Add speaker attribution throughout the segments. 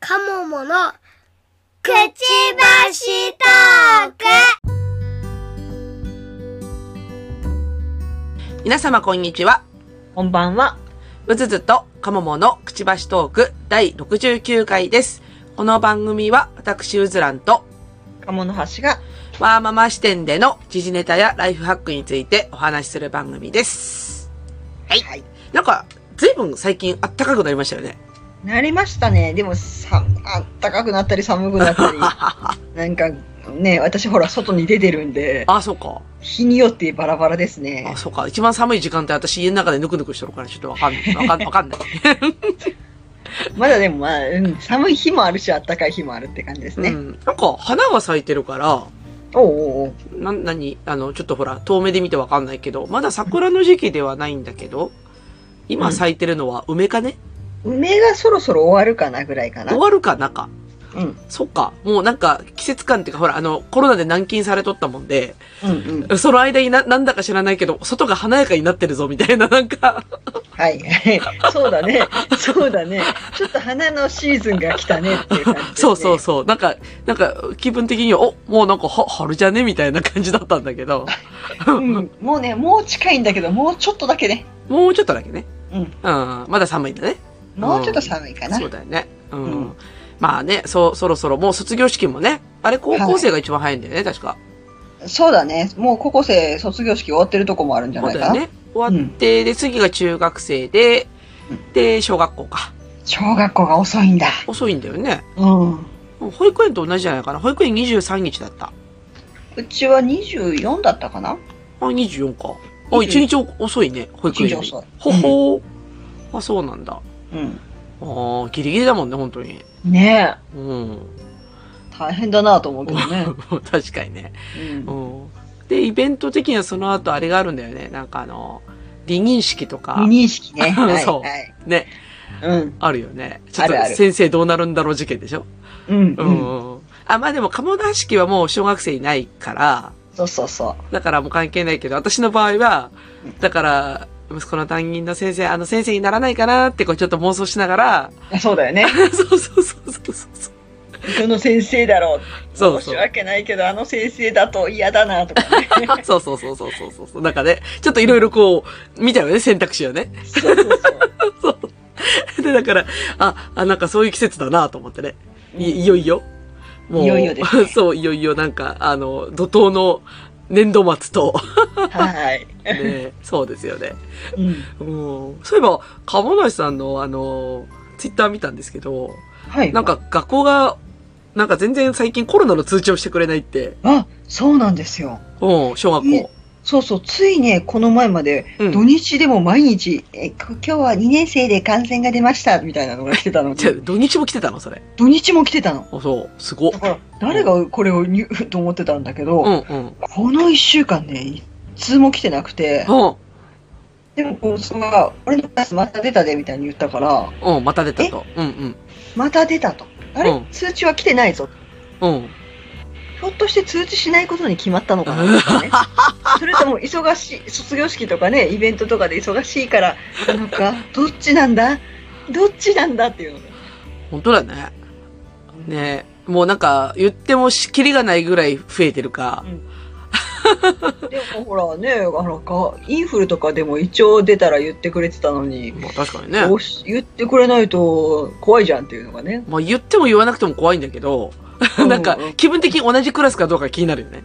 Speaker 1: カモモのくちばしトーク
Speaker 2: 皆様こんにちは。
Speaker 3: こんばんは。
Speaker 2: うずずとかもものくちばしトーク第69回です。この番組は私うずらんと
Speaker 3: 鴨の橋が
Speaker 2: わーママ視点での時事ネタやライフハックについてお話しする番組です。はい。なんか、ずいぶん最近あったかくなりましたよね。
Speaker 3: なりましたね。でもさ、あったかくなったり寒くなっ たり、なんかね、私ほら外に出てるんで、
Speaker 2: あ、そうか。
Speaker 3: 日によってバラバラですね
Speaker 2: あ、。そうか。一番寒い時間って私家の中でぬくぬくしてるからちょっとわかんない。わかんわか んない。
Speaker 3: まだでもまあ、うん、寒い日もあるし、あったかい日もあるって感じです
Speaker 2: う
Speaker 3: ね。
Speaker 2: ん。なんか花が咲いてるから、
Speaker 3: おうおうおう
Speaker 2: な、なに、あの、ちょっとほら、遠目で見てわかんないけど、まだ桜の時期ではないんだけど、今咲いてるのは梅かね、
Speaker 3: 梅がそろそろ終わるかなぐらいかな
Speaker 2: 終。わるかなか。
Speaker 3: うん。うん
Speaker 2: そっか。もうなんか、季節感っていうか、ほら、あの、コロナで軟禁されとったもんで、
Speaker 3: うん。
Speaker 2: その間にな、なんだか知らないけど、外が華やかになってるぞ、みたいな、なんか、
Speaker 3: はい。 そうだね。そうだね。ちょっと花のシーズンが来たねっていう感じですね、
Speaker 2: そうそうそう。なんか、なんか、気分的には、お、もうなんか、は、春じゃねみたいな感じだったんだけ ど、
Speaker 3: うん。もうね、もう近いんだけど、もうちょっとだけね。
Speaker 2: もうちょっとだけね。
Speaker 3: うん。
Speaker 2: うん、まだ寒いんだね。
Speaker 3: もうちょっと寒いかな。
Speaker 2: そうだよね。うん。
Speaker 3: うん
Speaker 2: まあね、そ、そろそろ、もう卒業式もね、あれ高校生が一番早いんだよね、確か。
Speaker 3: そうだね。もう高校生卒業式終わってるとこもあるんじゃ
Speaker 2: そう
Speaker 3: ない
Speaker 2: だ
Speaker 3: か
Speaker 2: よ
Speaker 3: な。
Speaker 2: ね。終わって、で、次が中学生で、で、小学校か。
Speaker 3: 小学校が遅いんだ。
Speaker 2: 遅いんだよね。
Speaker 3: うん。
Speaker 2: 保育園と同じじゃないかな。保育園23日だった。あ、
Speaker 3: うちは24だったかな
Speaker 2: 24か。あ、
Speaker 3: 24
Speaker 2: 1日お遅いね、保育園より。
Speaker 3: 一日遅い
Speaker 2: ほほー。あ、そうなんだ。
Speaker 3: うん。
Speaker 2: ああ、ギリギリだもんね、本当に。
Speaker 3: ねえ。
Speaker 2: うん。
Speaker 3: 大変だなと思うけどね。
Speaker 2: 確かにね。
Speaker 3: うん
Speaker 2: う。ん。で、イベント的にはその後あれがあるんだよね。なんかあの、離任式とか、
Speaker 3: 二認識ね。はい、
Speaker 2: そう
Speaker 3: はい。
Speaker 2: ね、
Speaker 3: うん。
Speaker 2: あるよね。ちょっと
Speaker 3: あるある
Speaker 2: 先生どうなるんだろう事件でしょ
Speaker 3: うん。
Speaker 2: う
Speaker 3: うん。
Speaker 2: ん。あ、まあでも、鴨田式はもう小学生いないから、
Speaker 3: そうそうそ
Speaker 2: だからもう関係ないけど、私の場合は、だから、息子の担任の先生、あの先生にならないかなって、こうちょっと妄想しながら、
Speaker 3: う。そうだよね。
Speaker 2: そうそうそうそうそう。
Speaker 3: どの先生だろう。
Speaker 2: そう
Speaker 3: 申
Speaker 2: そ
Speaker 3: し
Speaker 2: う。
Speaker 3: 訳ないけど、あの先生だと嫌だなとかね。
Speaker 2: そうそうそうそうそうそうそう。なんかね、ちょっといろいろこう、見たよね、選択肢をね。
Speaker 3: そうそうそう。
Speaker 2: で、だから、あ、あ、なんかそういう季節だなと思ってね。いいよいよ。
Speaker 3: いよいよですね
Speaker 2: そう、いよいよなんか、あの、怒涛の年度末 と、
Speaker 3: はい。
Speaker 2: ね、そうですよね。
Speaker 3: うん。
Speaker 2: もう、そういえば、鴨梨さんの、あの、ツイッター見たんですけど、
Speaker 3: はい。
Speaker 2: なんか学校が、なんか全然最近コロナの通知をしてくれないって。
Speaker 3: あ、そうなんですよ。
Speaker 2: うん、小学校
Speaker 3: ね。そうそう、ついね、この前まで、
Speaker 2: うん
Speaker 3: 土日でも毎日、え、こ今日は2年生で感染が出ました、みたいなのが来てた の
Speaker 2: じゃあ
Speaker 3: で、
Speaker 2: 土日も来てたのそれ。
Speaker 3: 土日も来てたの。
Speaker 2: あそう、すごっ
Speaker 3: だ。から、誰がこれをに と思ってたんだけど、
Speaker 2: うんうん。
Speaker 3: この1週間ね、一通も来てなくて、
Speaker 2: う
Speaker 3: でも、こう、そのが、俺のクラスまた出たで、みたいに言ったから、
Speaker 2: ん、うん、また出たと。うん
Speaker 3: また出たと。あれ、
Speaker 2: うん
Speaker 3: 通知は来てないぞ。
Speaker 2: うん。うん。
Speaker 3: ひょっとして通知しないことに決まったの かなとかね。それとも忙しい、卒業式とかね、イベントとかで忙しいから、なのか、どっちなんだどっちなんだっていうのが。
Speaker 2: 本当だね。ねもうなんか、言ってもしきりがないぐらい増えてるか。
Speaker 3: でもほらね、あのか、インフルとかでも一応出たら言ってくれてたのに、
Speaker 2: まあ確かにね。
Speaker 3: おし言ってくれないと怖いじゃんっていうのがね。
Speaker 2: まあ言っても言わなくても怖いんだけど、 なんか
Speaker 3: うう
Speaker 2: 気分的に同じクラスかどうか気になるよね。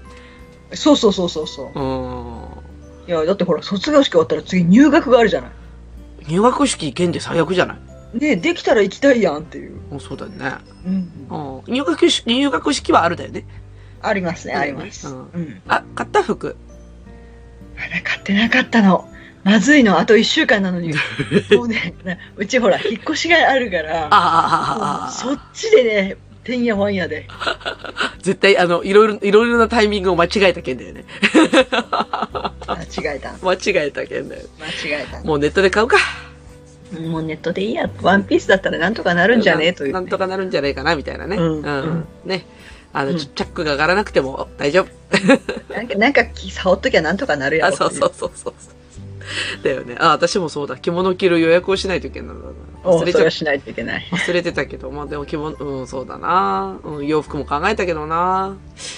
Speaker 3: そうそうそうそうそう。
Speaker 2: うん。
Speaker 3: いや、だってほら、卒業式終わったら次入学があるじゃな
Speaker 2: 入学式行けんで最悪じゃない
Speaker 3: い。ねできたら行きたいやんっていう。
Speaker 2: うんそうだよね。
Speaker 3: うん。
Speaker 2: うん入学式、入学式はあるだよね。
Speaker 3: ありますね、あります。
Speaker 2: う
Speaker 3: うんん。
Speaker 2: あ、買った服。
Speaker 3: まだ買ってなかったの。まずいの、あと一週間な のに。もうね、なうちほら、引っ越しがあるから、
Speaker 2: あ
Speaker 3: そ
Speaker 2: あ、
Speaker 3: っちでね、てんやわんや で。
Speaker 2: 絶対あの、いろいろ、いろいろなタイミングを間違えた件だよね。
Speaker 3: 間違えた。
Speaker 2: 間違えた件だよ。
Speaker 3: 間違えた。
Speaker 2: もうネットで買うか。
Speaker 3: もうネットでいいや。ワンピースだったらなんとかなるんじゃねえという、
Speaker 2: なんとかなるんじゃないかな、みたいなね。
Speaker 3: うん
Speaker 2: ね。あの、
Speaker 3: うん
Speaker 2: ちょチャックが上がらなくても大丈夫。
Speaker 3: なんか、なんか、触っときゃなんとかなるや
Speaker 2: あ、
Speaker 3: ろって
Speaker 2: そ
Speaker 3: いう
Speaker 2: そうそうそうそう。だよね。あ、私もそうだ。着物着る予約をしないといけないんだな。
Speaker 3: お
Speaker 2: 忘
Speaker 3: そ
Speaker 2: れ
Speaker 3: れ
Speaker 2: ちゃ
Speaker 3: はしないといけない。
Speaker 2: 忘れてたけど、まあでも着物、うん、そうだな。うん、洋服も考えたけどな。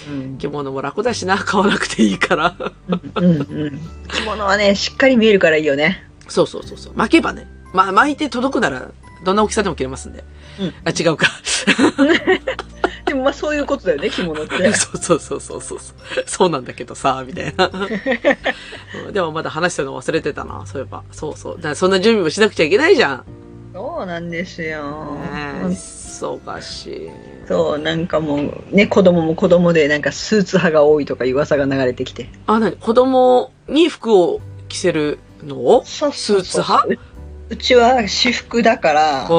Speaker 3: うん
Speaker 2: 着物も楽だしな、買わなくていいから。
Speaker 3: うんうん、着物はねしっかり見えるからいいよね。
Speaker 2: そうそうそうそう。巻けばね。ま、巻いて届くなら、どんな大きさでも着れますんで。
Speaker 3: うん
Speaker 2: あ、違うか。
Speaker 3: でもまあそういうことだよね着物っ て。
Speaker 2: そうそうそうそうそう。そうなんだけどさ、みた いな。うんでもまだ話したの忘れてたな、そういえば。そうそう。だからそんな準備もしなくちゃいけないじゃん。
Speaker 3: そうなんですよ。
Speaker 2: ねえ、忙しい。
Speaker 3: そうなんかもうね子供も子供でなんかスーツ派が多いとかいう噂が流れてきて。
Speaker 2: あ、なに子供に服を着せるのをス
Speaker 3: そうそう
Speaker 2: ーツ
Speaker 3: そう
Speaker 2: 派う
Speaker 3: うちは私服だから、
Speaker 2: ん。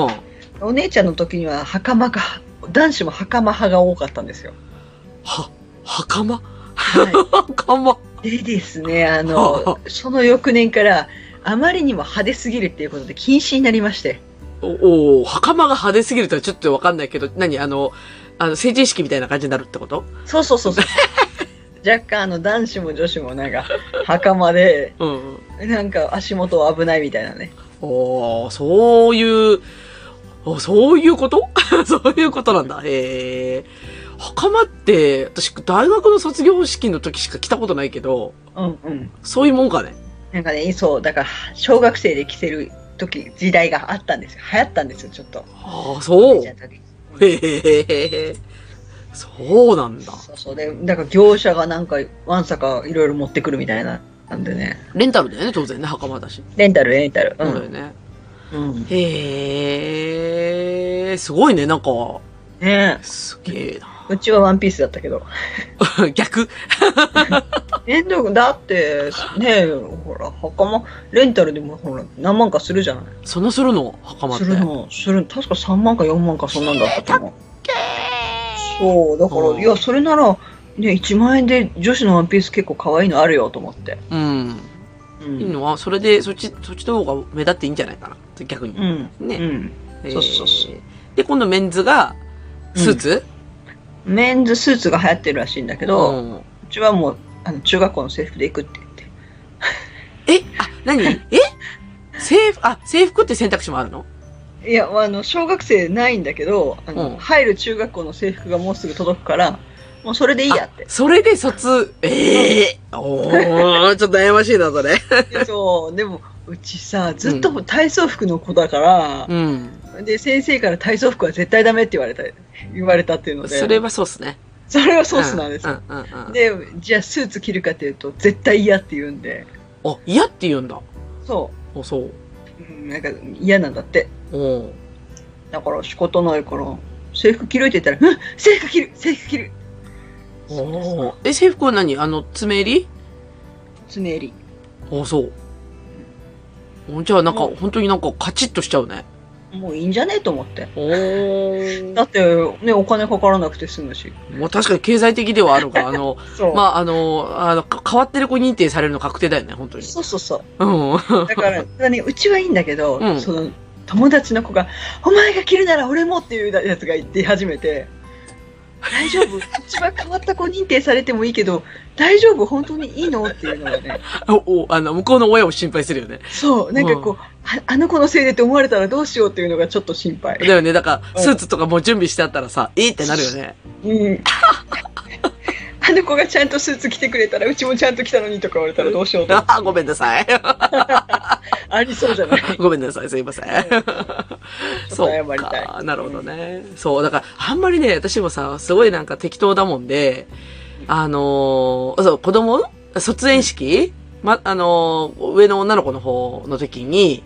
Speaker 3: お姉ちゃんの時には袴が男子も袴派が多かった んですよ。
Speaker 2: は、袴
Speaker 3: は
Speaker 2: 袴
Speaker 3: い、でです ねあ
Speaker 2: は
Speaker 3: のその翌年からあまりにも派手すぎるっていうことで禁止になりまして。
Speaker 2: おお袴が派手すぎるとはちょっとわかんないけど、何あの、あの、成人式みたいな感じになるってこと
Speaker 3: そうそうそうそう。 若干あの男子も女子もなんか袴で
Speaker 2: うん。
Speaker 3: なんか足元は危ないみたいなね。
Speaker 2: おーそういう、おそういうこと そういうことなんだ。へえ。袴って、私、大学の卒業式の時しか着たことないけど、
Speaker 3: うんうん。
Speaker 2: そういうもんかね。
Speaker 3: なんかねそうだから小学生で着せる時時代があったんですよ。流行ったんですよちょっと。
Speaker 2: ああ、そう。
Speaker 3: じゃ
Speaker 2: へ
Speaker 3: あ時
Speaker 2: え。そうなんだ。
Speaker 3: そうそうでだから業者がなんかわんさかいろいろ持ってくるみたいななんでね。
Speaker 2: レンタルだよね、当然ね、袴だし。
Speaker 3: レンタルレンタル。う
Speaker 2: そうだよ
Speaker 3: ん。
Speaker 2: ね。
Speaker 3: うん、
Speaker 2: へえ、すごいね、なんか、
Speaker 3: ね
Speaker 2: すげえな。
Speaker 3: うちはワンピースだったけど。
Speaker 2: 逆
Speaker 3: えんどくだってねほら袴レンタルでもほら何万かするじゃない。
Speaker 2: そんなするの袴っ
Speaker 3: す
Speaker 2: て。
Speaker 3: るの、するの確か3万か4万かそんなんだったかな。そう、だか
Speaker 2: うん
Speaker 3: ら、いや、それなら、ね、1万円で女子のワンピース結構可愛いのあるよと思って。
Speaker 2: うん。
Speaker 3: う
Speaker 2: いい
Speaker 3: ん。
Speaker 2: のは、それで、そっち、そっちの方が目立っていいんじゃないかな。逆に。
Speaker 3: うん。う
Speaker 2: ね、
Speaker 3: ん。
Speaker 2: えー
Speaker 3: そうそうそう
Speaker 2: で、今度メンズが、スーツ、
Speaker 3: メンズスーツが流行ってるらしいんだけど、う
Speaker 2: うん
Speaker 3: ちはもう、あの、中学校の制服で行くって言って。
Speaker 2: え、あ、何え制服、あ、制服って選択肢もあるの
Speaker 3: いや、あの、小学生ないんだけど、あの、
Speaker 2: うん
Speaker 3: 入る中学校の制服がもうすぐ届くから、もうそれでいいやって。
Speaker 2: それで卒、ええ おー、ちょっと悩ましいな、それ。
Speaker 3: でそう、でも、うちさ、ずっと体操服の子だから、
Speaker 2: うん。
Speaker 3: で先生から体操服は絶対ダメって言われた言われたっていうので
Speaker 2: それはそうっすね。
Speaker 3: それはソースなんです
Speaker 2: う
Speaker 3: よ、
Speaker 2: ん、うん、うん。
Speaker 3: でじゃあスーツ着るかっていうと絶対嫌って言うんで
Speaker 2: あ、嫌って言うんだ。
Speaker 3: そ
Speaker 2: おそう。
Speaker 3: ううんなんか嫌なんだって
Speaker 2: おー
Speaker 3: だから仕方ないから制服着るって言ったら「うん制服着る制服着る!」
Speaker 2: おーえ、制服は何あの、爪襟
Speaker 3: 爪襟
Speaker 2: あ、そう。おじゃあ、なんか、
Speaker 3: うん
Speaker 2: 本当になんか、カチッとしちゃうね。
Speaker 3: もういいんじゃねえと思って
Speaker 2: おー
Speaker 3: だ。ってねお金かからなくて済むし
Speaker 2: もう確かに経済的ではあるが、あの、
Speaker 3: そう、
Speaker 2: まあ、あの、あの、か変わってる子認定されるの確定だよね、本当に。
Speaker 3: そうそうそう
Speaker 2: うん。
Speaker 3: だから、だね、うちはいいんだけど、
Speaker 2: うん
Speaker 3: その友達の子が「お前が着るなら俺も」っていうやつが言って始めて「大丈 夫うちは変わった子認定されてもいいけど大丈夫本当にいいの?」っていうのがね
Speaker 2: お、お、あの、向こうの親も心配するよね。
Speaker 3: そうなんかこう、ああの子のせいでって思われたらどうしようっていうのがちょっと心配
Speaker 2: だ。よね、だか
Speaker 3: う
Speaker 2: ら、
Speaker 3: ん
Speaker 2: スーツとかもう準備してあったらさ、えーってなるよね。
Speaker 3: うん、あの子がちゃんとスーツ着てくれたらうちもちゃんと着たのにとか言われたらどうし ようと
Speaker 2: あーごめんなさい。
Speaker 3: ありそうじゃない
Speaker 2: ごめんなさい、すいません。
Speaker 3: ちょ
Speaker 2: そ
Speaker 3: っと謝り
Speaker 2: う
Speaker 3: たい
Speaker 2: か、なるほどね。そう、だから、あんまりね、私もさ、すごいなんか適当だもんで、あのーそう、子供卒園式ま、あのー上の女の子の方の時に、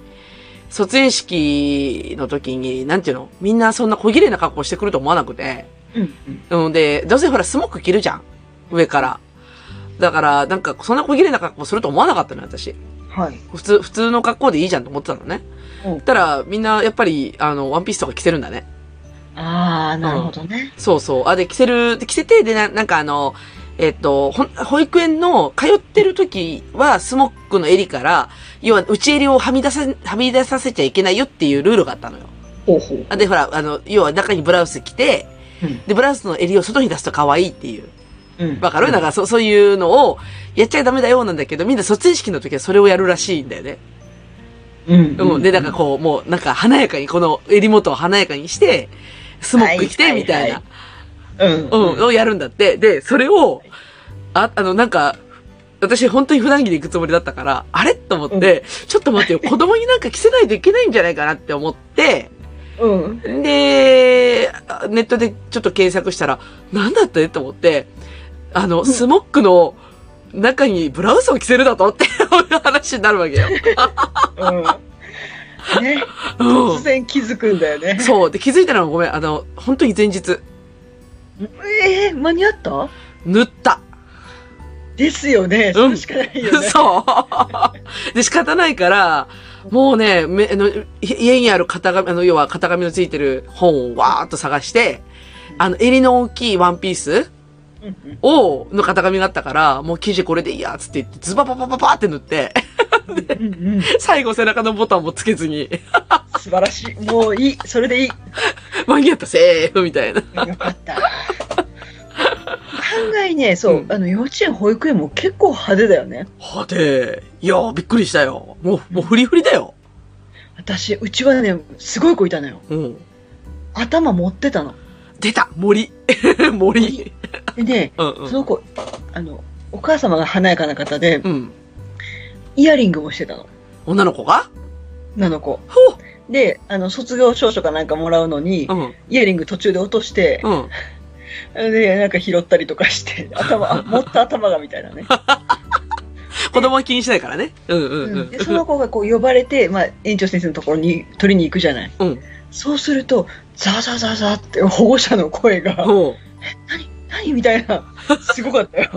Speaker 2: 卒園式の時に、なんていうのみんなそんな小綺麗な格好してくると思わなくて。
Speaker 3: うんうん
Speaker 2: うんで、どうせほらスモーク着るじゃん。上から。だから、なんか、そんな小綺麗な格好すると思わなかったのよ、私。
Speaker 3: はい
Speaker 2: 普通、普通の格好でいいじゃんと思ってたのね。
Speaker 3: うん
Speaker 2: たら、みんな、やっぱり、あの、ワンピースとか着せるんだね。
Speaker 3: ああなるほどね、
Speaker 2: そうそう。あ、で、着せる、で着せて、で、ななんかあの、えっと、ほん、保育園の、通ってる時は、スモックの襟から、要は、内襟をはみ出さ、はみ出させちゃいけないよっていうルールがあったのよ。
Speaker 3: ほうほう
Speaker 2: あで、ほら、あの、要は中にブラウス着て、
Speaker 3: うん
Speaker 2: で、ブラウスの襟を外に出すと可愛いっていう。
Speaker 3: うん
Speaker 2: わかるだから、そ、そういうのを、やっちゃダメだよ、なんだけど、みんな卒園式の時はそれをやるらしいんだよね。
Speaker 3: うん
Speaker 2: うん。で、なんかこう、もう、なんか華やかに、この襟元を華やかにして、スモック着
Speaker 3: は
Speaker 2: て、
Speaker 3: いはいはい
Speaker 2: みたいな、
Speaker 3: うん。
Speaker 2: うん、をやるんだって。で、それを、あ、あの、なんか、私本当に普段着で行くつもりだったから、あれと思って、ちょっと待ってよ、子供になんか着せないといけないんじゃないかなって思って、
Speaker 3: うん。
Speaker 2: で、あネットでちょっと検索したら、なんだってと思って、あの、スモックの中にブラウスを着せるだとっていう話になるわけよ。
Speaker 3: うん。ね。
Speaker 2: う
Speaker 3: 突然気づくんだよね
Speaker 2: ん。。そう。で、気づいたのはごめん。あの、本当に前日、
Speaker 3: ええ間に合った
Speaker 2: 塗った。
Speaker 3: ですよね。 それしかない よね。
Speaker 2: そう。で、仕方ないから、もうね、めあのい家にある型紙、あの、要は型紙のついてる本をわーっと探して、あの、襟の大きいワンピース
Speaker 3: うんうん
Speaker 2: を、の型紙があったから、もう生地これでいいや、つって言って、ズバババババって塗って、
Speaker 3: うんうん
Speaker 2: 最後背中のボタンもつけずに、
Speaker 3: 素晴らしい。もういい。それでいい。
Speaker 2: 間に合った、セーフみたいな。
Speaker 3: よかった。案外ね、そう、
Speaker 2: うん
Speaker 3: あの幼稚園、保育園も結構派手だよね。
Speaker 2: はて、いやー、びっくりしたよ。もう、もうフリフリだよ。
Speaker 3: 私、うちはね、すごい子いたのよ。
Speaker 2: うん。
Speaker 3: 頭持ってたの。
Speaker 2: 出た森 森
Speaker 3: でね、
Speaker 2: うんう
Speaker 3: そ
Speaker 2: ん。
Speaker 3: の子、あの、お母様が華やかな方で、
Speaker 2: うん。
Speaker 3: イヤリングもしてたの。
Speaker 2: 女の子が
Speaker 3: 女の子。
Speaker 2: ほ
Speaker 3: で、あの、卒業証書かなんかもらうのに
Speaker 2: う、うん。
Speaker 3: イヤリング途中で落として、
Speaker 2: うん。
Speaker 3: で、なんか拾ったりとか して、頭、あ持った頭がみたいなね。
Speaker 2: 子供は気にしないからね。うんうんうん。
Speaker 3: でその子がこう呼ばれて、まあ、園長先生のところに取りに行くじゃない、
Speaker 2: うん
Speaker 3: そうするとザーザーザーザーって保護者の声が「
Speaker 2: もう、
Speaker 3: 何何?」みた いなすごかったよ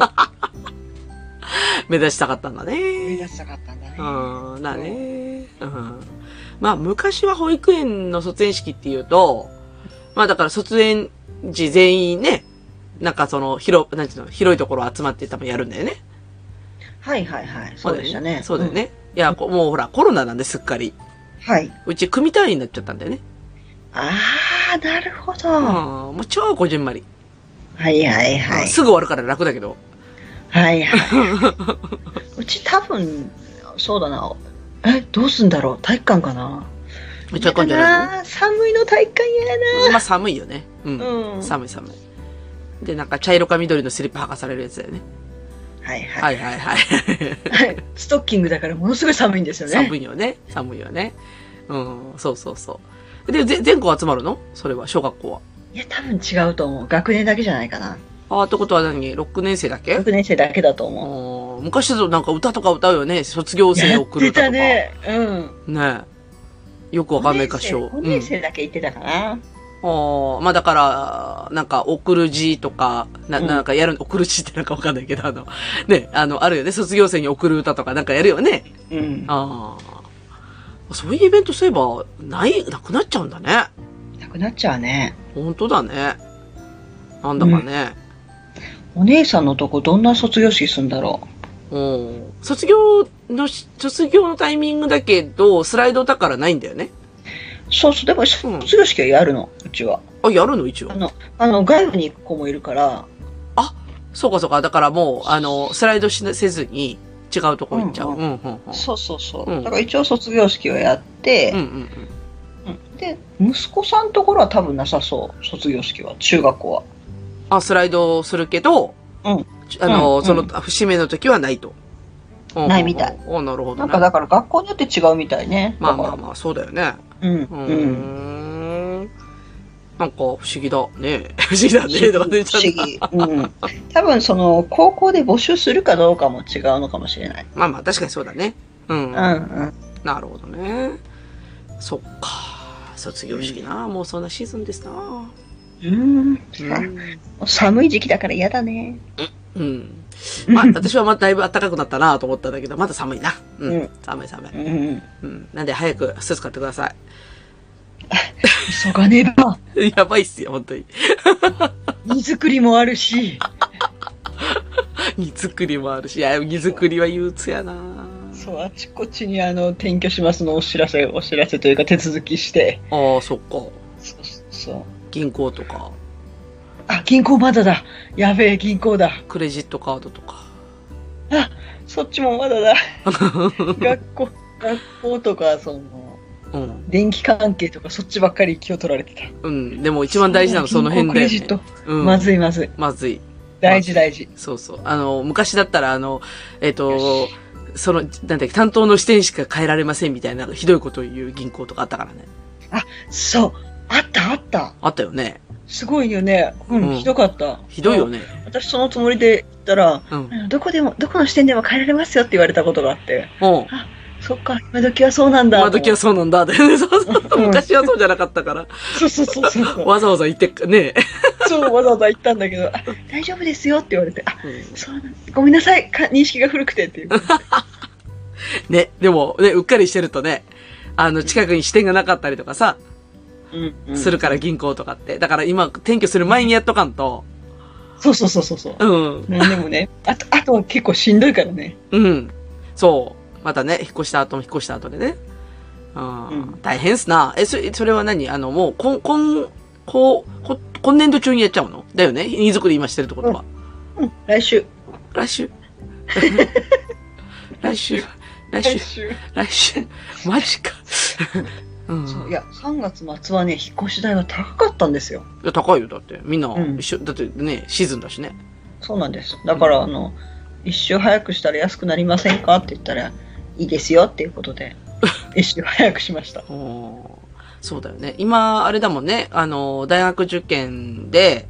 Speaker 2: 目指したかったんだ
Speaker 3: 目
Speaker 2: ね。
Speaker 3: 指したかったんだね
Speaker 2: うん、だね。うん。まあ、昔は保育園の卒園式っていうと、まあだから卒園時全員ね、なんかその広、なんていうの、広いところ集まって多分やるんだよね。
Speaker 3: はいはいはいそうでしたね
Speaker 2: そうだよね。いや、こもうほら、コロナなんですっかり。
Speaker 3: うんはいう
Speaker 2: ち組単位になっちゃったんだよね。
Speaker 3: ああなるほど、
Speaker 2: うん。もう超こじんまり。
Speaker 3: はいはいはい
Speaker 2: すぐ終わるから楽だけど。
Speaker 3: はいはい うち多分そうだなえどうすんだろう体育館かな
Speaker 2: めっちゃ混んじゃない
Speaker 3: いいな寒いの体育館嫌や
Speaker 2: のまあ寒いよね。うん。
Speaker 3: なうん
Speaker 2: 寒い寒い。で、なんか茶色か緑のスリッパ履かされるやつだ よね。
Speaker 3: はいはい
Speaker 2: はいはいはい。
Speaker 3: はい ストッキングだからものすごい寒いんですよね。
Speaker 2: 寒いよね。寒いよね。うん、そうそうそう。で、ぜ全校集まるのそれは、小学校は。
Speaker 3: いや、多分違うと思う。学年だけじゃないかな。
Speaker 2: ああ、ってことは何 ?6 年生だっけ
Speaker 3: 学年生だけだと
Speaker 2: あ
Speaker 3: 思う。
Speaker 2: ー昔だとなんか歌とか歌うよね。卒業生
Speaker 3: や
Speaker 2: を
Speaker 3: っ
Speaker 2: 送る歌
Speaker 3: て
Speaker 2: と
Speaker 3: た
Speaker 2: か。ね
Speaker 3: ね。うん。
Speaker 2: えよくわかんない歌唱。
Speaker 3: 5
Speaker 2: う
Speaker 3: 年
Speaker 2: ん。
Speaker 3: 生だけ行ってたかな。
Speaker 2: ああ、まあだから、なんか、送る字とか、な、
Speaker 3: うん
Speaker 2: なんかやる、送る字ってなんかわかんないけど、あの、ね、あの、あるよね。卒業生に送る歌とかなんかやるよね。
Speaker 3: うん。な
Speaker 2: ああ。そういうイベントすれば、ない、なくなっちゃうんだね。
Speaker 3: くなっちゃうね。
Speaker 2: 本当だね。なんだかね。
Speaker 3: お姉さんのとこどんな卒業式するんだろ
Speaker 2: うん。卒業のし、卒業のタイミングだけど、スライドだからないんだよね。
Speaker 3: う。そうそう。でも、卒業式はやるの。うちは。
Speaker 2: あ、やるの一応
Speaker 3: あ。の、あの、外部に行く子もいるから。
Speaker 2: そうかそうか。だからもう、あの、スライドしなせずに、違うとこ行っちゃう。う、
Speaker 3: うんん
Speaker 2: うん、うん。
Speaker 3: そうそうそうう。
Speaker 2: ん
Speaker 3: だから一応卒業式をや
Speaker 2: うん、
Speaker 3: っ
Speaker 2: う
Speaker 3: て、
Speaker 2: ん
Speaker 3: うんで、息子さんところは多分なさそう。卒業式は。中学校は。
Speaker 2: あ、スライドするけど、
Speaker 3: うん
Speaker 2: ちあの、
Speaker 3: うん
Speaker 2: その、
Speaker 3: うん
Speaker 2: 節目の時はないと。うん
Speaker 3: ないみたい。
Speaker 2: おなるほど
Speaker 3: なん
Speaker 2: ね
Speaker 3: か。だから学校によって違うみたいね。
Speaker 2: まあまあ
Speaker 3: だか
Speaker 2: まあ、そうだよね。
Speaker 3: ら。うん。
Speaker 2: う
Speaker 3: うん。
Speaker 2: ーん。なんか、不思議だね。 不思議だね。とか出ちゃった
Speaker 3: 不思議。 うん。多分その、高校で募集するかどうかも違うのかもしれない。
Speaker 2: まあまあ、確かにそうだね。うん。
Speaker 3: うんうん。
Speaker 2: なるほどね。そっか。卒業式な。もうそんなシーズンですな。
Speaker 3: うん、
Speaker 2: うん。
Speaker 3: 寒い時期だから嫌だね。
Speaker 2: うん。まあ、私はまあだいぶ暖かくなったなと思ったんだけど、まだ寒いな。うん。
Speaker 3: うん
Speaker 2: 寒い寒い。
Speaker 3: うん。
Speaker 2: うん。なんで早くスーツ買ってくださ
Speaker 3: 急がねば。
Speaker 2: い。 やばいっすよ、本当に。
Speaker 3: 荷造りもあるし。
Speaker 2: 荷造りもあるし、いや、荷造りは憂鬱やな。
Speaker 3: そう、あちこちにあの、転居しますのお知らせ、お知らせというか手続きして。
Speaker 2: ああ、そっか。
Speaker 3: そうそうそう。
Speaker 2: 銀行とか。
Speaker 3: あ、銀行まだだ。やべえ、銀行だ。
Speaker 2: クレジットカードとか。
Speaker 3: あ、そっちもまだ だ。学校、学校とか、その、
Speaker 2: うん。
Speaker 3: 電気関係とか、そっちばっかり気を取られてた。
Speaker 2: うん。でも一番大事なのその辺
Speaker 3: で
Speaker 2: だよ、
Speaker 3: 銀行クレジッ
Speaker 2: ね
Speaker 3: ト。
Speaker 2: うん。
Speaker 3: まずいまずい。
Speaker 2: まずい。
Speaker 3: 大事大事。
Speaker 2: そうそう。あの、昔だったら、あの、えっ、と、その、なんだっけ、担当の視点しか変えられませんみたいな、ひどいことを言う銀行とかあったからね。
Speaker 3: そう。あったあった。
Speaker 2: あったよね。
Speaker 3: すごいよね。うん、
Speaker 2: うん
Speaker 3: ひどかった。
Speaker 2: ひどいよね。
Speaker 3: うん。私そのつもりで行ったら、
Speaker 2: うん。
Speaker 3: どこでも、どこの視点でも変えられますよって言われたことがあって。
Speaker 2: うん。
Speaker 3: そっか、今時はそうなんだ。
Speaker 2: 今時はそうなん だ。そうそうそう。
Speaker 3: うん
Speaker 2: 昔はそうじゃなかったから。
Speaker 3: そうそうそうそうそう。
Speaker 2: わざわざ言ってっか、ね
Speaker 3: そう、わざわざ行ったんだけど、あ大丈夫ですよって言われて、あ、
Speaker 2: え。
Speaker 3: そうなんごめんなさい、か認識が古くてっていう。
Speaker 2: ね、でも、ね、うっかりしてるとね、あの、近くに支店がなかったりとかさ、する。から銀行とかって。だから今、転居する前にやっとかんと。
Speaker 3: そうそうそうそうそ
Speaker 2: う
Speaker 3: う。
Speaker 2: ん。
Speaker 3: うんでもね、あと、あとは結構しんどいからね。
Speaker 2: うん。そう。またね、引っ越した後も引っ越した後でね。うん。
Speaker 3: うん
Speaker 2: 大変っすな。え、それ、それは何あの、もう、こん、こん、こう、こ、今年度中にやっちゃうのだよね荷造り今してるってことは。
Speaker 3: うん、来週。
Speaker 2: 来 週。来週。来週。
Speaker 3: 週。
Speaker 2: 来週。マジか。うん。
Speaker 3: そう、
Speaker 2: い
Speaker 3: いや、3月末はね、引っ越し代が高かったんですよ。
Speaker 2: や、高いよ。だって、みんな
Speaker 3: うん
Speaker 2: 一緒、だってね、シーズンだしね。
Speaker 3: そうなんです。だから、あの、一周早くしたら安くなりませんかって言ったら、いいですよっていうこ とで、一周早くしました。
Speaker 2: おそうだよね。今、あれだもんね。あの、大学受験で、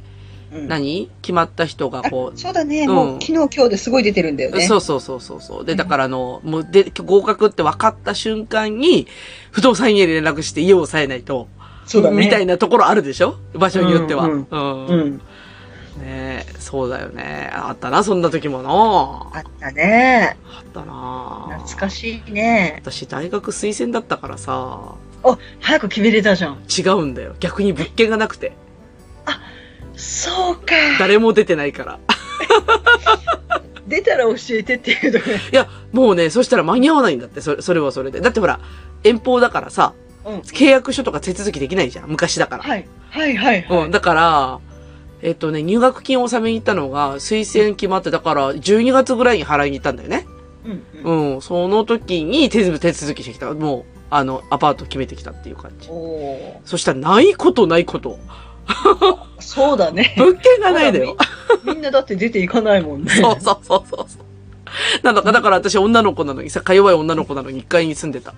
Speaker 3: うん
Speaker 2: 何決まった人が
Speaker 3: あ
Speaker 2: こう、
Speaker 3: そうだね、
Speaker 2: うん
Speaker 3: もう昨日今日ですごい出てるんだよね。
Speaker 2: そうそうそうそうそう。で、だからあの、もうで、合格って分かった瞬間に、不動産屋に連絡して家を抑えないと、
Speaker 3: そうだね。
Speaker 2: みたいなところあるでしょ場所によっては。
Speaker 3: うん
Speaker 2: うん
Speaker 3: うん。
Speaker 2: ねえそうだよね。あったな、そんな時もな。
Speaker 3: あったね。
Speaker 2: あったな。
Speaker 3: 懐か
Speaker 2: しい。
Speaker 3: しいね。
Speaker 2: 私、大学推薦だったからさ、
Speaker 3: あ、早く決めれたじゃん。
Speaker 2: 違うんだよ。逆に物件がなくて。
Speaker 3: そうか。
Speaker 2: 誰も出てないから。
Speaker 3: 出たら教えてっていうとこ
Speaker 2: いや、もうね、そしたら間に合わないんだって、それそれはそれで。だってほら、遠方だからさ、
Speaker 3: ろ。うん。
Speaker 2: 契約書とか手続きできないじゃん。昔だから。
Speaker 3: はい。はいはいはい。
Speaker 2: うん、だから、えっとね、入学金を納めに行ったのが、推薦決まって、だから、12月ぐらいに払いに行ったんだよね。
Speaker 3: うんうん。
Speaker 2: うん、その時に手続手続きしてきた。もう、あの、アパート決めてきたっていう感じ
Speaker 3: お。お
Speaker 2: そしたら、ないことないこと。
Speaker 3: ー。そうだね。
Speaker 2: 物件がないだよ。
Speaker 3: みんなだって出ていかないもん ね。
Speaker 2: そうそうそうそうそう。なんだか、だから私女の子なのにさ、か弱い女の子なのに1階に住んでた。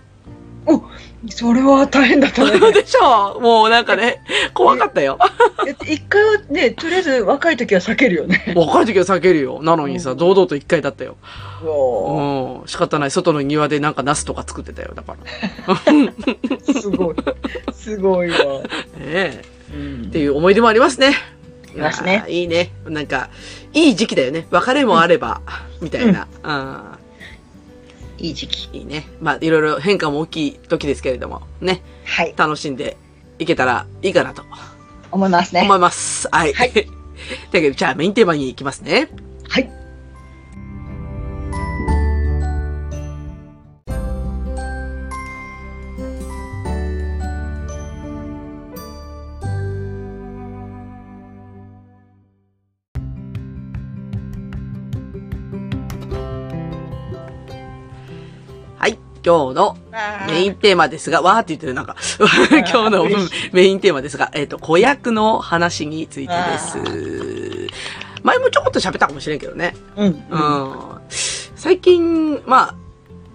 Speaker 3: それは大変だったね。
Speaker 2: でしょもうなんかね、怖かったよ。
Speaker 3: だって一回はね、とりあえず若い時は避けるよね。
Speaker 2: 若い時は避けるよ。なのにさ、
Speaker 3: うん
Speaker 2: 堂々と1階だったよ。
Speaker 3: うお
Speaker 2: うん。仕方ない。外の庭でなんかナスとか作ってたよ。だから。
Speaker 3: ーすごい。すご いわ。
Speaker 2: ええ
Speaker 3: うん
Speaker 2: っていう思い出もありますね。
Speaker 3: りますね
Speaker 2: あーいいね。なんか、いい時期だよね。別れもあれば、みたいな。あ
Speaker 3: いい時期。
Speaker 2: ーいいね。まあ、いろいろ変化も大きい時ですけれども、ね。
Speaker 3: はい。
Speaker 2: 楽しんでいけたらいいかなと
Speaker 3: 思いますね
Speaker 2: 思。います。はい。
Speaker 3: はい
Speaker 2: だけど、じゃあメインテーマに行きますね。
Speaker 3: はい。
Speaker 2: はい。今日のメインテーマですが、わーって言ってる、なんか、 今日の
Speaker 3: 嬉
Speaker 2: メインテーマですが、えっ、と、子役の話についてです。前もちょこっと喋ったかもしれんけどね。
Speaker 3: うん。
Speaker 2: う
Speaker 3: うん
Speaker 2: ん。最近、まあ、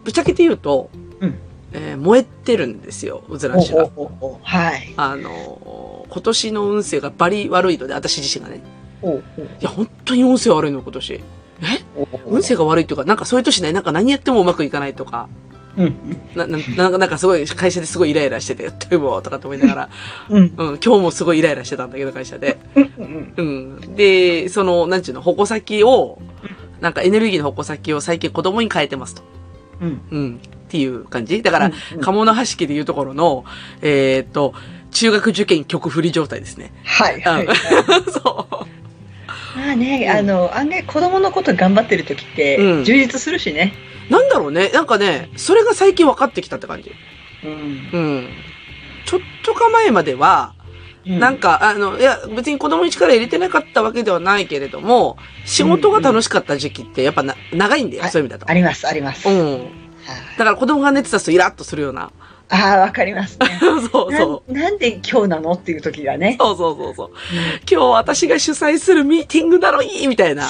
Speaker 2: ぶっちゃけて言うと、
Speaker 3: うん
Speaker 2: えー燃えてるんですよ、うずら
Speaker 3: ほう
Speaker 2: し
Speaker 3: ほう
Speaker 2: が。
Speaker 3: ほうほう。はい。
Speaker 2: あのー今年の運勢がバリ悪いので、私自身がね。
Speaker 3: ほうほう
Speaker 2: いや、本当に運勢悪いの、今年。運
Speaker 3: 運勢
Speaker 2: 勢が悪いというか、なんかそういう年ね、なんか何やってもうまくいかないとか、
Speaker 3: うん
Speaker 2: な、 な、なんかなんかすごい、会社ですごいイライラしてて、やってもとかって思いなが ら、
Speaker 3: う
Speaker 2: う
Speaker 3: ん
Speaker 2: ん、今日もすごいイライラしてたんだけど、会社で。
Speaker 3: うん
Speaker 2: うん。で、その、なんちゅうの、矛先を、なんかエネルギーの矛先を最近子供に変えてますと。
Speaker 3: うん
Speaker 2: うん。っていう感じ。だから、
Speaker 3: うん
Speaker 2: 鴨の橋家でいうところの、えーっと、中学受験曲振り状態ですね。
Speaker 3: はいはい
Speaker 2: うんそ
Speaker 3: まあね
Speaker 2: うん
Speaker 3: あの案外子供のこと頑張ってる時
Speaker 2: う
Speaker 3: っ
Speaker 2: ん
Speaker 3: て充実するしね
Speaker 2: う。なんだろうね。なんかね、それが最近分かってきたって感じ。
Speaker 3: うん
Speaker 2: うん。ちょっとか前までは、なんか、あの、いや、別に子供に力入れてなかったわけではないけれども、仕事が楽しかった時期ってやっぱな、長いんだよ、
Speaker 3: はい
Speaker 2: そういう意味だ
Speaker 3: あ
Speaker 2: と。
Speaker 3: ります、あります。
Speaker 2: う
Speaker 3: はい
Speaker 2: ん。だから子供が寝てたとイラッとするような。。
Speaker 3: ああ、わかりますね
Speaker 2: そうそう。そう
Speaker 3: ななんで今日なのっていう時がね。
Speaker 2: そうそうそう。今日私が主催するミーティングだろいいみたいな。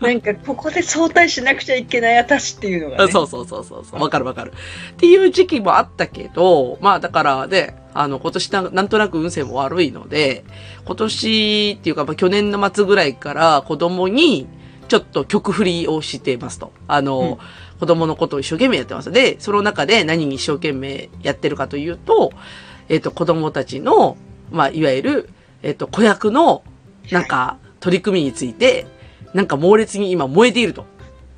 Speaker 3: なんか、ここで早退しなくちゃいけない私っていうのがね。
Speaker 2: そうそうそうそうそう。わかるわかる。っていう時期もあったけど、まあだからね、あの、今年ななんとなく運勢も悪いので、今年っていうか、まあ去年の末ぐらいから子供に、ちょっと曲振りをしてますと。あの、子供のことを一生懸命やってます。で、その中で何に一生懸命やってるかというと、えっ、と、子供たちの、まあ、いわゆる、えっ、と、子役の、なんか、取り組みについて、なんか猛烈に今燃えていると。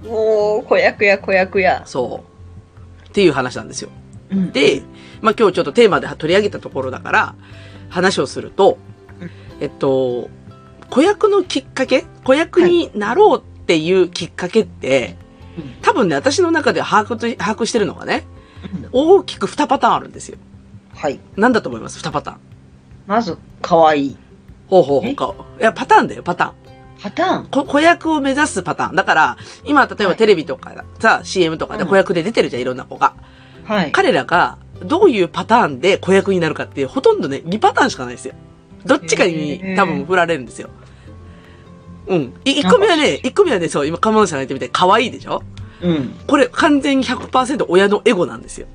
Speaker 3: もう、子役や子役や。
Speaker 2: そう。っていう話なんですよ。
Speaker 3: うん、
Speaker 2: で、まあ、今日ちょっとテーマで取り上げたところだから、話をすると
Speaker 3: うん、
Speaker 2: えっと、子役のきっかけ子役になろうっていうきっかけって、
Speaker 3: うん
Speaker 2: 多分ね、私の中で把握と、把握してるのがね、
Speaker 3: うん
Speaker 2: 大きく2パターンあるんですよ。
Speaker 3: はい。
Speaker 2: なんだと思います ?2 パターン。
Speaker 3: まず、可愛い。
Speaker 2: ほうほうほ
Speaker 3: え
Speaker 2: うか。いや、パターンだよ、パターン。
Speaker 3: パターン。
Speaker 2: こ子役を目指すパターン。だから、今、例えばテレビとか、さ、CM とかで子役で出てるじゃん、いろんな子が。
Speaker 3: はい。
Speaker 2: 彼らがどういうパターンで子役になるかって、ほとんどね、2パターンしかないですよ。どっちかに
Speaker 3: へー
Speaker 2: 多分振られるんですよ。うん。い1個目はね、1個目はね、そう、今、カモンさんが言ってみて、可愛いでしょ
Speaker 3: うん。
Speaker 2: これ完全に100%親のエゴなんですよ。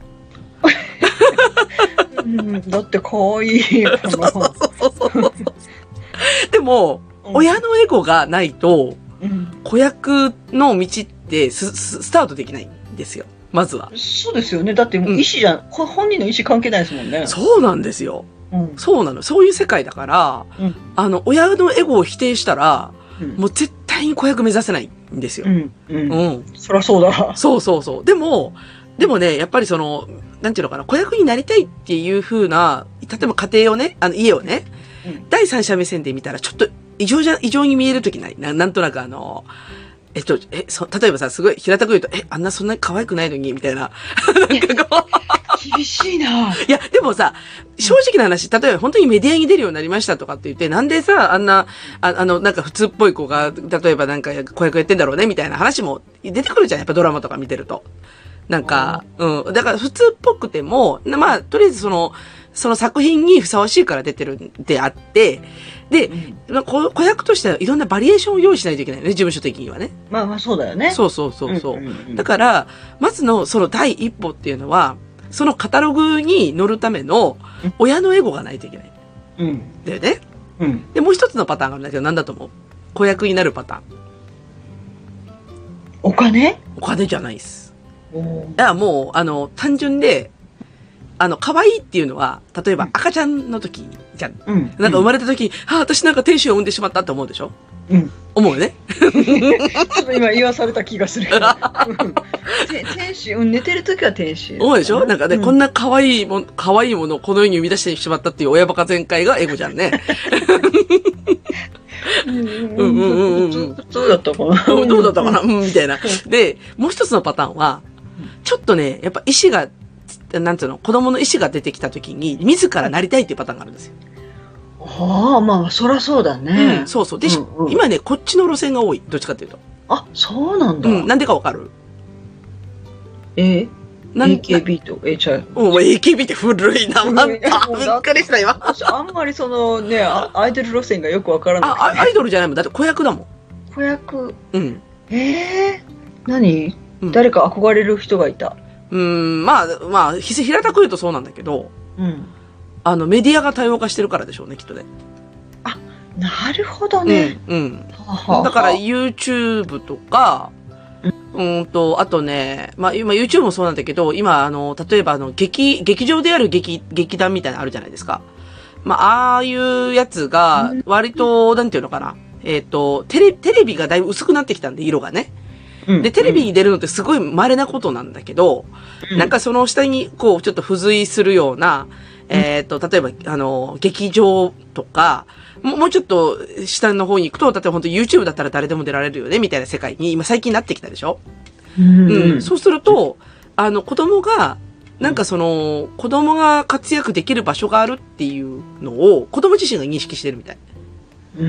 Speaker 3: うんだって可愛いよ。この
Speaker 2: そうそうそうそう。でも、親のエゴがないと、
Speaker 3: うん。
Speaker 2: 子役の道ってスススタートできないんですよ。まずは。
Speaker 3: そうですよね。だってもう意思じゃ、ん、こ本人の意思関係ないですもんね。
Speaker 2: そうなんですよ。
Speaker 3: うん。
Speaker 2: そうなの。そういう世界だから、
Speaker 3: うん
Speaker 2: あの、親のエゴを否定したら、
Speaker 3: うん。
Speaker 2: もう絶対に子役目指せないんですよ
Speaker 3: う。ん。う。
Speaker 2: うんん。
Speaker 3: そりゃ そうだ。
Speaker 2: そうそうそう。でも、でもね、やっぱりその、なんていうのかな、子役になりたいっていう風な、例えば家庭をね、あの家をね、
Speaker 3: うん
Speaker 2: 第三者目線で見たらちょっと異常じゃ、異常に見えるときないな。なんとなくあの、えっと、え、そ、例えばさ、すごい平たく言うと、え、あんなそんなに可愛くないのに、みたいな。なんかこう、
Speaker 3: 厳しいな。
Speaker 2: いや、でもさ、正直な話、例えば本当にメディアに出るようになりましたとかって言って、なんでさ、あんな、ああの、なんか普通っぽい子が、例えばなんか子役やってんだろうね、みたいな話も出てくるじゃん、やっぱドラマとか見てると。なんか、うん。だから普通っぽくても、なまあ、とりあえずその、その作品にふさわしいから出てるんであって、で、まあ子子役としてはいろんなバリエーションを用意しないといけないよね、事務所的にはね。
Speaker 3: まあまあそうだよね。
Speaker 2: そうそうそうそう。
Speaker 3: んんん
Speaker 2: だから、まずのその第一歩っていうのは、そのカタログに乗るための
Speaker 3: うん
Speaker 2: 親のエゴがないといけない。
Speaker 3: うん。
Speaker 2: だよね。
Speaker 3: うん。
Speaker 2: で、もう一つのパターンがあるんだけど、なんだと思う子役になるパターン。
Speaker 3: お金
Speaker 2: お金じゃないです。
Speaker 3: お
Speaker 2: だからもう、あの、単純で、あの、可愛いっていうのは、例えば
Speaker 3: うん
Speaker 2: 赤ちゃんの時じゃん。
Speaker 3: うん。
Speaker 2: なんか生まれた時に、あ、私なんか天使を産んでしまったって思うでしょ
Speaker 3: うん。
Speaker 2: 思うよね。
Speaker 3: ちょっと今言わされた気が する。うんて天使、うん、寝てる時は天使。
Speaker 2: 思うでしょなんかね、
Speaker 3: う
Speaker 2: こんな可愛いもん、可愛いものをこの世に生み出してしまったっていう親バカ全開がエゴじゃんね。
Speaker 3: うんう
Speaker 2: うん
Speaker 3: ん
Speaker 2: う
Speaker 3: うんん
Speaker 2: うんうん
Speaker 3: 普通だったかな。
Speaker 2: うん どうだったかなうん、みたいな。で、もう一つのパターンは
Speaker 3: うん、
Speaker 2: ちょっとね、やっぱ意思が、なんつうの、子供の意思が出てきた時に、自らなりたいっていうパターンがあるんですよ。
Speaker 3: ああ、まあ、そらそうだ
Speaker 2: う
Speaker 3: ね
Speaker 2: ん、。そうそう。で、し
Speaker 3: うんうん
Speaker 2: 今ね、こっちの路線が多い。どっちかっていうと。
Speaker 3: あ、そうなんだ
Speaker 2: う。ん、なんでかわかる
Speaker 3: え
Speaker 2: なん
Speaker 3: ?AKB と、え、ちゃう。
Speaker 2: うん、AKB って古いな。
Speaker 3: 古 い
Speaker 2: なんか、
Speaker 3: もう
Speaker 2: び
Speaker 3: だ
Speaker 2: っくりした、今。
Speaker 3: 私、あんまりそのね、あアイドル路線がよくわから
Speaker 2: あ
Speaker 3: な
Speaker 2: あ、アイドルじゃないもん。だって子役だもん。
Speaker 3: くて。子役、
Speaker 2: うん。
Speaker 3: ええ何
Speaker 2: うん
Speaker 3: 誰か憧れる人がいた。
Speaker 2: うん、まあ、まあ、ひせ平たく言うとそうなんだけど、
Speaker 3: うん。
Speaker 2: あの、メディアが多様化してるからでしょうね、きっとね。
Speaker 3: なるほどね。
Speaker 2: うん、うん。
Speaker 3: はあはあ
Speaker 2: だから YouTube とか、うーんと、あとね、まあ今 YouTube もそうなんだけど、今あの、例えばあの、劇、劇場である劇、劇団みたいなのあるじゃないですか。まあ、ああいうやつが、割と、なんていうのかな。えっ、と、テレ、テレビがだいぶ薄くなってきたんで、色がね。
Speaker 3: うん
Speaker 2: で、テレビに出るのってすごい稀なことなんだけど、
Speaker 3: うん
Speaker 2: なんかその下に、こう、ちょっと付随するような、えっ、と、例えば、あの、劇場とか、もうもうちょっと下の方に行くと、例えば本当 YouTube だったら誰でも出られるよね、みたいな世界に今最近なってきたでしょ、
Speaker 3: うん
Speaker 2: うん、そうすると、あの、子供が、なんかその、子供が活躍できる場所があるっていうのを、子供自身が認識してるみたい。
Speaker 3: うー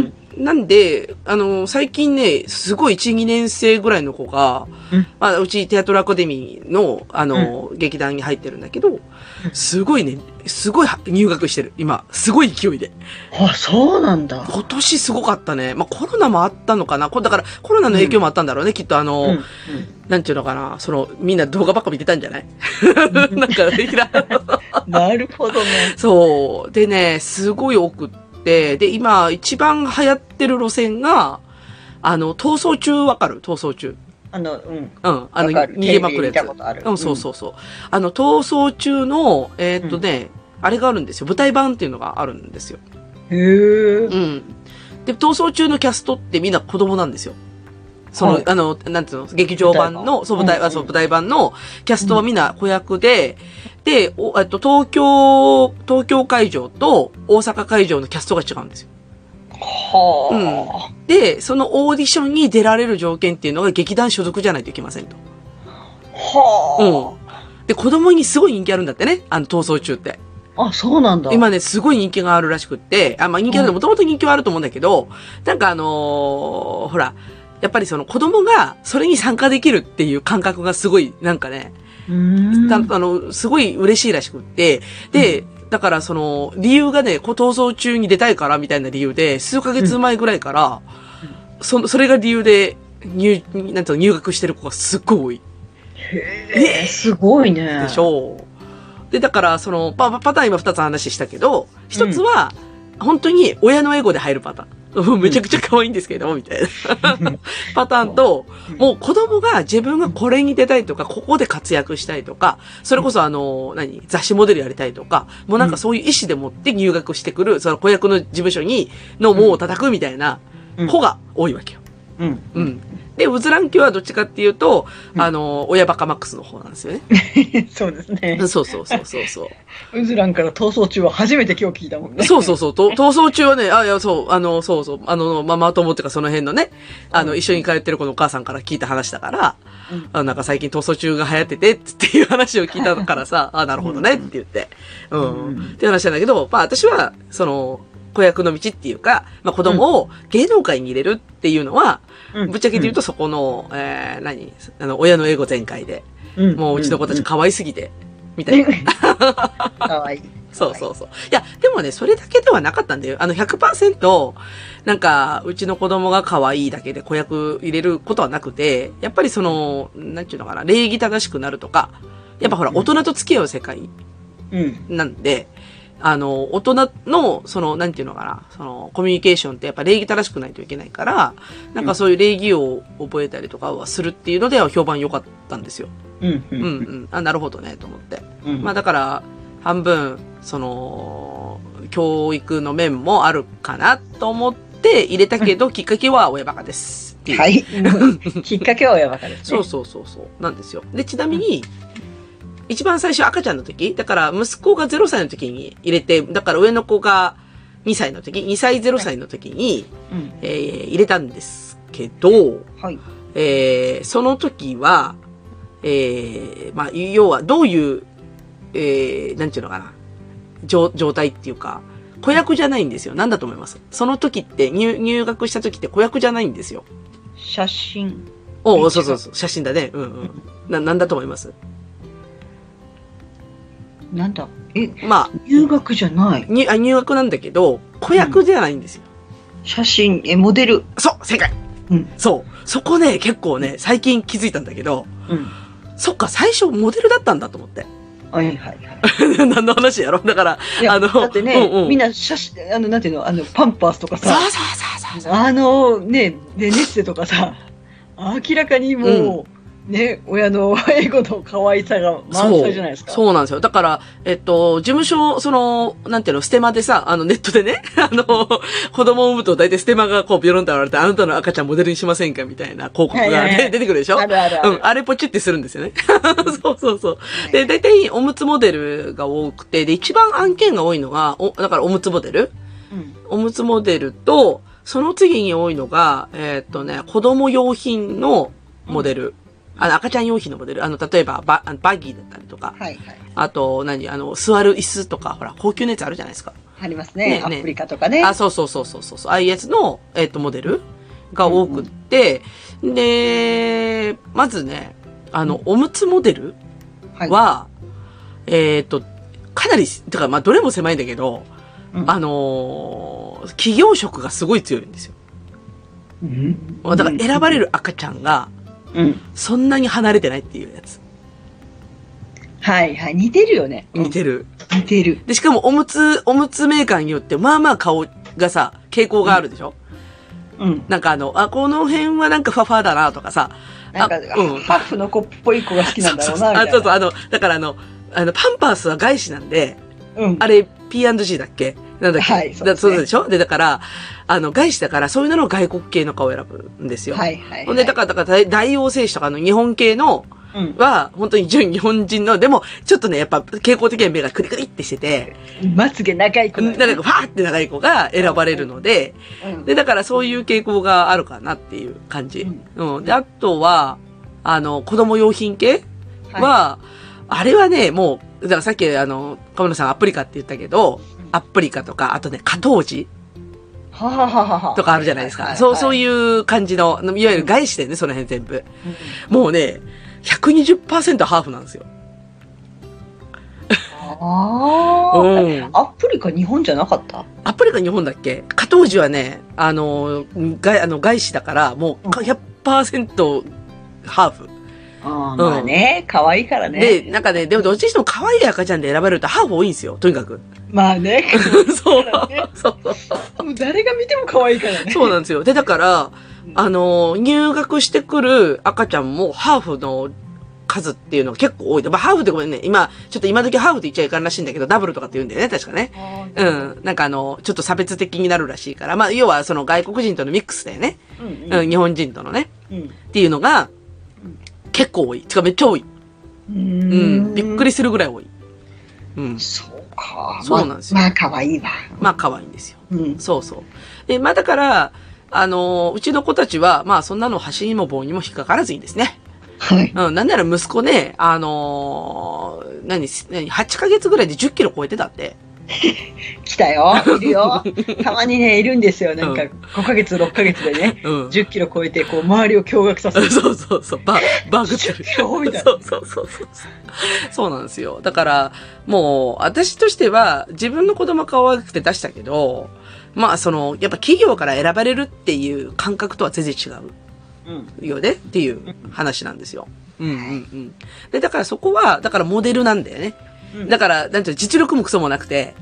Speaker 3: ん。
Speaker 2: なんで、あの、最近ね、すごい1、2年生ぐらいの子が、
Speaker 3: うん
Speaker 2: まあ、うちテアトルアカデミーの、あの、劇団に入ってるんだけど、すごいね、すごい入学してる、今。すごい勢いで。
Speaker 3: あ、そうなんだ。
Speaker 2: 今年すごかったね。まあ、コロナもあったのかなこだから、コロナの影響もあったんだろうね、きっとあの、
Speaker 3: うんうん
Speaker 2: なんていうのかなその、みんな動画ばっか見てたんじゃない なんか、いら
Speaker 3: なるほどね。
Speaker 2: そう。でね、すごい多くって、で、今、一番流行ってる路線が、あの、逃走中わかる逃走中。
Speaker 3: あの、うん。
Speaker 2: うん。あの、
Speaker 3: わかる
Speaker 2: 逃げまくる
Speaker 3: テレビで見た
Speaker 2: や
Speaker 3: ことある
Speaker 2: つ。うん、そうそうそう。あの、逃走中の、えーっとね、あれがあるんですよ。舞台版っていうのがあるんですよ。
Speaker 3: へえ。
Speaker 2: うん。で、逃走中のキャストってみんな子供なんですよ。その、
Speaker 3: はい
Speaker 2: あの、なんつうの、劇場版の、そう、舞
Speaker 3: 舞台
Speaker 2: 台、
Speaker 3: 版
Speaker 2: あそう、舞台版のキャストはみんな子役で、で、お、えっと、東京、東京会場と大阪会場のキャストが違うんですよ。
Speaker 3: は
Speaker 2: で、そのオーディションに出られる条件っていうのが劇団所属じゃないといけませんと。
Speaker 3: あ。
Speaker 2: う
Speaker 3: は
Speaker 2: ん。で、子供にすごい人気あるんだってね。あの、逃走中って。
Speaker 3: あ。あ、そうなんだ。
Speaker 2: 今ね、すごい人気があるらしくって、あ、まあ人気あるの、
Speaker 3: うん
Speaker 2: もともと人気はあると思うんだけど、なんかあのーほら、やっぱりその子供がそれに参加できるっていう感覚がすごい、なんかね、
Speaker 3: うーん。
Speaker 2: たあの、すごい嬉しいらしくって、で、だからその、理由がね、こう逃走中に出たいからみたいな理由で、数ヶ月前ぐらいから、その、それが理由で、入、なんていうの、入学してる子がすっごい多い。
Speaker 3: へえ、すごいね。
Speaker 2: でしょう。で、だから、その、パパターン今二つ話したけど、一つは、本当に親のエゴで入るパターン。め ちゃくちゃ可愛いんですけど、みたいな パターンと、もう子供が自分がこれに出たいとか、ここで活躍したいとか、それこそあの、何、雑誌モデルやりたいとか、もうなんかそういう意思でもって入学してくる、その子役の事務所に、の門を叩くみたいな
Speaker 3: うん
Speaker 2: 子が多いわけよ。
Speaker 3: うん。
Speaker 2: うん。で、うずらんきはどっちかっていうと、
Speaker 3: うん
Speaker 2: あの、親バカマックスの方なんですよね。
Speaker 3: そうですね。
Speaker 2: そうそうそうそうそう。
Speaker 3: ウズランから逃走中は初めて今日聞いたもんね。
Speaker 2: そうそうそう、と逃走中はね、あ、いや、そう、あの、そうそう、あの、ママ友っていうかその辺のね、あの、一緒に通ってる子のお母さんから聞いた話だから、
Speaker 3: うん
Speaker 2: あなんか最近逃走中が流行ってて、っていう話を聞いたからさ、あ、なるほどね、って言って、う、
Speaker 3: うんん
Speaker 2: っていう話なんだけど、まあ私は、その、子役の道っていうか、まあ子供を芸能界に入れるっていうのは、
Speaker 3: うん
Speaker 2: ぶっちゃけて言うとそこの、えー、何あの、親のエゴ全開で、
Speaker 3: うん、
Speaker 2: もううちの子たち可愛すぎて、みたいな。
Speaker 3: かわいい。
Speaker 2: そうそうそう。いや、でもね、それだけではなかったんだよ。あの100%、なんか、うちの子供が可愛いだけで子役入れることはなくて、やっぱりその、なんていうのかな、礼儀正しくなるとか、やっぱほら、
Speaker 3: うん
Speaker 2: 大人と付き合う世界
Speaker 3: うん。
Speaker 2: なんで、あの、大人の、その、なんていうのかな、その、コミュニケーションってやっぱ礼儀正しくないといけないから、なんかそういう礼儀を覚えたりとかはするっていうのでは評判良かったんですよ。
Speaker 3: うん。う。
Speaker 2: うんうんん。あ、なるほどね、と思って。
Speaker 3: うん。
Speaker 2: まあだから、半分、その、教育の面もあるかなと思って入れたけど、きっかけは親バカです。っていう
Speaker 3: は。い。きっかけは親ばかです
Speaker 2: そ
Speaker 3: ね
Speaker 2: う。そうそうそう。なんですよ。で、ちなみに、一番最初赤ちゃんの時、だから息子が0歳の時に入れて、だから上の子が2歳の時、2歳0歳の時に、
Speaker 3: うん。
Speaker 2: えー入れたんですけど、
Speaker 3: はい。
Speaker 2: えーその時は、えーまあ、要はどういう、えーなんていうのかな、状状態っていうか、子役じゃないんですよ。なんだと思いますその時って、入、入学した時って子役じゃないんですよ。
Speaker 3: 写真。
Speaker 2: おうそうそうそう、写真だね。うんうん。な、なんだと思います
Speaker 3: なんだ。え、
Speaker 2: ま
Speaker 3: 入学じゃない
Speaker 2: あ、。入、あ入学なんだけど、子役じゃないんですよ。
Speaker 3: 写真、え、モデル。
Speaker 2: そう正解
Speaker 3: うん
Speaker 2: そう。そこね、結構ね、最近気づいたんだけど、
Speaker 3: うん。
Speaker 2: そっか、最初モデルだったんだと思って。
Speaker 3: はいはいはい。
Speaker 2: 何の話やろだから、
Speaker 3: いや
Speaker 2: あの
Speaker 3: だって
Speaker 2: うんう
Speaker 3: ね
Speaker 2: ん、
Speaker 3: みんな写真、あの、なんていうの、あの、パンパースとか
Speaker 2: そう
Speaker 3: さ
Speaker 2: そう、そうそう。
Speaker 3: あの、ね、で、ネッセとかさ、明らかにもう、ね、親の英語の可愛さが満載じゃないですか。
Speaker 2: そうなんですよ。だから、えっと、事務所、その、なんていうの、ステマでさ、あの、ネットでね、 あの、子供を産むと大体ステマがこう、ビョロンと現れて、あなたの赤ちゃんモデルにしませんかみたいな広告が、ね
Speaker 3: はいはいはい
Speaker 2: 出てくるでしょ
Speaker 3: あるあるあ
Speaker 2: う
Speaker 3: る。
Speaker 2: ん、あれポチってするんですよね。 そうそうそう。
Speaker 3: い
Speaker 2: で、大体おむつモデルが多くて、で、一番案件が多いのが、お、だからおむつモデル
Speaker 3: うん
Speaker 2: おむつモデルと、その次に多いのが、えっとね、子供用品のモデル。あの、赤ちゃん用品のモデル。あの、例えばバ、あのバギーだったりとか。
Speaker 3: はいはい。
Speaker 2: あと、何あの、座る椅子とか、ほら、高級なやつあるじゃないですか。
Speaker 3: あります
Speaker 2: ね
Speaker 3: ね。
Speaker 2: ね
Speaker 3: アフリカとかね。
Speaker 2: あ、そうそうそうそうそうそう。ああいうやつの、えっ、と、モデルが多くって、で、まずね、あの、おむつモデル
Speaker 3: はい。
Speaker 2: は、えっ、と、かなり、てか、まあ、どれも狭いんだけど、
Speaker 3: うん
Speaker 2: あのー企業色がすごい強いんですよ。
Speaker 3: うん
Speaker 2: だから、選ばれる赤ちゃんが、
Speaker 3: うん。
Speaker 2: そんなに離れてないっていうやつ。
Speaker 3: はいはい。似てるよね。うん
Speaker 2: 似てる。
Speaker 3: 似てる。
Speaker 2: で、しかも、おむつ、おむつメーカーによって、まあまあ顔がさ、傾向があるでしょ、
Speaker 3: うん。
Speaker 2: なんかあの、あ、この辺はなんかファファだなとかさ。
Speaker 3: なんか、
Speaker 2: あうん
Speaker 3: ハーフの子っぽい子が好きなんだろうな、みたい
Speaker 2: あ、
Speaker 3: な。
Speaker 2: そうそう、あの、だからあの、あの、パンパースは外資なんで、
Speaker 3: うん。
Speaker 2: あれ P&G だっけなんだっけ
Speaker 3: はいそう
Speaker 2: だ
Speaker 3: ですね
Speaker 2: そうでしょで、だから、あの、外資だから、そういうのの外国系の顔を選ぶんですよ。
Speaker 3: はいはい、はい。
Speaker 2: ほんで、だから、だから、大大王製紙とかの日本系の
Speaker 3: うん。
Speaker 2: は、本当に純日本人の、でも、ちょっとね、やっぱ、傾向的には目がクリクリってしてて、
Speaker 3: まつげ長い子
Speaker 2: なん
Speaker 3: だ
Speaker 2: か、
Speaker 3: よ
Speaker 2: フ
Speaker 3: ね。
Speaker 2: ァーって長い子が選ばれるので、で、だからそういう傾向があるかなっていう感じ。うん。で、あとは、あの、子供用品系
Speaker 3: うん、い
Speaker 2: は、あれはね、もう、だからさっき、あの、小村さんアプリカって言ったけど、アプリカとか、あとね、加藤寺
Speaker 3: ははははは
Speaker 2: とかあるじゃないですか。
Speaker 3: は
Speaker 2: そう、そう
Speaker 3: い
Speaker 2: いう感じの、いわゆる外資でね、その辺全部。
Speaker 3: は。うん
Speaker 2: もうね、120%ハーフなんですよ。
Speaker 3: ああ、
Speaker 2: うん。
Speaker 3: アプリカ日本じゃなかった
Speaker 2: アプリカ日本だっけ加藤寺はね、あの、外、あの、外資だから、もう100%ハーフ。
Speaker 3: あーまあね、可愛いから
Speaker 2: で、
Speaker 3: ね。
Speaker 2: なんかね、でもどっちにしても可愛い赤ちゃんで選ばれるとハーフ多いんですよ、とにかく。
Speaker 3: まあね、
Speaker 2: そう
Speaker 3: だね。
Speaker 2: そうそう。
Speaker 3: もう誰が見ても可愛いからね。
Speaker 2: そうなんですよ。で、だから、あの、入学してくる赤ちゃんもハーフの数っていうのが結構多い。まあ、ハーフってごめんね。今、ちょっと今時ハーフって言っちゃいかんらしいんだけど、ダブルとかって言うんだよね、確かね。
Speaker 3: あ
Speaker 2: う
Speaker 3: ー
Speaker 2: ん。なんかあの、ちょっと差別的になるらしいから。まあ、要はその外国人とのミックスだよね。
Speaker 3: うん
Speaker 2: うん、日本人とのね。
Speaker 3: うん
Speaker 2: っていうのが
Speaker 3: うん、
Speaker 2: 結構多い。てかめっちゃ多い。
Speaker 3: う
Speaker 2: うんん。びっくりするぐらい多い。うん。
Speaker 3: そうか。
Speaker 2: そうなんですよ
Speaker 3: まあ、まあ可愛いわ。
Speaker 2: まあ、可愛いんですよ。
Speaker 3: うん。
Speaker 2: そうそう。で、まあだから、あのー、うちの子たちは、まあそんなの橋にも棒にも引っかからずにですね。
Speaker 3: はい。
Speaker 2: うん、なんなら息子ね、あのー何、何、8ヶ月ぐらいで10キロ超えてたって。
Speaker 3: 来たよ。い るよ。たまにね、いるんですよ。なんか、
Speaker 2: う
Speaker 3: 5ヶ月、6ヶ月でね、
Speaker 2: うん。
Speaker 3: 10キロ超えて、こう、周りを驚愕させ る。
Speaker 2: そうそうそう、バ、バグってる。
Speaker 3: 10キロみたい
Speaker 2: そうそうそうそう。そうなんですよ。だから、もう、私としては、自分の子供可愛くて出したけど、まあ、その、やっぱ企業から選ばれるっていう感覚とは全然違う。
Speaker 3: な。うん。
Speaker 2: よねっていう話なんですよ。うんうんうん。で、だからそこは、だからモデルなんだよね。
Speaker 3: うん
Speaker 2: だから、なんていうの実力もクソもなくて、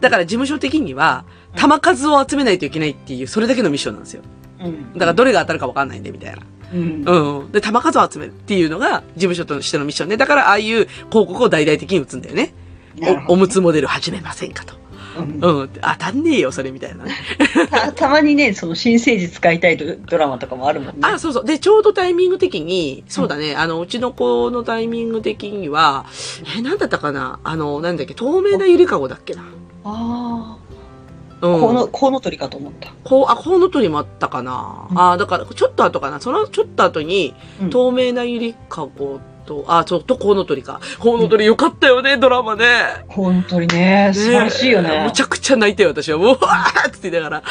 Speaker 2: だから事務所的には、玉数を集めないといけないっていう、それだけのミッションなんですよ。
Speaker 3: うん。
Speaker 2: だからどれが当たるかわかんないんで、みたいな。
Speaker 3: うん。
Speaker 2: うんうん。で、玉数を集めるっていうのが、事務所としてのミッションで、だからああいう広告を大々的に打つんだよね。
Speaker 3: なるほ
Speaker 2: おお
Speaker 3: ど
Speaker 2: むつモデル始めませんかと。
Speaker 3: うん
Speaker 2: うん。当たんねえよ、それみたいなね。
Speaker 3: た たまにね、その新生児使いたいドドラマとかもあるもんね。
Speaker 2: あ、そうそう。で、ちょうどタイミング的に、そうだね、あの、うちの子のタイミング的には、え、なんだったかなあの、なんだっけ、透明なゆりかごだっけな。
Speaker 3: あ
Speaker 2: う
Speaker 3: あ。
Speaker 2: ん。
Speaker 3: コウノ、コウノトリかと思った。
Speaker 2: こう、あ、コウノトリもあったかな、
Speaker 3: うん
Speaker 2: あ、だから、ちょっと後かなその、ちょっと後に、
Speaker 3: うん
Speaker 2: 透明なゆりかごと、あ、ちょっとコウノトリか。コウノトリよかったよね、ドラマね。
Speaker 3: コウノトリね、素晴らしいよね
Speaker 2: むち。ゃくちゃ泣いたよ、私は。うわーって言いなが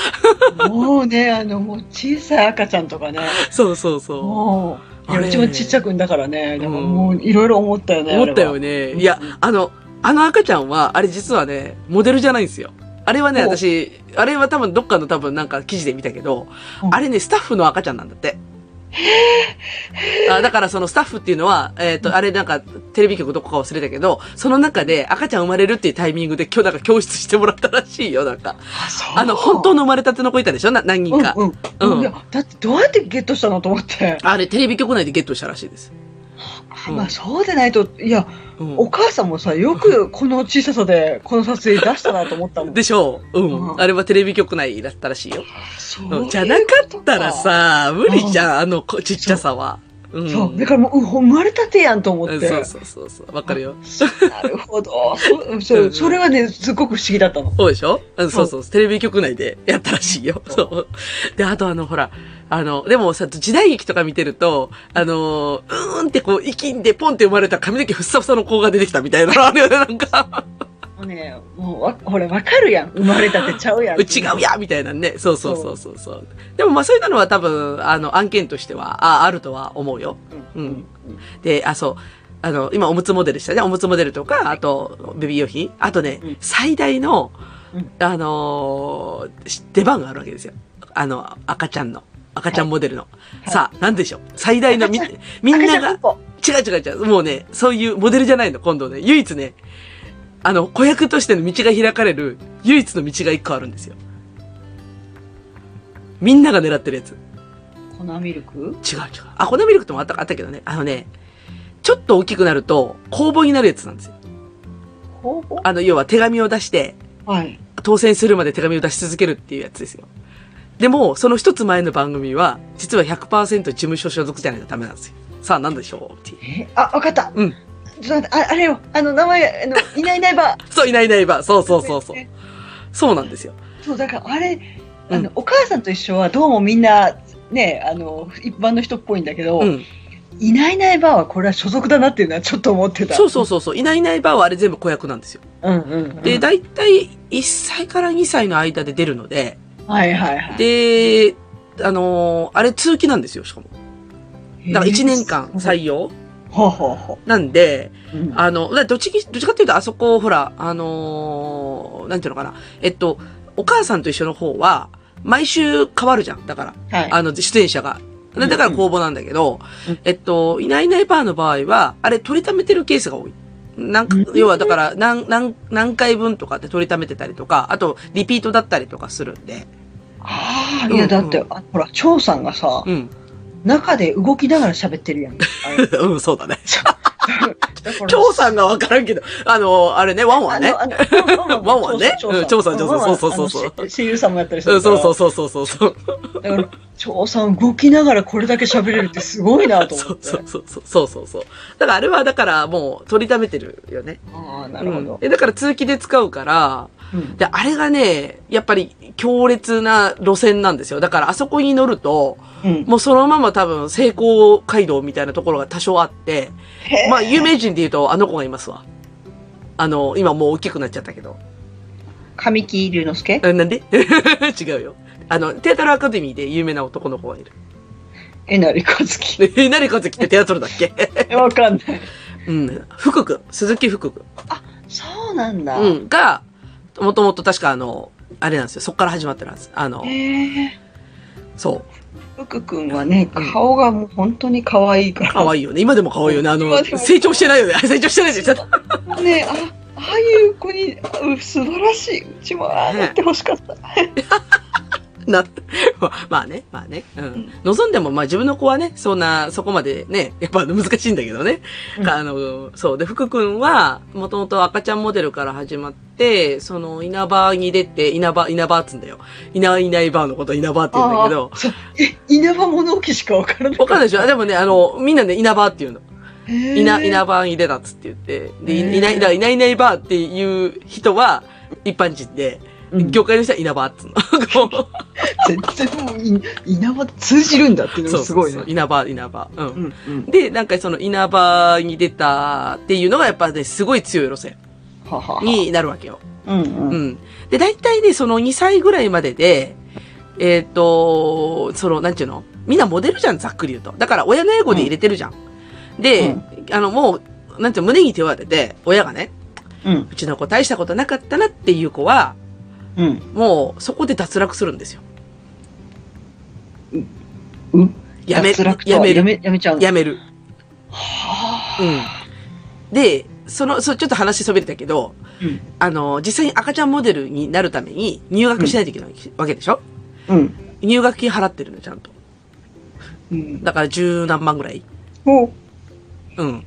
Speaker 2: ら。
Speaker 3: もうね、 あの、もう小さい赤ちゃんとかね。
Speaker 2: そうそうそう。
Speaker 3: もう、い
Speaker 2: あ
Speaker 3: や
Speaker 2: れ
Speaker 3: うちもちっちゃくんだからね、でも
Speaker 2: うん
Speaker 3: もういろいろ思ったよね。
Speaker 2: 思ったよ
Speaker 3: ね。
Speaker 2: ね。
Speaker 3: うん
Speaker 2: いや、あの、あの赤ちゃんは、あれ実はね、モデルじゃないんですよ。あれはね、
Speaker 3: ほう
Speaker 2: 私、あれは多分どっかの多分なんか記事で見たけど、
Speaker 3: うん
Speaker 2: あれね、スタッフの赤ちゃんなんだって。あだからそのスタッフっていうのは、えっ、と、あれなんかテレビ局どこか忘れたけど、その中で赤ちゃん生まれるっていうタイミングで今日なんか教室してもらったらしいよ、なんか。
Speaker 3: あ、そう。
Speaker 2: あの、本当の生まれたての子いたでしょな何人か。
Speaker 3: うんうん。
Speaker 2: うん
Speaker 3: いや、だってどうやってゲットしたのと思って。
Speaker 2: あれ、テレビ局内でゲットしたらしいです。うん
Speaker 3: まあそうでないと、いや、
Speaker 2: うん
Speaker 3: お母さんもさ、よくこの小ささでこの撮影出したなと思ったもん。
Speaker 2: でしょう。う。
Speaker 3: うんん
Speaker 2: あれはテレビ局内だったらしいよ。
Speaker 3: そういう
Speaker 2: う
Speaker 3: こ
Speaker 2: ん
Speaker 3: と
Speaker 2: じゃなかったら、さ、無理じゃん、あのこちっちゃさは。うん。
Speaker 3: そう。だからもう、うん生まれたてやんと思って。
Speaker 2: そうそうそうそう。わかるよ。
Speaker 3: なる ほど。そうそううんそれはね、すっごく不思議だったの。
Speaker 2: そうでしょうん
Speaker 3: そ
Speaker 2: そううそう。テレビ局内でやったらしいよ。
Speaker 3: そ
Speaker 2: そう。で、あとあの、ほら、あの、でもさ、時代劇とか見てると、あの、うーんってこう、生きんでポンって生まれた髪の毛ふっさふさの子が出てきたみたいなのあるよね、なんか。
Speaker 3: もうね、もうわ、ほら、わかるやん。生まれたてちゃうやん。
Speaker 2: うちがうやみたいなね。そうそうそうそうそう。でもまあそういうのは多分、あの、案件としては、あ、あるとは思うよ。
Speaker 3: うん。
Speaker 2: うんで、あ、そう。あの、今、おむつモデルでしたね。おむつモデルとか、あと、ベビー用品。あとね、
Speaker 3: うん
Speaker 2: 最大の
Speaker 3: うん、
Speaker 2: あのーし出番があるわけですよ。あの、赤ちゃんの。赤ちゃんモデルの。
Speaker 3: い
Speaker 2: さあ、なんでしょう。最大のみ
Speaker 3: 赤ち、
Speaker 2: みんな
Speaker 3: 赤ちゃ
Speaker 2: が
Speaker 3: ん一、歩
Speaker 2: 違う違う違う。もうね、そういうモデルじゃないの、今度ね。唯一ね、あの、子役としての道が開かれる、唯一の道が一個あるんですよ。みんなが狙ってるやつ。
Speaker 3: 粉ミルク
Speaker 2: 違う違う。あ、粉ミルクともあった、あったけどね。あのね、ちょっと大きくなると、公募になるやつなんですよ。
Speaker 3: ほうほう
Speaker 2: あの、要は手紙を出して、
Speaker 3: はい。
Speaker 2: 当選するまで手紙を出し続けるっていうやつですよ。でも、その一つ前の番組は、実は100%事務所所属じゃないとダメなんですよ。さあ、なんでしょうっていう。
Speaker 3: え、あ、わかった。
Speaker 2: うん。
Speaker 3: ちょっと待って、ああれよ、あの、名前、あの、いないいないば。
Speaker 2: そう、いないいないば。そうそうそうそう。
Speaker 3: ね
Speaker 2: そうなんですよ。
Speaker 3: そう、だから、あれ、あの、
Speaker 2: うん
Speaker 3: お母さんと一緒は、どうもみんな、ね、あの、一般の人っぽいんだけど、
Speaker 2: うん。
Speaker 3: いないいないばは、これは所属だなっていうのは、ちょっと思ってた。
Speaker 2: そうそうそうそう。いないいないばはあれ全部子役なんですよ。
Speaker 3: うんうんうん。
Speaker 2: で、だいたい1歳から2歳の間で出るので、
Speaker 3: はいはいはい。
Speaker 2: で、あのーあれ通期なんですよ、しかも。
Speaker 3: へー
Speaker 2: だから1年間採用
Speaker 3: ほうほうほ
Speaker 2: なんで、
Speaker 3: う。うん
Speaker 2: あの、だからどっちに、どっちかっていうと、あそこ、ほら、あのーなんていうのかな。えっと、お母さんと一緒の方は、毎週変わるじゃん。だから、
Speaker 3: はい。
Speaker 2: あの、出演者が。だだから公募なんだけど、
Speaker 3: うん
Speaker 2: えっと、いないいないバーの場合は、あれ取りためてるケースが多い。なんか
Speaker 3: うん
Speaker 2: 要はだから何、何、何回分とかって取りためてたりとか、あと、リピートだったりとかするんで。
Speaker 3: ああ、
Speaker 2: うん
Speaker 3: いや、だって、あほら、張さんがさ、
Speaker 2: うん。
Speaker 3: 中で動きながら喋ってるやん。あれ
Speaker 2: うん、そうだね。
Speaker 3: だから
Speaker 2: 張さんがわからんけど、あの、あれね、ワンワンね。
Speaker 3: あのあの
Speaker 2: ワンワンね
Speaker 3: 張さん
Speaker 2: うん張さん張さん
Speaker 3: ワンワン
Speaker 2: そうそうそうそう
Speaker 3: あのし声優さんもやったりす
Speaker 2: う
Speaker 3: る
Speaker 2: ん
Speaker 3: から
Speaker 2: そうそうそうそうそうそう。
Speaker 3: だから、張さん動きながらこれだけ喋れるってすごいなと
Speaker 2: そ
Speaker 3: 思っ
Speaker 2: う
Speaker 3: て。
Speaker 2: そうそうそう。そうそうそう。だからあれはだからもう取りためてるよね。
Speaker 3: ああ、なるほ
Speaker 2: うん
Speaker 3: ど。
Speaker 2: えだから通気で使うから、
Speaker 3: うん
Speaker 2: で、あれがね、やっぱり強烈な路線なんですよ。だからあそこに乗ると、
Speaker 3: うん
Speaker 2: もうそのまま多分成功街道みたいなところが多少あって、
Speaker 3: へえ
Speaker 2: まあ有名人で言うとあの子がいますわ。あの、今もう大きくなっちゃったけど。
Speaker 3: 神木隆之介
Speaker 2: えなんで 違うよ。あの、テアトルアカデミーで有名な男の子がいる。
Speaker 3: えなりかずき。
Speaker 2: え、何かずきってテアトルだっけ
Speaker 3: わかんない。
Speaker 2: うん。福君、鈴木福君。
Speaker 3: そうなんだ。
Speaker 2: うん、が、もともと確かあの、あれなんですよ。そっから始まってるはず。あの、
Speaker 3: へえ。
Speaker 2: そう。
Speaker 3: 福くんはね、
Speaker 2: うん
Speaker 3: 顔がもう本当に可愛いから。
Speaker 2: 可愛いよね。今でも可愛いよね。あ
Speaker 3: 今
Speaker 2: の、
Speaker 3: でも
Speaker 2: 成長してないよね。 成長してないでしょ。
Speaker 3: ねあああいう子にうん素晴らしいうちもああなってほしかった、
Speaker 2: な、 まあね、まあね。うん。望んでも、まあ自分の子はね、そんな、そこまでね、やっぱ難しいんだけどね。
Speaker 3: うん
Speaker 2: あの、そう。で、福くんは、もともと赤ちゃんモデルから始まって、その、稲葉に出て、稲葉、稲葉っつうんだよ。稲いないバーのこと稲葉って言うんだけど
Speaker 3: あ、そうえ稲葉物置しかわからない
Speaker 2: わかんないでしょでもね、あの、みんなね、稲葉っていうの。いな、いな
Speaker 3: 稲
Speaker 2: ばんいでたっつって言って、で、
Speaker 3: へー
Speaker 2: いいない、だからいないいないばーっていう人は、一般人で、業界の 人はいなばーっつうの。こ
Speaker 3: 全然もうい稲葉通じるんだっていううのがすごいね
Speaker 2: そうそういなばー、いなばー。うん。
Speaker 3: うんうん
Speaker 2: で、なんかその、いなばーに出たっていうのがやっぱね、すごい強い路線
Speaker 3: ははは
Speaker 2: になるわけよ。
Speaker 3: うん
Speaker 2: う
Speaker 3: うん
Speaker 2: ん。で、大体ね、その2歳ぐらいまでで、えっ、と、その、なんちゅうのみんなモデルじゃん、ざっくり言うと。だから、親の英語で入れてるじゃん。で、あの、もう、なんていうの胸に手を当てて、親がね、
Speaker 3: うん
Speaker 2: うちの子大したことなかったなっていう子は、
Speaker 3: うん
Speaker 2: もうそこで脱落するんですよ。
Speaker 3: ううん
Speaker 2: やめ、
Speaker 3: 脱落と
Speaker 2: や
Speaker 3: は
Speaker 2: め
Speaker 3: や
Speaker 2: る。
Speaker 3: めやめちゃうの
Speaker 2: やめる。
Speaker 3: は
Speaker 2: う
Speaker 3: あ
Speaker 2: ん。で、その、そう、ちょっと話そびれたけど、
Speaker 3: うん
Speaker 2: あの、実際に赤ちゃんモデルになるために入学しないといけないわけでしょ、
Speaker 3: うん
Speaker 2: 入学金払ってるの、ちゃんと。
Speaker 3: うん
Speaker 2: だから十何万ぐらい。
Speaker 3: お悲
Speaker 2: うん。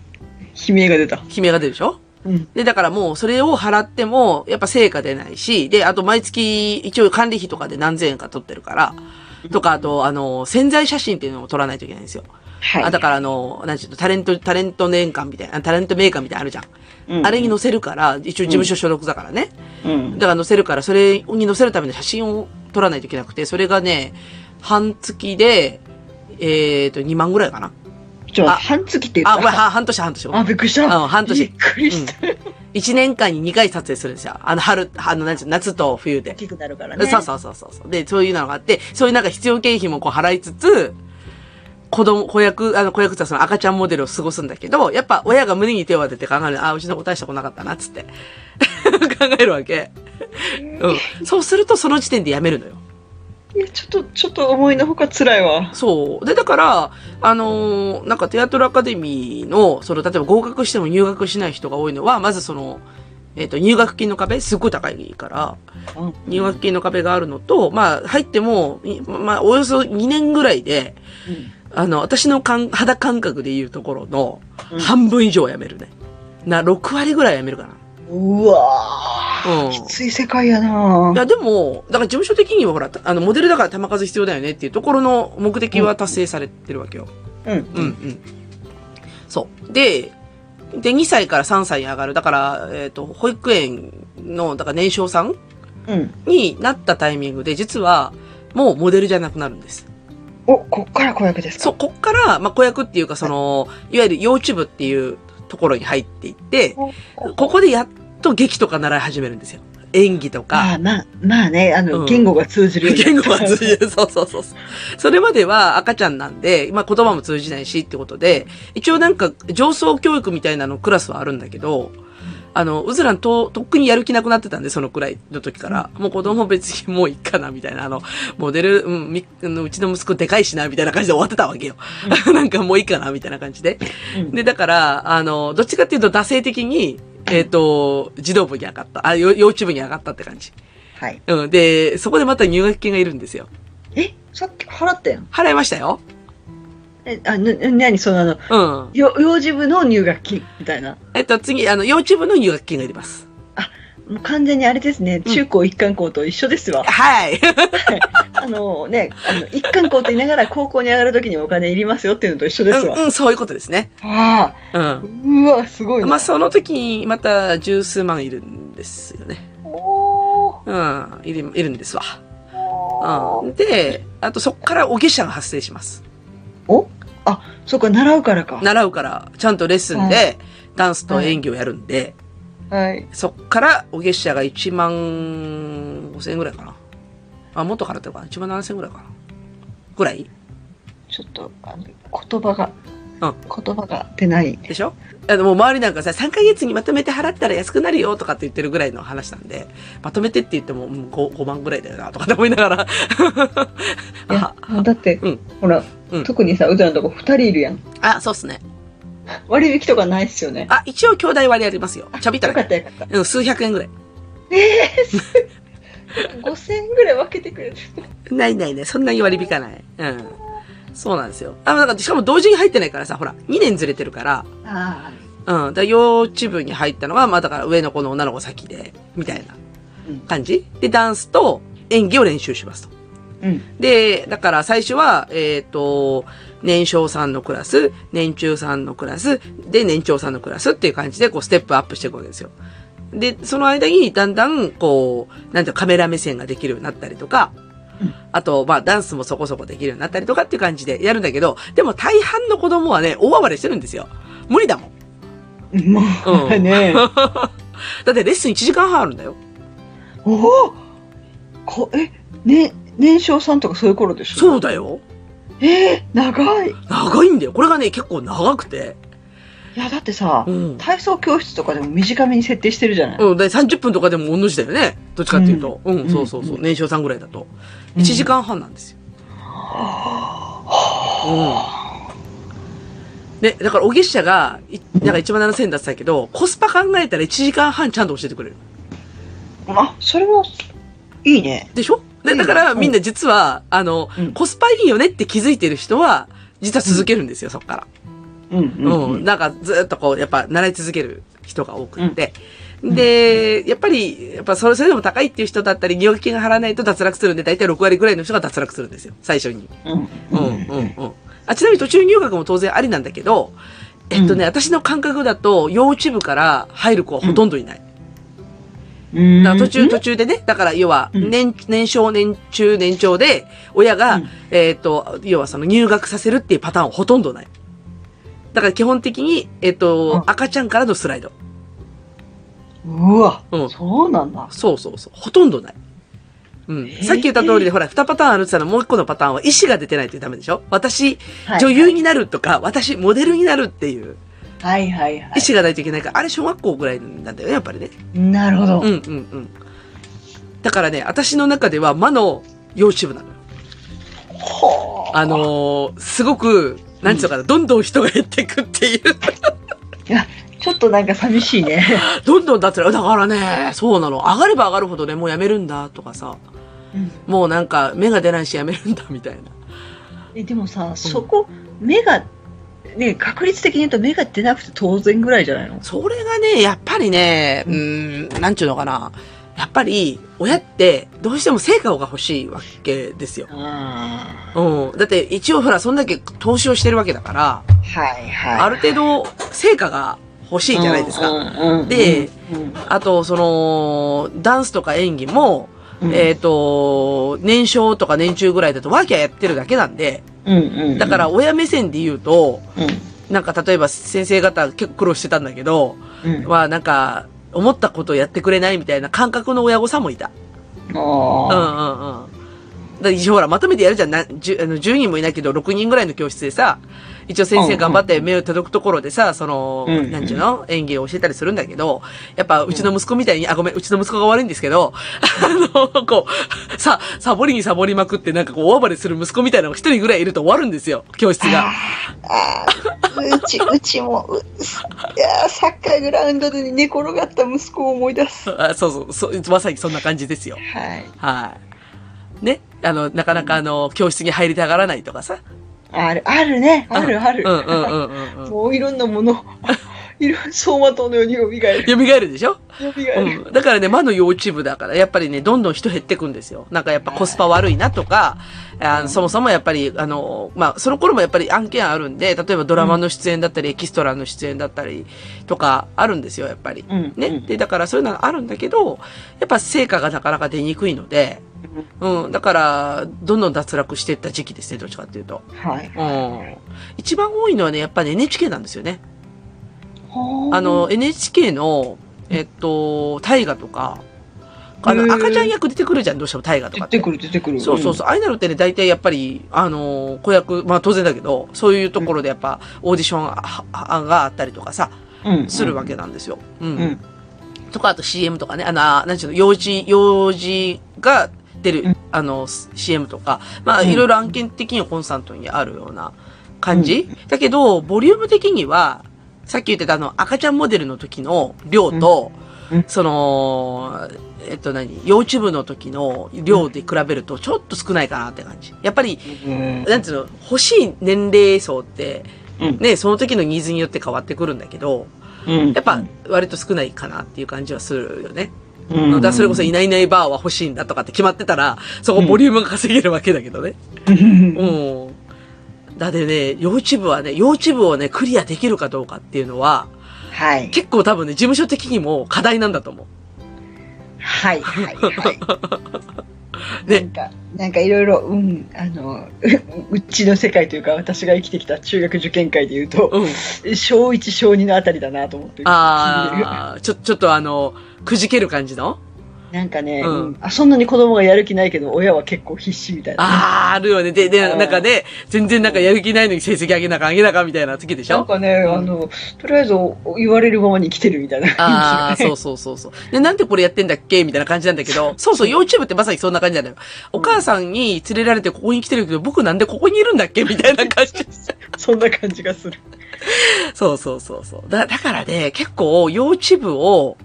Speaker 3: 鳴が出た
Speaker 2: 悲鳴が出るでしょ
Speaker 3: うん
Speaker 2: で、だからもうそれを払っても、やっぱ成果出ないし、で、あと毎月一応管理費とかで何千円か取ってるから、とか、あと、あの、潜在写真っていうのを撮らないといけないんですよ。
Speaker 3: はい。
Speaker 2: あ、だからあの、なんちゅうの、タレント、タレント年間みたいな、タレントメーカーみたいなのあるじゃん。
Speaker 3: うん
Speaker 2: あれに載せるから、一応事務所所属だからね。
Speaker 3: うん。
Speaker 2: だから載せるから、それに載せるための写真を撮らないといけなくて、それがね、半月で、えっ、と、2万ぐらいかな。
Speaker 3: ちょ、
Speaker 2: あ
Speaker 3: 半月って言
Speaker 2: あ、ごめん、
Speaker 3: った。
Speaker 2: は半年、半年。
Speaker 3: あ、びっくりした。
Speaker 2: うん半年
Speaker 3: びっくりした。
Speaker 2: 1年間に2回撮影するんですよ。あの、春、あの、なんちゅうの夏と冬で
Speaker 3: 大。きくなるからね。
Speaker 2: そうそうそうそうそう。で、そういうのがあって、そういうなんか必要経費もこう払いつつ、子供、子役、あの、子役ってその赤ちゃんモデルを過ごすんだけど、やっぱ親が胸に手を当てて考える、あ、うちの子大した子なかったな、つって。 考えるわけ。うん。そうするとその時点でやめるのよ。
Speaker 3: いや、ちょっと、ちょっと思いのほか辛いわ。
Speaker 2: そう。で、だから、あのーなんかテアトルアカデミーの、その、例えば合格しても入学しない人が多いのは、まずその、えっ、と、入学金の壁、すっごい高いから、入学金の壁があるのと、まあ、入っても、いまあ、およそ2年ぐらいで、あの、私の感肌感覚で言うところの、
Speaker 3: うん
Speaker 2: 半分以上は辞めるね。な、6割ぐらいは辞めるかな。
Speaker 3: うんうわ
Speaker 2: う
Speaker 3: ぁ。
Speaker 2: ん
Speaker 3: きつい世界やない
Speaker 2: や、でも、だから事務所的にはほら、たあの、モデルだから玉数必要だよねっていうところの目的は達成されてるわけよ。
Speaker 3: うん。
Speaker 2: うんうん。そう。で、で、2歳から3歳に上がる。だから、えっ、と、保育園の、だから年少さん
Speaker 3: うん。
Speaker 2: になったタイミングで、実は、もうモデルじゃなくなるんです。
Speaker 3: お、こっから子役ですか
Speaker 2: そう、こっから、まあ、子役っていうか、その、いわゆる YouTube っていうところに入っていって、
Speaker 3: こ
Speaker 2: ここでやっと劇とか習い始めるんですよ。演技とか
Speaker 3: ま。あまあ、まあね、あ
Speaker 2: うん
Speaker 3: の、言語が通じるよう に
Speaker 2: 言
Speaker 3: なっ
Speaker 2: 語
Speaker 3: た
Speaker 2: は通じる。 そうそうそうそう。それまでは赤ちゃんなんで、まあ言葉も通じないしってことで、一応なんか上層教育みたいなのクラスはあるんだけど、あの、うずらんと、とっくにやる気なくなってたんで、そのくらいの時から。もう子供別にもういっかな、みたいな。あの、モデル、うん、み、あのうちの息子でかいしな、みたいな感じで終わってたわけよ。 なんかもういいかな、みたいな感じで。
Speaker 3: うん
Speaker 2: で、だから、あの、どっちかっていうと、惰性的に、えっ、と、児童部に上がった。あ、よ幼稚部に上がったって感じ。
Speaker 3: はい。
Speaker 2: うん。で、そこでまた入学金がいるんですよ。
Speaker 3: え、さっき払ったやん。
Speaker 2: 払いましたよ。
Speaker 3: え、あ、な、ななに、その、あの、
Speaker 2: うん。
Speaker 3: よ幼児部の入学金みたいな。
Speaker 2: えっと、次、あの、幼稚部の入学金がいります。
Speaker 3: もう完全にあれですね、中高一貫校と一緒ですわ。
Speaker 2: はい。
Speaker 3: あのね、あの、一貫校って言いながら高校に上がるときにお金いりますよっていうのと一緒ですわ。
Speaker 2: うん、うん、そういうことですね。
Speaker 3: あ
Speaker 2: う
Speaker 3: あ、
Speaker 2: ん。
Speaker 3: うわ、すごいな。
Speaker 2: まあ、その時に、また、十数万いるんですよね。
Speaker 3: おー
Speaker 2: うん、いる、いるんですわ。うん。で、あと、そっからお下車が発生します。
Speaker 3: おあ、そっか、習うからか。
Speaker 2: 習うから、ちゃんとレッスンで、ダンスと演技をやるんで、
Speaker 3: はい。
Speaker 2: そっから、お月謝が1万5千円ぐらいかな。あ、もっと払ってるかな ?1 万7千円ぐらいかなぐらい
Speaker 3: ちょっと、あの、言葉が、
Speaker 2: うん
Speaker 3: 言葉が出ない。
Speaker 2: でしょあの、もう周りなんかさ、3ヶ月にまとめて払ったら安くなるよとかって言ってるぐらいの話なんで、まとめてって言っても、うん、5, 5万ぐらいだよなとかって思いながら。
Speaker 3: いや
Speaker 2: あ、
Speaker 3: だって、
Speaker 2: うん
Speaker 3: ほら、
Speaker 2: うん
Speaker 3: 特にさ、うずらのとこ二人いるやん。
Speaker 2: あ、そうっすね。
Speaker 3: 割引とかないっすよね。
Speaker 2: あ、一応兄弟割ありますよ。ちょびっと
Speaker 3: よか
Speaker 2: だ
Speaker 3: ったよかった。
Speaker 2: け。うん、数百円ぐらい。
Speaker 3: 5000円ぐらい分けてくれる。
Speaker 2: ないないない、そんなに割り引かない。うん。そうなんですよ。あ、だから、しかも同時に入ってないからさ、ほら、2年ずれてるから、
Speaker 3: ああ。
Speaker 2: うん。だから幼稚部に入ったのが、まあだから上の子の女の子先で、みたいな
Speaker 3: うん
Speaker 2: 感じ。で、ダンスと演技を練習しますと。
Speaker 3: うん。
Speaker 2: で、だから最初は、えっ、と、年少さんのクラス、年中さんのクラス、で、年長さんのクラスっていう感じで、こう、ステップアップしていくわけですよ。で、その間に、だんだん、こう、なんていうのカメラ目線ができるようになったりとか
Speaker 3: うん、
Speaker 2: あと、まあ、ダンスもそこそこできるようになったりとかっていう感じでやるんだけど、でも大半の子供はね、大暴れしてるんですよ。無理だもん。
Speaker 3: もう、
Speaker 2: うん
Speaker 3: ねえ。
Speaker 2: だってレッスン1時間半あるんだよ。
Speaker 3: おおこえ、ね、年少さんとかそういう頃でしょ。
Speaker 2: そううだよ。
Speaker 3: えー、長い。い
Speaker 2: 長いんだよ。これがね、結構長くて。
Speaker 3: や、だってさ、
Speaker 2: うん。
Speaker 3: 体操教室とかでも短めに設定してるじゃない、
Speaker 2: うん、で30分とかでも同じだよね。どっちかっていうと。うん、
Speaker 3: ん
Speaker 2: そうそうそう。年少さんぐらいだと。1時間半なんですよ。うん。ね、だから、お月謝が、いなんか1万7000円だってたけど、コスパ考えたら1時間半ちゃんと教えてくれる。
Speaker 3: あ、それも、いいね。
Speaker 2: でしょで、
Speaker 3: うん
Speaker 2: だから、
Speaker 3: うん
Speaker 2: みんな実は、あの
Speaker 3: う、ん
Speaker 2: コスパいいよねって気づいてる人は、実は続けるんですよ、そっから。
Speaker 3: うん、うん、
Speaker 2: う。
Speaker 3: うんん。
Speaker 2: なんかずっとこう、やっぱ習い続ける人が多くって。で、やっぱり、やっぱそれ、それでも高いっていう人だったり、入学金が払わないと脱落するんで、だいたい6割ぐらいの人が脱落するんですよ。最初に。
Speaker 3: うん
Speaker 2: うん、うん、うん。ああ、ちなみに途中入学も当然ありなんだけど、えっとね、私の感覚だと、幼稚部から入る子はほとんどいない。
Speaker 3: うん
Speaker 2: だから途
Speaker 3: う
Speaker 2: 中
Speaker 3: ん
Speaker 2: 途中でね、だから要は、
Speaker 3: うん
Speaker 2: 年、年少、年中、年長で、親が、
Speaker 3: うん
Speaker 2: えっ、と、要はその入学させるっていうパターンはほとんどない。だから基本的に、えっ、と、
Speaker 3: うん
Speaker 2: 赤ちゃんからのスライド。
Speaker 3: うわ、
Speaker 2: うん
Speaker 3: そうなんだ。
Speaker 2: そうそうそう。ほとんどない。うん。
Speaker 3: へー
Speaker 2: さっき言った通りで、ほら、二パターンあるって言ったら、もう一個のパターンは意思が出てないとダメでしょ私、
Speaker 3: はい
Speaker 2: 女優になるとか、私、モデルになるっていう
Speaker 3: はいはいは
Speaker 2: 意思がないといけないから、あれ、小学校ぐらいなんだよね、やっぱりね。
Speaker 3: い。なるほど。
Speaker 2: うんうんうん。だからね、私の中では、魔の幼稚部なのよ。
Speaker 3: ほー
Speaker 2: あのーすごく、なんつうのかな、どんどん人が減っていく っていう。
Speaker 3: ちょっとなんか寂しい ね。
Speaker 2: どんどんだってら、だからね、そうなの。上がれば上がるほどね、もうやめるんだとかさ、もうなんか、目が出ないしやめるんだみたいな。
Speaker 3: えでもさ、そこ、目が、ね、確率的に言うと目が出なくて当然ぐらいじゃないの
Speaker 2: それがね、やっぱりね、う
Speaker 3: うん
Speaker 2: ーん、なんちゅうのかな。やっぱり、親って、どうしても成果が欲しいわけですよ。
Speaker 3: あ
Speaker 2: うん。だって、一応ほら、そんだけ投資をしてるわけだから、
Speaker 3: あ。はいはい。
Speaker 2: ある程度、成果が欲しいじゃないです
Speaker 3: う
Speaker 2: か。
Speaker 3: んうんうん
Speaker 2: で
Speaker 3: うん
Speaker 2: あと、その、ダンスとか演技も、
Speaker 3: うん
Speaker 2: えっ、と、年少とか年中ぐらいだとワーキャーやってるだけなんで、
Speaker 3: うんうんうん
Speaker 2: だから、親目線で言うと、
Speaker 3: うん
Speaker 2: なんか例えば先生方結構苦労してたんだけど、
Speaker 3: うん
Speaker 2: はなんか、思ったことやってくれないみたいな感覚の親御さんもいた。うんうん
Speaker 3: あ
Speaker 2: うん。だ一応ほら、まとめてやるじゃん。なじゅあの 10, 人もいないけど、6人ぐらいの教室でさ、一応先生頑張って目を届くところでさ、その、
Speaker 3: うんうん
Speaker 2: なんちゅうの演技を教えたりするんだけど、やっぱうちの息子みたいに、あ、ごめん、うちの息子が悪いんですけど、 あの、こう、さ、サボりにサボりまくってなんかこう、大暴れする息子みたいなのが一人ぐらいいると終わるんですよ、教室が。
Speaker 3: あーうちうちもういやーサッカーグラウンドで寝転がった息子を思い出すは
Speaker 2: あそうそう、そう、まさにそんな感じですよ。
Speaker 3: い
Speaker 2: はい。ね。あの、なかなかあの、教室に入りたがらないとかさ。
Speaker 3: あるあるねあるあ
Speaker 2: う
Speaker 3: る
Speaker 2: んうんうんうんうん。
Speaker 3: もういろんなものいろんな走馬灯のように蘇 る
Speaker 2: 蘇るでしょ
Speaker 3: 蘇る、
Speaker 2: うん。だからね、魔の幼稚部だから、やっぱりね、どんどん人減ってくんですよ。なんかやっぱコスパ悪いなとか、あのそもそもやっぱり、あの、まあ、その頃もやっぱり案件あるんで、例えばドラマの出演だったり、エキストラの出演だったりとかあるんですよ、やっぱり。
Speaker 3: うん
Speaker 2: ね。で、だからそういうのがあるんだけど、やっぱ成果がなかなか出にくいので、うん。だから、どんどん脱落していった時期ですね、どっちかっていうと。
Speaker 3: はい
Speaker 2: うん。一番多いのはね、やっぱり NHK なんですよね。あ
Speaker 3: あ
Speaker 2: の、NHK の、えっと、大河とか、あ
Speaker 3: へ
Speaker 2: の、
Speaker 3: ー
Speaker 2: 赤ちゃん役出てくるじゃん、どうしても大河とかって
Speaker 3: 出て。くる出てくる
Speaker 2: そうそうそう。ああいうのってね、大体やっぱり、あの、子役、まあ当然だけど、そういうところでやっぱ、オーディションああがあったりとかさ、
Speaker 3: うん、うん
Speaker 2: するわけなんですよ。う。
Speaker 3: うんん、うん
Speaker 2: とか、あと CM とかね、あの、なんちゅうの、幼児、幼児が出る、あの、S- CM とか、まあ、
Speaker 3: うん
Speaker 2: いろいろ案件的にはコンスタントにあるような感じ、だけど、ボリューム的には、さっき言ってたあの、赤ちゃんモデルの時の量と、
Speaker 3: うんうん
Speaker 2: その、えっと何、幼稚部の時の量で比べると、ちょっと少ないかなって感じ。やっぱり、
Speaker 3: うん
Speaker 2: なんつうの、欲しい年齢層って、
Speaker 3: うん
Speaker 2: ね、その時のニーズによって変わってくるんだけど、
Speaker 3: うん
Speaker 2: やっぱ割と少ないかなっていう感じはするよね。
Speaker 3: う
Speaker 2: だからそれこそいないいないバーは欲しいんだとかって決まってたら、そこボリュームが稼げるわけだけどね。
Speaker 3: うん
Speaker 2: うん。だってね、幼稚部はね、幼稚部をね、クリアできるかどうかっていうのは、
Speaker 3: はい
Speaker 2: 結構多分ね、事務所的にも課題なんだと思
Speaker 3: はいはいはい
Speaker 2: ね
Speaker 3: なんか、なんかいろいろ、うん、あの、 ううちの世界というか、私が生きてきた中学受験会で言う
Speaker 2: う。
Speaker 3: と、
Speaker 2: うん。
Speaker 3: 小1、小2のあたりだなと思って。
Speaker 2: あー、ちょ、ちょっとあの、くじける感じの
Speaker 3: なんかね、
Speaker 2: うん
Speaker 3: うんあ、そんなに子供がやる気ないけど、親は結構必死みたい
Speaker 2: あ
Speaker 3: な。
Speaker 2: ー、あるよね。で、で、
Speaker 3: うん
Speaker 2: なんかね、全然なんかやる気ないのに成績上げなか上げなかみたいな時でし
Speaker 3: な
Speaker 2: ょ
Speaker 3: んかね、
Speaker 2: うん
Speaker 3: あの、とりあえずお言われるままに生きてるみたいな 感じ
Speaker 2: ああ、
Speaker 3: がね
Speaker 2: そうそうそうそう。で、なんでこれやってんだっけみたいな感じなんだけ ど、そうそう、YouTube ってまさにそんな感じなのよ。お母さんに連れられてここに来てるけど、僕なんでここにいるんだっけみたいな感じ。
Speaker 3: そんな感じがする。
Speaker 2: そうそうそうそう。だ、だからね、結構、YouTube を、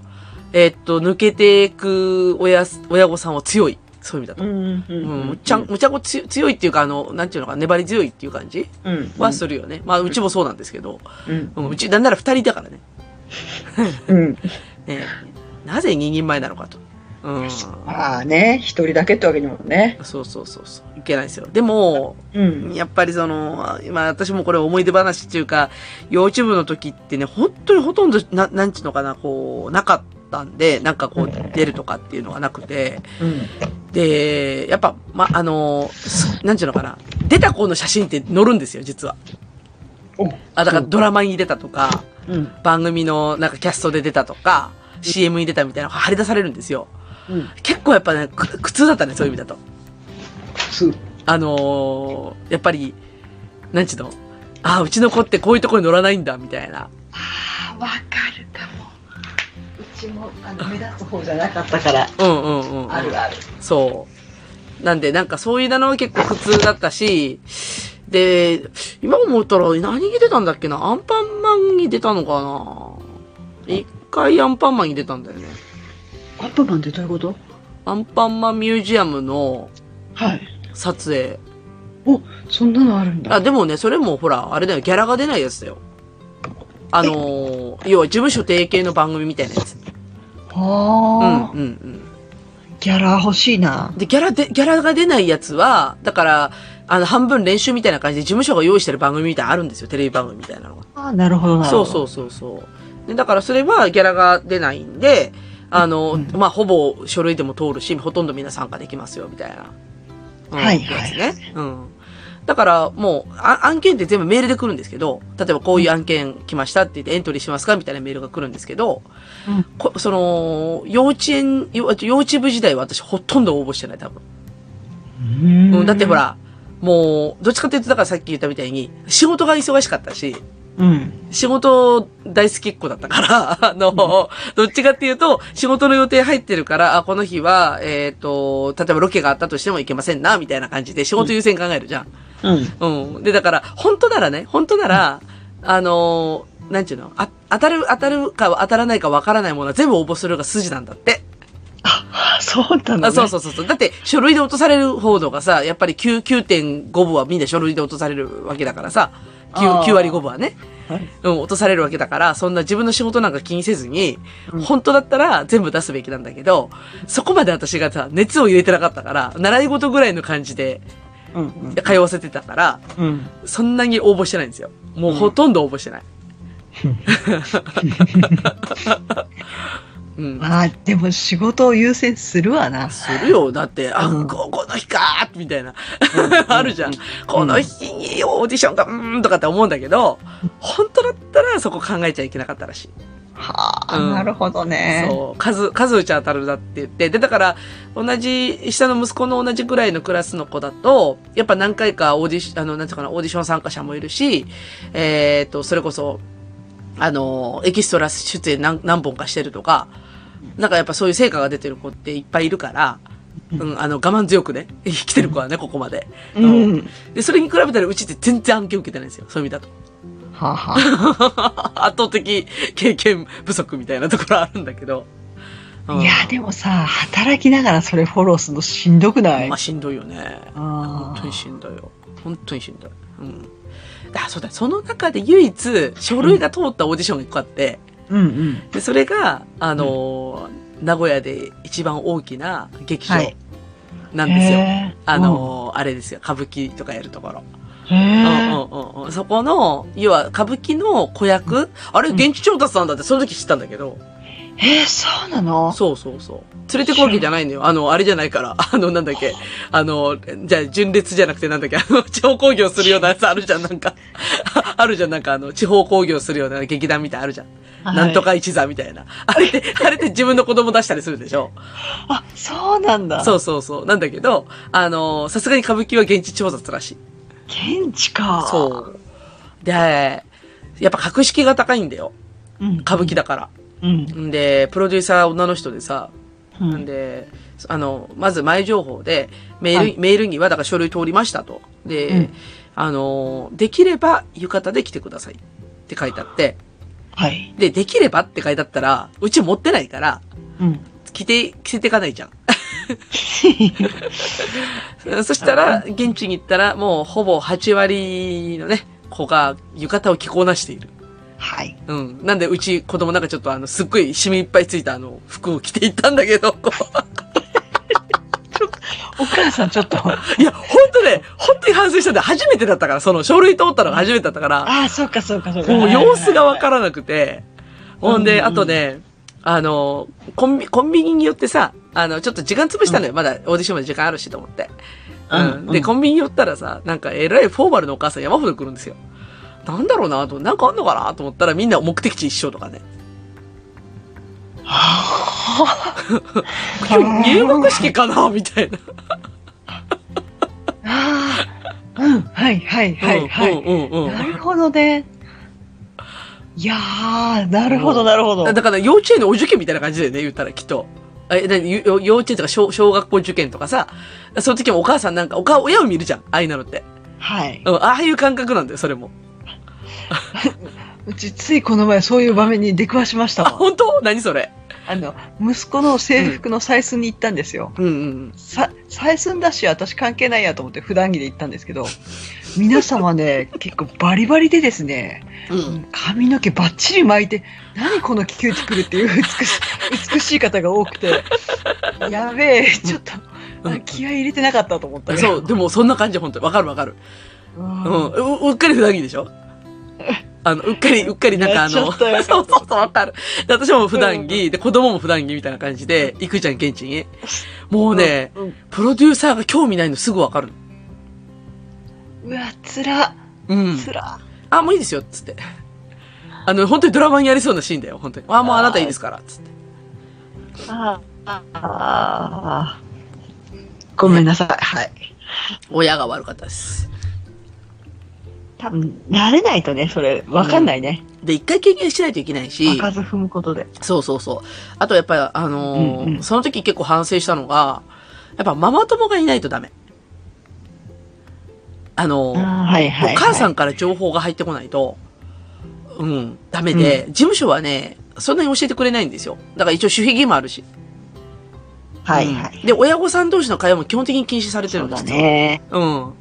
Speaker 2: えっと、抜けていく親す、親御さんは強い。そういう意味だと。
Speaker 3: ん、う
Speaker 2: うん、むっちゃ、むちゃこつ強いっていうか、あの、なんていうのか、粘り強いっていう感じ
Speaker 3: うん、
Speaker 2: はするよね。まあ、うちもそうなんですけど、
Speaker 3: うん、
Speaker 2: うんうち、なんなら二人だからね。
Speaker 3: うん。
Speaker 2: ねなぜ二人前なのかと。うん。
Speaker 3: まあね、一人だけってわけにもね。
Speaker 2: そうそうそうそう。いけないですよ。でも、
Speaker 3: うん。
Speaker 2: やっぱりその、今私もこれ思い出話っていうか、YouTube の時ってね、本当にほとんど、な、なんちゅうのかな、こう、なかったんで、なんかこう、出るとかっていうのがなくて、
Speaker 3: うん。
Speaker 2: で、やっぱ、ま、あの、すなんちゅうのかな、出た子の写真って載るんですよ、実は。
Speaker 3: お
Speaker 2: あ、だからドラマに出たとか、
Speaker 3: うん。
Speaker 2: 番組のなんかキャストで出たとか、CM に出たみたいなのが張り出されるんですよ。
Speaker 3: うん。
Speaker 2: 結構やっぱね、く苦痛だったね、そういう意味だと。
Speaker 3: す
Speaker 2: あのーやっぱり、なんちゅうのああ、うちの子ってこういうとこに乗らないんだ、みたいな。
Speaker 3: ああ、わかるかも。うちも、あの、目立つ方じゃなかったから、
Speaker 2: うんうんうん、うん。
Speaker 3: あるある。
Speaker 2: そう。なんで、なんかそういうのは結構苦痛だったし、で、今思ったら何に出たんだっけなアンパンマンに出たのかな一回アンパンマンに出たんだよね。
Speaker 3: アップマンってどういうこと
Speaker 2: アンパンマンミュージアムの
Speaker 3: はい。
Speaker 2: 撮影。
Speaker 3: そんなのあるんだ。
Speaker 2: あ、でもね、それもほら、あれだよ、ギャラが出ないやつだよ。あのー要は事務所提携の番組みたいなやつ。うん、
Speaker 3: ああ、
Speaker 2: うん、うん。
Speaker 3: ギャラ欲しいな。
Speaker 2: で、ギャラで、ギャラが出ないやつは、だから、あの、半分練習みたいな感じで事務所が用意してる番組みたいなのあるんですよ。テレビ番組みたいなのが。
Speaker 3: ああ、なるほどなる
Speaker 2: そ
Speaker 3: ほど。
Speaker 2: うそうそうそう。で、だからそれはギャラが出ないんで、あの、
Speaker 3: うん
Speaker 2: まあ、ほぼ書類でも通るし、ほとんどみんな参加できますよ、みたいな。うん
Speaker 3: はいはい
Speaker 2: やつね。うん。だから、もう、あ案件って全部メールで来るんですけど、例えばこういう案件来ましたって言ってエントリーしますかみたいなメールが来るんですけど、
Speaker 3: うん
Speaker 2: こその、幼稚園、幼幼稚部時代は私ほとんど応募してない、多分。
Speaker 3: うーん。
Speaker 2: うん、だってほ。ら、もう、どっちかっていうと、だからさっき言ったみたいに、仕事が忙しかったし、
Speaker 3: うん。
Speaker 2: 仕事大好きっ子だったから、 あの、どっちかっていうと、仕事の予定入ってるから、あ、この日は、えっ、と、例えばロケがあったとしてもいけませんな、みたいな感じで仕事優先考えるじゃん。
Speaker 3: うん。
Speaker 2: うん。で、だから、本当ならね、本当なら、あの、なんちゅうのあ、当たる、当たるか当たらないかわからないものは全部応募するが筋なんだって。
Speaker 3: あ、そうなの、ね、
Speaker 2: あそうそうそうそう。だって、書類で落とされる報道がさ、やっぱり9 9.5部はみんな書類で落とされるわけだからさ、
Speaker 3: あ
Speaker 2: 9,
Speaker 3: ー
Speaker 2: 9割5分はね、
Speaker 3: はい
Speaker 2: うん、落とされるわけだから、そんな自分の仕事なんか気にせずに、
Speaker 3: うん
Speaker 2: 本当だったら全部出すべきなんだけど、そこまで私がさ、熱を入れてなかったから、習い事ぐらいの感じで
Speaker 3: う。うん
Speaker 2: 通わせてたから、
Speaker 3: うん。うん。
Speaker 2: そんなに応募してないんですよ。もうほとんど応募してない。 うん、
Speaker 3: まあ、でも仕事を優先するわな。
Speaker 2: するよ。だって、あ、
Speaker 3: うん
Speaker 2: ここの日かーみたいな。あるじゃん。この日にオーディションが、うーんとかって思うんだけど、本当だったらそこ考えちゃいけなかったらしい。
Speaker 3: はあ、
Speaker 2: うん
Speaker 3: なるほどね。
Speaker 2: そう。数、数打ち当たるだって言って。で、だから、同じ、下の息子の同じくらいのクラスの子だと、やっぱ何回かオーディション、あの、なんていうかな、オーディション参加者もいるし、えっ、と、それこそ、あの、エキストラ出演何何本かしてるとか、なんかやっぱそういう成果が出てる子っていっぱいいるから、うん、あの、我慢強くね、生きてる子はね、ここまで。
Speaker 3: うん。
Speaker 2: で、それに比べたらうちって全然案件受けてないんですよ。そういう意味だと。
Speaker 3: はあ、は
Speaker 2: 圧倒的経験不足みたいなところあるんだけど。う
Speaker 3: あ、
Speaker 2: ん
Speaker 3: いや、でもさ、働きながらそれフォローするのしんどくない、
Speaker 2: まあしんどいよね。
Speaker 3: あ
Speaker 2: 本
Speaker 3: ー
Speaker 2: 当にしんどいよ。本当にしんどい。うん。あ、そうだ。その中で唯一、書類が通ったオーディションが一個あって、
Speaker 3: うんうん。
Speaker 2: で、それが、あのー名古屋で一番大きな劇場
Speaker 3: はい
Speaker 2: なんですよ。
Speaker 3: へえ
Speaker 2: あ、のーあれですよ。歌舞伎とかやるところ。
Speaker 3: うんへ
Speaker 2: うん
Speaker 3: え
Speaker 2: うんうんうんそこの、要は歌舞伎の子役、あれ、
Speaker 3: うん
Speaker 2: 現地調達なんだって、その時知ったんだけど。
Speaker 3: えー、そうなの
Speaker 2: そうそうそう。連れてくわけじゃないのよ。あの、あれじゃないから。 あの、なんだっけ。あの、じゃあ、純烈じゃなくてなんだっけ。あの、 地方興行するようなやつあるじゃん。なんか、 ああるじゃん。なんか、あの、地方興行するような劇団みたいなのあるじゃん。なんと
Speaker 3: か。
Speaker 2: か一座みたいな。 あれって、あれって自分の子供出したりするでしょ。
Speaker 3: あ、そうなんだ。。
Speaker 2: そううそうそう。なんだけど、あの、さすがに歌舞伎は現地調達らしい。
Speaker 3: 現地か。
Speaker 2: そう。で、やっぱ格式が高いんだよ。
Speaker 3: う。うん、
Speaker 2: 歌舞伎だから。
Speaker 3: うん。
Speaker 2: んで、プロデューサー女の人でさ、
Speaker 3: う
Speaker 2: なん
Speaker 3: ん。
Speaker 2: で、あの、まず前情報で、メール、
Speaker 3: はい
Speaker 2: メールには、だから書類通りましたと。で、
Speaker 3: うん
Speaker 2: あの、できれば浴衣で来てくださいって書いてあって、
Speaker 3: はい。
Speaker 2: で、できればって書いてあったら、うち持ってないから、
Speaker 3: うん。
Speaker 2: 着て、着せていかないじゃん。 そしたら、現地に行ったら、もうほぼ8割のね、子が浴衣を着こなしている。
Speaker 3: はい。
Speaker 2: うん。なんで、うち子供なんかちょっとあの、すっごいシミいっぱいついたあの、服を着ていったんだけど、こう
Speaker 3: お母さんちょ っと、あ
Speaker 2: いや、ほんとね、本当に反省したんで、初めてだったから、その書類通ったのが初めてだったから、
Speaker 3: あ、そうかそうかそうか。
Speaker 2: もう様子がわ
Speaker 3: る。
Speaker 2: からなくて、ほん
Speaker 3: うんう
Speaker 2: で、
Speaker 3: ん
Speaker 2: あとね、あの、コンビ、コンビニによってさ、あの、ちょっと時間潰したのよ。まだオーディションまで時間あるしと思って。うん。で、コンビニ寄ったらさ、なんかえらいフォーマルのお母さん山ほど来るんですよ。なんだろうなと、なんかあんのかなと思ったらみんな目的地一緒と かね。
Speaker 3: は
Speaker 2: 今日入学式かなみたいな。
Speaker 3: あああ。うん。はいはいはいは
Speaker 2: うん
Speaker 3: い。
Speaker 2: うんうん
Speaker 3: なるほどね。いやー、なるほどなるほど
Speaker 2: うん。。だから幼稚園のお受験みたいな感じだよね、言ったらきっと。え、なに幼幼稚園とか小小学校受験とかさ、その時もお母さんなんか、お母、親を見るじゃん、ああいうのって。
Speaker 3: はい。
Speaker 2: うん、ああいう感覚なんだよ、それも。
Speaker 3: うちついこの前そういう場面に出くわしました
Speaker 2: あ、
Speaker 3: わ。
Speaker 2: 本当何それ。
Speaker 3: あの、息子の制服の採寸に行ったんですよ。
Speaker 2: うんうん。
Speaker 3: さ採寸だし私関係ないやと思って普段着で行ったんですけど皆 様ね結構バリバリでですね
Speaker 2: うん。
Speaker 3: 髪の毛バッチリ巻いて何このキューティクルっ ていう美しい美しい方が多くてやべえちょっと
Speaker 2: うん
Speaker 3: 気合い入れてなかったと思った
Speaker 2: そう、でもそんな感じ、本当に。わかるわかる。
Speaker 3: うん
Speaker 2: うん。ううっかり普段着でしょあの、うっかり、うっかりなんかあ
Speaker 3: や
Speaker 2: の、
Speaker 3: っちゃった
Speaker 2: そう
Speaker 3: よ
Speaker 2: そうそう、わかる。で、私も普段着、で、子供も普段着みたいな感じで、行くじゃん、現地に。もうね、
Speaker 3: うん
Speaker 2: プロデューサーが興味ないのすぐわかる。
Speaker 3: うわつら
Speaker 2: うん。
Speaker 3: つら
Speaker 2: あ、もういいですよ、つって。あの、本当にドラマにやりそうなシーンだよ、本当に。あ、もうあなたいいですから、つって。
Speaker 3: あーあーごめんなさいはい
Speaker 2: 親が悪かったです。
Speaker 3: 多分慣れないとねそれわかんないね
Speaker 2: で、一回経験しないといけない
Speaker 3: 開
Speaker 2: し、
Speaker 3: かず踏むことで
Speaker 2: そうそうそう。あと、やっぱり、あのー
Speaker 3: うんうん
Speaker 2: その時結構反省したのが、やっぱママ友がいないとダメ。あのー
Speaker 3: あーはいはいはい
Speaker 2: お母さんから情報が入ってこないと、うん、ダメで、事務所はね、そんなに教えてくれないんですよ。だから一応守秘義務あるし。
Speaker 3: はいはい
Speaker 2: うんで、親御さん同士の会話も基本的に禁止されてるん
Speaker 3: そう
Speaker 2: で
Speaker 3: だ
Speaker 2: すよ。
Speaker 3: ね。
Speaker 2: うん。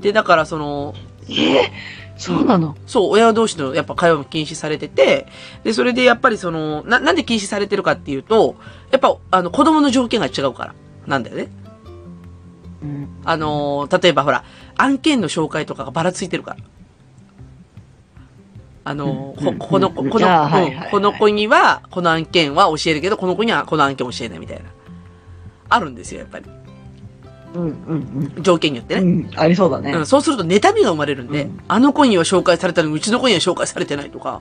Speaker 2: で、だからその、
Speaker 3: えそうなの
Speaker 2: そう、親同士のやっぱ会話も禁止されてて、で、それでやっぱりその、な、なんで禁止されてるかっていうと、やっぱ、あの、子供の条件が違うから、なんだよね。
Speaker 3: うん。
Speaker 2: あのー例えばほら、案件の紹介とかがばらついてるから。あのー
Speaker 3: うん
Speaker 2: こ、この子、
Speaker 3: うん
Speaker 2: こ
Speaker 3: じゃあ
Speaker 2: の、
Speaker 3: はいはい
Speaker 2: うん
Speaker 3: はい
Speaker 2: この子には、この案件は教えるけど、この子にはこの案件教えないみたいな。あるんですよ、やっぱり。
Speaker 3: うんうん
Speaker 2: 条件によって
Speaker 3: う
Speaker 2: ね。
Speaker 3: ん。うん、ありそうだね。
Speaker 2: うん、そうすると、妬みが生まれるんで、
Speaker 3: うん
Speaker 2: あの子には紹介されたのに、うちの子には紹介されてないとか。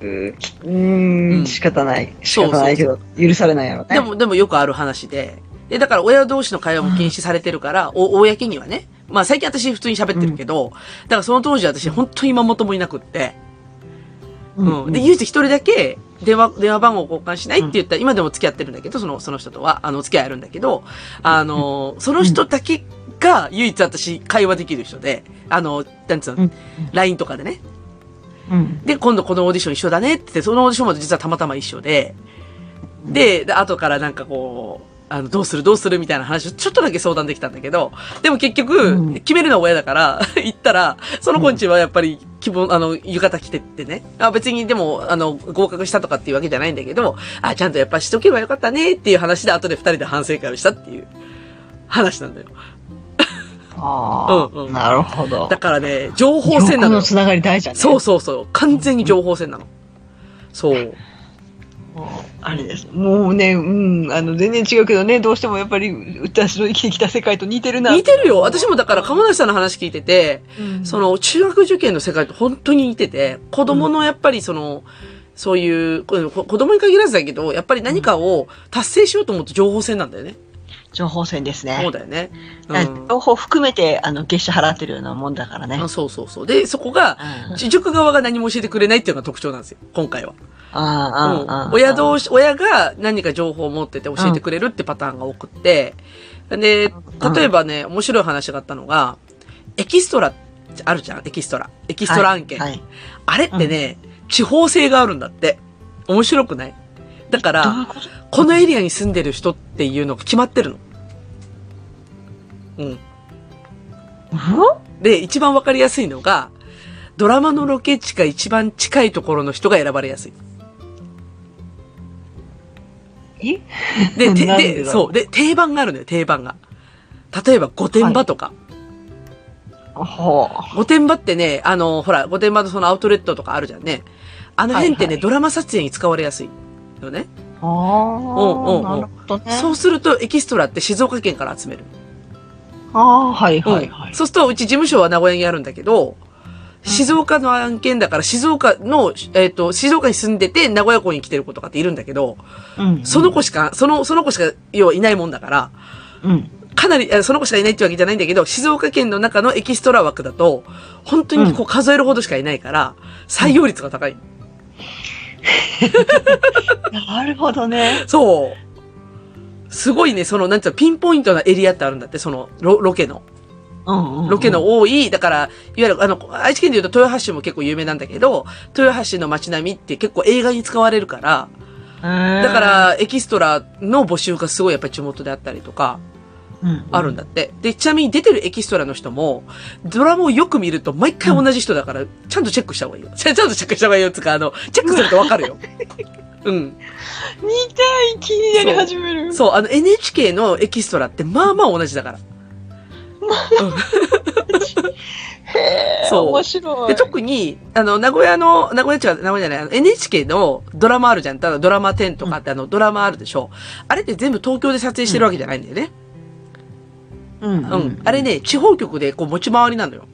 Speaker 3: うん、きう
Speaker 2: うん
Speaker 3: ん、仕方ない。仕方ないけど、許されないやろね。
Speaker 2: で、も、でもよくある話で。で、だから親同士の会話も禁止されてるから、お、公にはね。まあ最近私普通に喋ってるけど、だからその当時私本当に今元もいなくって。うん。で、唯一一人だけ、電話、電話番号交換しないって言ったら、今でも付き合ってるんだけど、その、その人とは、あの、付き合いあるんだけど、あの、その人だけが唯一私会話できる人で、あの、なんつう
Speaker 3: う
Speaker 2: の
Speaker 3: ん、
Speaker 2: LINE とかでね。
Speaker 3: うん。
Speaker 2: で、今度このオーディション一緒だねって言って、そのオーディションも実はたまたま一緒で、で、で後からなんかこう、あの、どうするどうするみたいな話をちょっとだけ相談できたんだけど、でも結
Speaker 3: う
Speaker 2: 局、
Speaker 3: ん
Speaker 2: 決めるのは親だから、 行ったら、その子んちはやっぱり、希望、あの、浴衣着てってね。あ別にでも、あの、合格したとかっていうわけじゃないんだけど、あ、ちゃんとやっぱしとけばよかったねっていう話で、後で二人で反省会をしたっていう話なんだよ。
Speaker 3: あ
Speaker 2: うんうん
Speaker 3: あ、なるほど
Speaker 2: だ。からね、情報
Speaker 3: 横
Speaker 2: 戦なのよ
Speaker 3: の。つながり大事だね。
Speaker 2: そうそうそう。完全に情報戦なの。そう。
Speaker 3: もうあれです。もうね、うん、あの、全然違うけどね、どうしてもやっぱり、私の生きてきた世界と似てるな。
Speaker 2: 似てるよ。私もだから、鴨梨さんの話聞いてて、
Speaker 3: うん
Speaker 2: そ、の、中学受験の世界と本当に似てて、子供のやっぱりその、そういう、こ子供に限らずだけど、やっぱり何かを達成しようと思うと情報戦なんだよね。
Speaker 3: 情報戦ですね。
Speaker 2: そうだよね。う
Speaker 3: だ
Speaker 2: ん
Speaker 3: から情報含めて、あの、月謝払ってるようなもんだからね
Speaker 2: あ。そうそうそう。で、そこが、
Speaker 3: うん
Speaker 2: 塾側が何も教えてくれないっていうのが特徴なんですよ、今回は。
Speaker 3: あ
Speaker 2: うん
Speaker 3: あ、ああ。
Speaker 2: 親同士、親が何か情報を持ってて教えてくれるってパターンが多くって、で、例えばね、面白い話があったのが、エキストラあるじゃんエキストラ。エキストラ案件。
Speaker 3: はいはい
Speaker 2: あれってね、地方性があるんだって。面白くないだか
Speaker 3: どういう
Speaker 2: ら、
Speaker 3: こと
Speaker 2: このエリアに住んでる人っていうのが決まってるの。うん。
Speaker 3: うん
Speaker 2: で、一番わかりやすいのが、ドラマのロケ地が一番近いところの人が選ばれやすい。
Speaker 3: え
Speaker 2: で、て
Speaker 3: なんでだろ
Speaker 2: で、
Speaker 3: う
Speaker 2: そう。で、定番があるのよ、定番が。例えば、御殿場とか。
Speaker 3: は
Speaker 2: 御殿場ってね、あの、ほら、御殿場のそのアウトレットとかあるじゃんね。あの辺ってね、
Speaker 3: はいはい
Speaker 2: ドラマ撮影に使われやすいよね。
Speaker 3: あ。は
Speaker 2: う
Speaker 3: あ。
Speaker 2: んうんうん
Speaker 3: なるほどね。
Speaker 2: そうすると、エキストラって静岡県から集める。
Speaker 3: ああ、はいはい
Speaker 2: うん
Speaker 3: はい。
Speaker 2: そうすると、うち事務所は名古屋にあるんだけど、静岡の案件だから、静岡の、えっ、と、静岡に住んでて、名古屋港に来てる子とかっているんだけど、
Speaker 3: うんうん
Speaker 2: その子しか、その、その子しか、要はいないもんだから、
Speaker 3: うん。
Speaker 2: かなり、あその子しかいないってわけじゃないんだけど、静岡県の中のエキストラ枠だと、本当にこう数えるほどしかいないから、採用率が高い。
Speaker 3: なるほどね。
Speaker 2: そう。すごいね、その、なんつうの、ピンポイントなエリアってあるんだって、その、ロロケの。
Speaker 3: うんうんうん
Speaker 2: ロケ。の多い、だから、いわゆる、あの、愛知県で言うと豊橋市も結構有名なんだけど、豊橋市の街並みって結構映画に使われるから、
Speaker 3: だ
Speaker 2: だか、ら、エキストラの募集がすごいやっぱり地元であったりとか、あるん
Speaker 3: だ。
Speaker 2: だって。で、ちなみに出てるエキストラの人も、ドラマをよく見ると毎回同じ人だから、ちゃんとチェックした方がいいよ。 ちゃんとチェックした方がいいよ。つうか、あの、チェックするとわかる よ。うん。
Speaker 3: 見たい気になり始める。
Speaker 2: そう、あの NHK のエキストラって、まあまあ同じだから。
Speaker 3: へえ、
Speaker 2: そう
Speaker 3: 面白
Speaker 2: で
Speaker 3: い。
Speaker 2: 特に、あの、名古屋の、名古屋ちゃ名古屋じゃないあの、NHK のドラマあるじゃん。ただドラマ10とかってあの、ドラマあるでしょ。あれって全部東京で撮影してるわけじゃないんだよね。
Speaker 3: うん
Speaker 2: うん。あれね、地方局でこう持ち回りなのよ。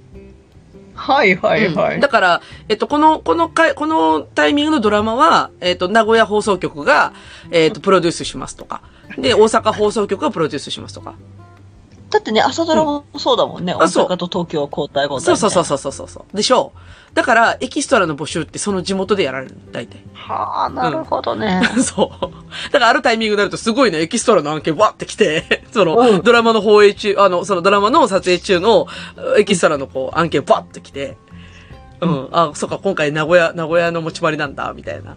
Speaker 3: はいはいは
Speaker 2: う
Speaker 3: い。
Speaker 2: んだから、えっと、この、この回、このタイミングのドラマは、えっと、名古屋放送局が、えっと、プロデュースしますとか。で、大阪放送局がプロデュースしますとか。
Speaker 3: だってね、朝ドラもそうだもんね。大
Speaker 2: あそう
Speaker 3: 阪と東京は交代交代。
Speaker 2: そうそうそう。そうそうそう。でしょだから、エキストラの募集ってその地元でやられる。大体。
Speaker 3: はあ、なるほどね。
Speaker 2: そう。だからあるタイミングになるとすごいね、エキストラの案件わってきて、 その、
Speaker 3: うん
Speaker 2: ドラマの放映中、あの、そのドラマの撮影中のエキストラのこう案件わってきて、うん、あ、そっか、今回名古屋、名古屋の持ち回りなんだ、みたいな。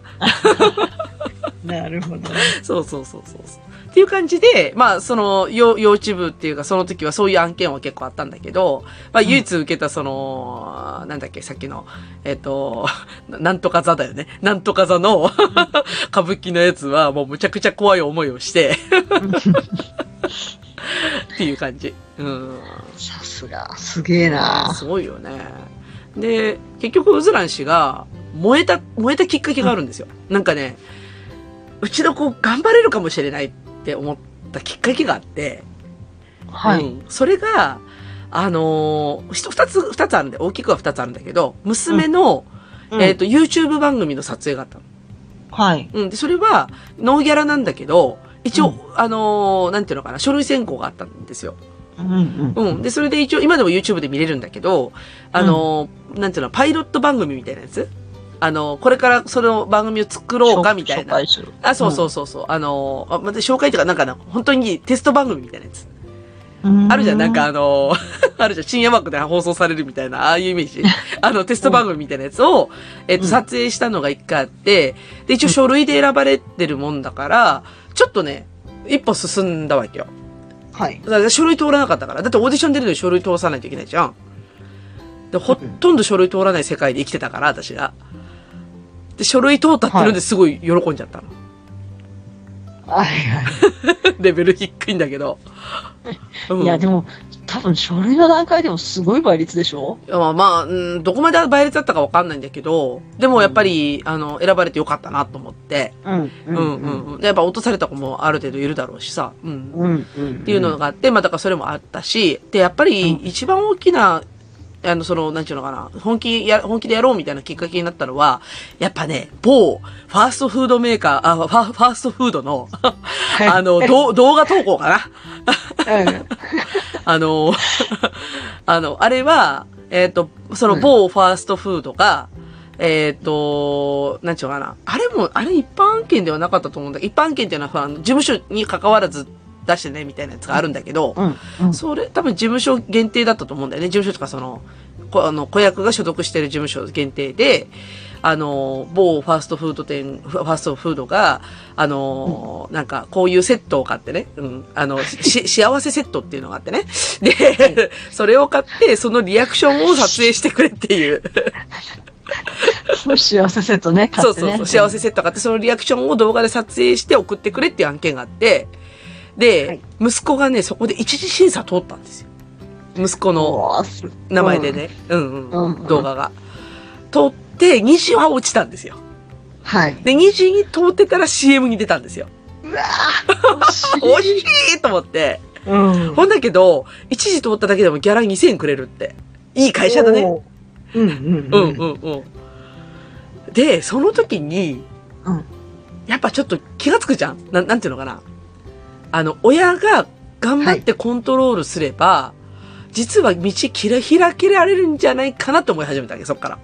Speaker 3: なるほど。
Speaker 2: そうそうそうそうそう。っていう感じで、まあ、その、幼幼稚部っていうか、その時はそういう案件は結構あったんだけど、まあ、唯一受けたその、なんだっけ、さっきの、えっ、と、 ななんとか座だよね。なんとか座の、 歌舞伎のやつは、もうむちゃくちゃ怖い思いをして、 っていう感じ。うん。
Speaker 3: さすが、すげえな。
Speaker 2: すごいよね。で、結局、ウズラン氏が、燃えた、燃えたきっかけがあるんですよ。なんかね、うちの子頑張れるかもしれないって思ったきっかけがあって、
Speaker 3: はい。
Speaker 2: うんそれが、あのーひと二つ、二つあるんで、大きくは二つあるんだけど、娘の、
Speaker 3: うん
Speaker 2: えっ、と、YouTube 番組の撮影があったの。
Speaker 3: はい。
Speaker 2: うん。で、それは、ノーギャラなんだけど、一応、あのーなんていうのかな、書類選考があったんですよ。
Speaker 3: うんうん。
Speaker 2: うん。で、それで一応、今でも YouTube で見れるんだけど、あの、なんていうの、パイロット番組みたいなやつあの、これからその番組を作ろうかみたい
Speaker 3: 紹
Speaker 2: な
Speaker 3: 介。する。
Speaker 2: あ、そうそうそうそう。あの、あまた紹介とか、なんかな、本当にテスト番組みたいなやつ。あるじゃん、なんか。あの、 あるじゃん、深夜枠で放送されるみたいな、ああいうイメー ジ。あの、テスト番組みたいなやつを、えっと、
Speaker 3: うん
Speaker 2: 撮影したのが一回あって、で、一応書類で選ばれてるもんだから、ちょっとね、一歩進んだわけよ。
Speaker 3: はい。
Speaker 2: だから書類通らなかったから。だってオーディション出るのに書類通さないといけないじゃん。で、ほとんど書類通らない世界で生きてたから、私が。で、書類通ったってのですごい喜んじゃ ったの。
Speaker 3: はいは
Speaker 2: レベル低いんだけど。うん
Speaker 3: い。いや、でも、多分書類の段階でもすごい倍率でしょ
Speaker 2: まあ、まあ、うん、どこまで倍率だったかわかんないんだけど、でもやっぱり、あの、選ばれてよかったなと思って。
Speaker 3: うん
Speaker 2: うんうんうん。でやっぱ落とされた子もある程度いるだろうしさ。うん。
Speaker 3: うんうん。っ
Speaker 2: っていうのがあって、まあだからそれもあったし、で、やっぱり
Speaker 3: うん
Speaker 2: 一番大きな、あの、その、なんちゅうのかな、本気や、本気でやろうみたいなきっかけになったのは、やっぱね、某、ファーストフードメーカー、あ、ファファーストフード の、あの、どう動画投稿かな。あの、 あの、あれは、えっ、と、その某ファーストフードが、えっ、と、なんちゅうのかな。あれも、あれ一般案件ではなかったと思うんだけど、一般案件っていうのは、あの事務所に関わらず出してね、みたいなやつがあるんだけど、
Speaker 3: うんうん。
Speaker 2: それ、多分事務所限定だったと思うんだよね。事務所とかその、こあの、子役が所属してる事務所限定で、あの、某ファーストフード店、ファーストフードが、あの、なんか、こういうセットを買ってね、うん、あの、し、幸せセットっていうのがあってね。で、 それを買って、そのリアクションを撮影してくれっていう。
Speaker 4: 幸せセットね、買
Speaker 2: そう
Speaker 4: って
Speaker 2: そ
Speaker 4: ね。
Speaker 2: うそう、幸せセット買って、そのリアクションを動画で撮影して送ってくれっていう案件があって、で、
Speaker 3: はい
Speaker 2: 息子がね、そこで一次審査通ったんですよ。息子の
Speaker 4: おーす
Speaker 2: 名前でね、うんうん、
Speaker 4: うん
Speaker 2: 動画が。通って、2次は落ちたんですよ。
Speaker 4: はい。
Speaker 2: で、2次に通ってたら CM に出たんですよ。
Speaker 3: うわ
Speaker 2: 惜しいと思って。
Speaker 3: うん
Speaker 2: ほんだけど、一時通っただけでもギャラ2000円くれるって。いい 会社だね。。
Speaker 3: うんうん
Speaker 2: うんうんうん。で、その時に、
Speaker 4: うん
Speaker 2: やっぱちょっと気がつくじゃんなん、なんていうのかな。あの、親が頑張ってコントロールすれば、実は道きら開けられるんじゃないかなと思い始めたわけ、そっから。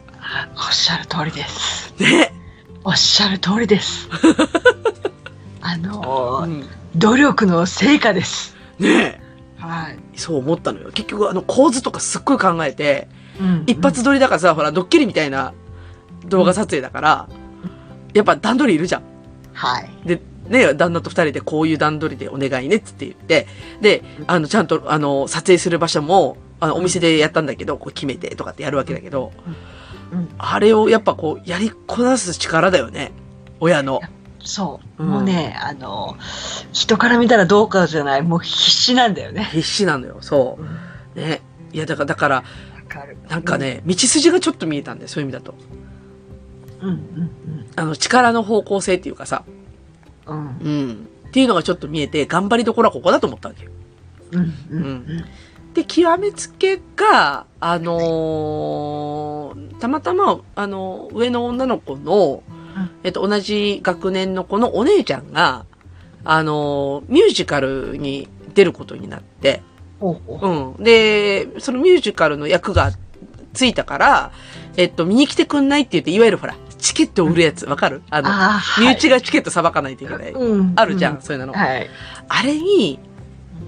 Speaker 4: おっしゃる通りです。
Speaker 2: ね。
Speaker 4: おっしゃる通り です。あ
Speaker 2: う
Speaker 4: のー、
Speaker 2: ん
Speaker 4: 努力の成果です。
Speaker 2: ね
Speaker 4: はい。
Speaker 2: え。そう思ったのよ。結局、あの、構図とかすっごい考えて、
Speaker 4: うん
Speaker 2: 一発撮りだからさ、ほら、ドッキリみたいな動画撮影だから、やっぱ段取りいるじゃん。
Speaker 4: はい。
Speaker 2: で、ね、旦那と二人でこういう段取りでお願いねっつって言って、で、あの、ちゃんと、あの、撮影する場所も、あの、お店でやったんだけど、こう決めてとかってやるわけだけど
Speaker 4: うんうん、
Speaker 2: あれをやっぱこう、やりこなす力だよね。親の。
Speaker 4: そう。
Speaker 2: うん
Speaker 4: もうね、あのー、人から見たらどうかじゃない、もう必死なんだよね。
Speaker 2: 必死なのよ、そう。ね。いや、だから、だから、
Speaker 3: わかる。
Speaker 2: なんかね、道筋がちょっと見えたんだよ、そういう意味だと。
Speaker 4: うんうん
Speaker 2: あの、力の方向性っていうかさ、
Speaker 4: うん。うん
Speaker 2: うん。っていうのがちょっと見えて、頑張りどころはここだと思ったわけよ。
Speaker 4: うん
Speaker 2: う。
Speaker 4: うんん
Speaker 2: で、極めつけが、あのーたまたま、あの、上の女の子の
Speaker 4: うん、
Speaker 2: えっと、同じ学年の子のお姉ちゃんが、あのーミュージカルに出ることになって、
Speaker 4: ほうほ
Speaker 2: うん。で、そのミュージカルの役がついたから、えっと、見に来てくんないって言って、いわゆるほら、チケットを売るやつ、わかるあ
Speaker 4: う。
Speaker 2: の、
Speaker 4: ああ、
Speaker 2: 身内がチケットさばかないといけない。
Speaker 4: うん
Speaker 2: あるじゃん、
Speaker 4: う
Speaker 2: そういうの。
Speaker 4: はい。
Speaker 2: あれに、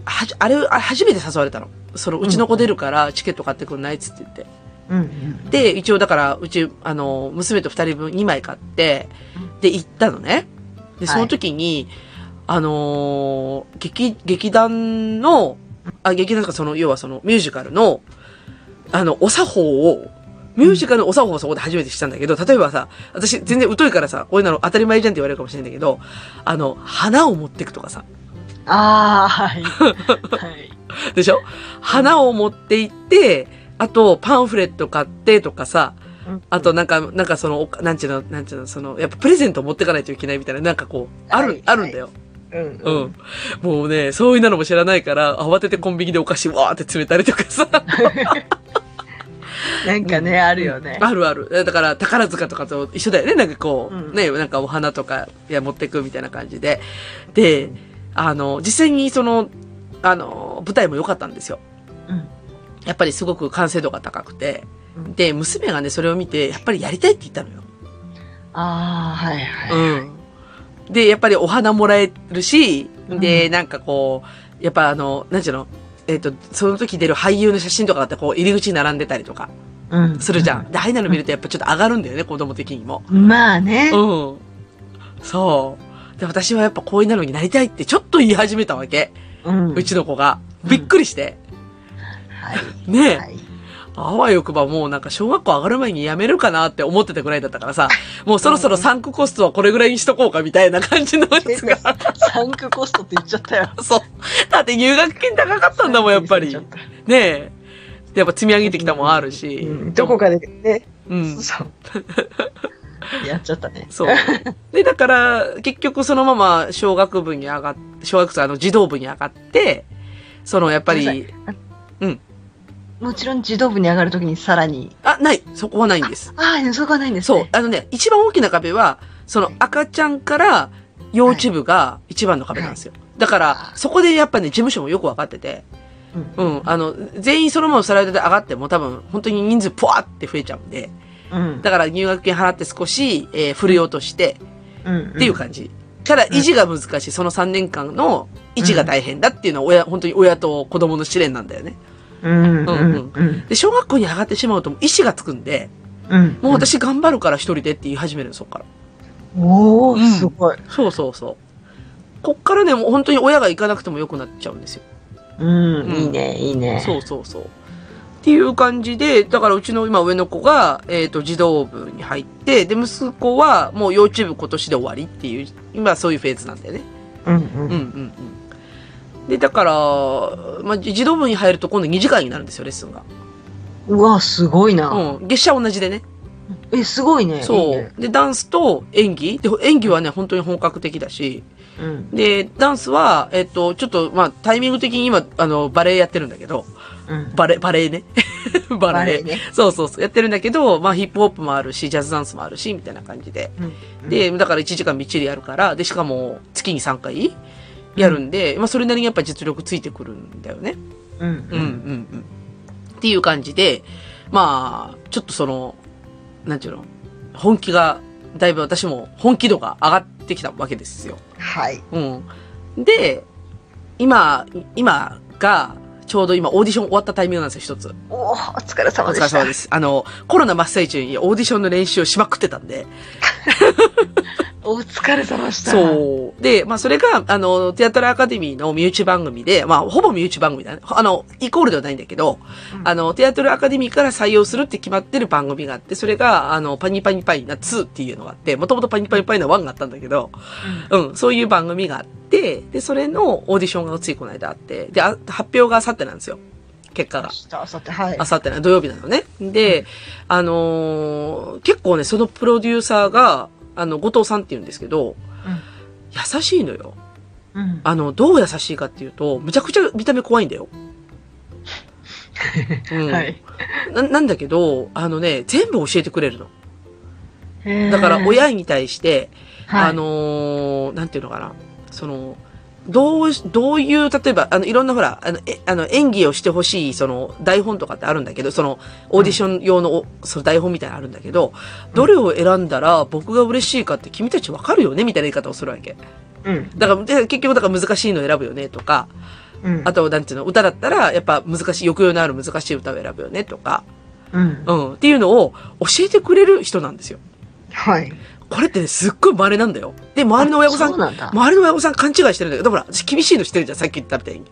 Speaker 2: はじ、あれ、あ初めて誘われたの。その、うちの子出るからチケット買ってくんないっつって言って。
Speaker 4: うんうん。
Speaker 2: で、一応だから、うち、あの、娘と二人分2枚買って、で、行ったのね。で、その時に、あのー劇、劇団の、あ、劇団とかその、要はその、ミュージカルの、あの、お作法を、ミュージカルのお作法をそこで初めてしたんだけど、例えばさ、私全然疎いからさ、こういうの当たり前じゃんって言われるかもしれないんだけど、あの、花を持ってくとかさ、
Speaker 4: ああ、 はい。はい。
Speaker 2: でしょ花を持って行って、あと、パンフレット買ってとかさ、あと、なんか、なんかその、おかなんちゅうの、なんちゅうの、その、やっぱプレゼント持ってかないといけないみたいな、なんかこう、ある、
Speaker 3: はい
Speaker 2: あるんだよ。
Speaker 3: うん
Speaker 2: う
Speaker 3: うん
Speaker 2: ん。もうね、そういうのも知らないから、慌ててコンビニでお菓子わーって詰めたりとかさ。
Speaker 4: なんかね、あるよね。
Speaker 2: あるある。だから、宝塚とかと一緒だよね。なんかこう、
Speaker 4: うん
Speaker 2: ね、なんかお花とか、いや、持ってくみたいな感じで。で、あの、実際にその、あの、舞台も良かったんですよ。
Speaker 4: うん
Speaker 2: やっぱりすごく完成度が高くて。
Speaker 4: うん
Speaker 2: で、娘がね、それを見て、やっぱりやりたいって言ったのよ。
Speaker 4: ああ、はいはい。
Speaker 2: うん。で、やっぱりお花もらえるし、で、なんかこう、やっぱあの、なんていうの、えっ、と、その時出る俳優の写真とかだってこう、入り口に並んでたりとか
Speaker 4: うん
Speaker 2: するじゃん。で、ああいうの見るとやっぱちょっと上がるんだよね、子供的にも。
Speaker 4: まあね。
Speaker 2: うん。そう。で、私はやっぱこういうのになりたいってちょっと言い始めたわけ。
Speaker 4: うん
Speaker 2: うちの子が。
Speaker 4: うん
Speaker 2: びっくりして。
Speaker 4: はい。
Speaker 2: ねえ、
Speaker 4: はい。
Speaker 2: あわよくばもうなんか小学校上がる前に辞めるかなって思ってたぐらいだったからさ、もうそろそろサンクコストはこれぐらいにしとこうかみたいな感じのやつが。
Speaker 4: サンクコストって言っちゃったよ。
Speaker 2: そう。だって入学金高かったんだもん、やっぱり。ねえ。でやっぱ積み上げてきたもんあるし。
Speaker 3: うん。どこかでね、
Speaker 2: うん。
Speaker 3: そう。
Speaker 4: やっちゃったね。
Speaker 2: そう。で、だから、結局そのまま小学部に上がっ、小学生、あの、児童部に上がって、その、やっぱ
Speaker 4: ご
Speaker 2: り、
Speaker 4: もちろん児童部に上がるときにさらに。
Speaker 2: あ、ない、そこはないんです。
Speaker 4: ああ、そこはないんです、
Speaker 2: そう
Speaker 4: ね。。
Speaker 2: あのね、一番大きな壁は、その赤ちゃんから幼稚部が一番の壁なんですよ。だから、そこでやっぱね、事務所もよくわかってて、
Speaker 4: う。
Speaker 2: うんん、あの、全員そのままスライドで上がっても多分、本当に人数ポワって増えちゃうんで、
Speaker 4: うん。
Speaker 2: だから入学金払って少し、えー振り落として、
Speaker 4: うん。
Speaker 2: っていう感じ。ただ、維持が難しい。その3年間の維持が大変だっていうのは、親、本当に親と子供の試練なんだよね。
Speaker 4: うん。うん。
Speaker 2: うん
Speaker 4: うん。
Speaker 2: で、小学校に上がってしまうと、意思がつくんで、
Speaker 4: うん。
Speaker 2: もう私頑張るから一人でって言い始めるの、そっから。
Speaker 4: おお
Speaker 2: うん
Speaker 4: すごい。
Speaker 2: そうそうそう。こっからね、もう本当に親が行かなくても良くなっちゃうんですよ。
Speaker 4: うん、
Speaker 2: うん
Speaker 4: いいね、いいね。
Speaker 2: そうそうそう。っていう感じで、だからうちの今上の子が、えっ、と、児童部に入って、で、息子はもう幼稚部今年で終わりっていう、今そういうフェーズなんだよね。
Speaker 4: うん
Speaker 2: うんうんうん。で、だから、まあ、児童部に入ると今度2時間になるんですよ、レッスンが。
Speaker 4: うん。うわ、すごいな。
Speaker 2: うん。月謝は同じでね。
Speaker 4: え、すごいね。いい
Speaker 2: そ
Speaker 4: ね
Speaker 2: う。で、ダンスと演技。で、演技はね、本当に本格的だし。
Speaker 4: うん。
Speaker 2: で、ダンスは、えっと、ちょっと、まあ、タイミング的に今、あの、バレエやってるんだけど、
Speaker 4: うん。
Speaker 2: バレエ、バレエね。 バレエ。
Speaker 4: エね。
Speaker 2: そうそうそう、やってるんだけど、まあヒップホップもあるし、ジャズダンスもあるし、みたいな感じで。
Speaker 4: うん、
Speaker 2: で、だから1時間みっちりやるから、で、しかも月に3回やるんで、まあそれなりにやっぱ実力ついてくるんだよね。
Speaker 4: うん。う
Speaker 2: うんうん
Speaker 4: ん。
Speaker 2: うん。っていう感じで、まあ、ちょっとその、なんていうの、本気が、だいぶ私も本気度が上がってきたわけですよ。
Speaker 4: はい。
Speaker 2: うん。で、今、今が、ちょうど今オーディション終わったタイミングなんですよ、一つ。
Speaker 4: おお、お疲れ
Speaker 2: お
Speaker 4: 様で
Speaker 2: 疲れ
Speaker 4: した。
Speaker 2: 様です。あの、コロナ真っ最中にオーディションの練習をしまくってたんで。
Speaker 4: お疲れ様でした。
Speaker 2: そう。で、まあ、それが、あの、テアトルアカデミーの身内番組で、まあ、ほぼ身内番組だね。あの、イコールではないんだけど、
Speaker 4: うん
Speaker 2: あの、テアトルアカデミーから採用するって決まってる番組があって、それが、あの、パニパニパイな2っていうのがあって、もともとパニパニパイな1があったんだけど、うん、そういう番組があって、で、それのオーディションがついこの間あって、で、あ発表があさってなんですよ。結果が
Speaker 4: 明。日、明後日、はい
Speaker 2: あ。さって土曜日なのね。で、あのー結構ね、そのプロデューサーが、あの、後藤さんって言うんですけど、
Speaker 4: うん
Speaker 2: 優しいのよ。
Speaker 4: うん。
Speaker 2: あの、どう優しいかっていうと、むちゃくちゃ見た目怖いん だよ。うん
Speaker 4: はい。
Speaker 2: ななんだけど、あのね、全部教えてくれるの。
Speaker 4: へー
Speaker 2: だから、、親に対して、
Speaker 4: はい
Speaker 2: あ、のーなんていうのかな。その、どうし、どういう、例えば、あの、いろんなほら、あの、えあの演技をしてほしい、その、台本とかってあるんだけど、その、オーディション用の、おその台本みたいなのあるんだけど、どれを選んだら僕が嬉しいかって君たちわかるよねみたいな言い方をするわけ。
Speaker 4: うん。
Speaker 2: だから、で結局、だから難しいの選ぶよねとか、
Speaker 4: うん。
Speaker 2: あと、なんていうの、歌だったら、やっぱ難しい、抑揚のある難しい歌を選ぶよねとか、
Speaker 4: うん。
Speaker 2: うん、っていうのを教えてくれる人なんですよ。
Speaker 4: はい。
Speaker 2: これってね、すっごい稀なんだよ。で、周りの親御さん
Speaker 4: そうなんだ。
Speaker 2: 周りの親御さん勘違いしてるんだけど、ほら、私厳しいのしてるじゃん、さっき言ったみたいに。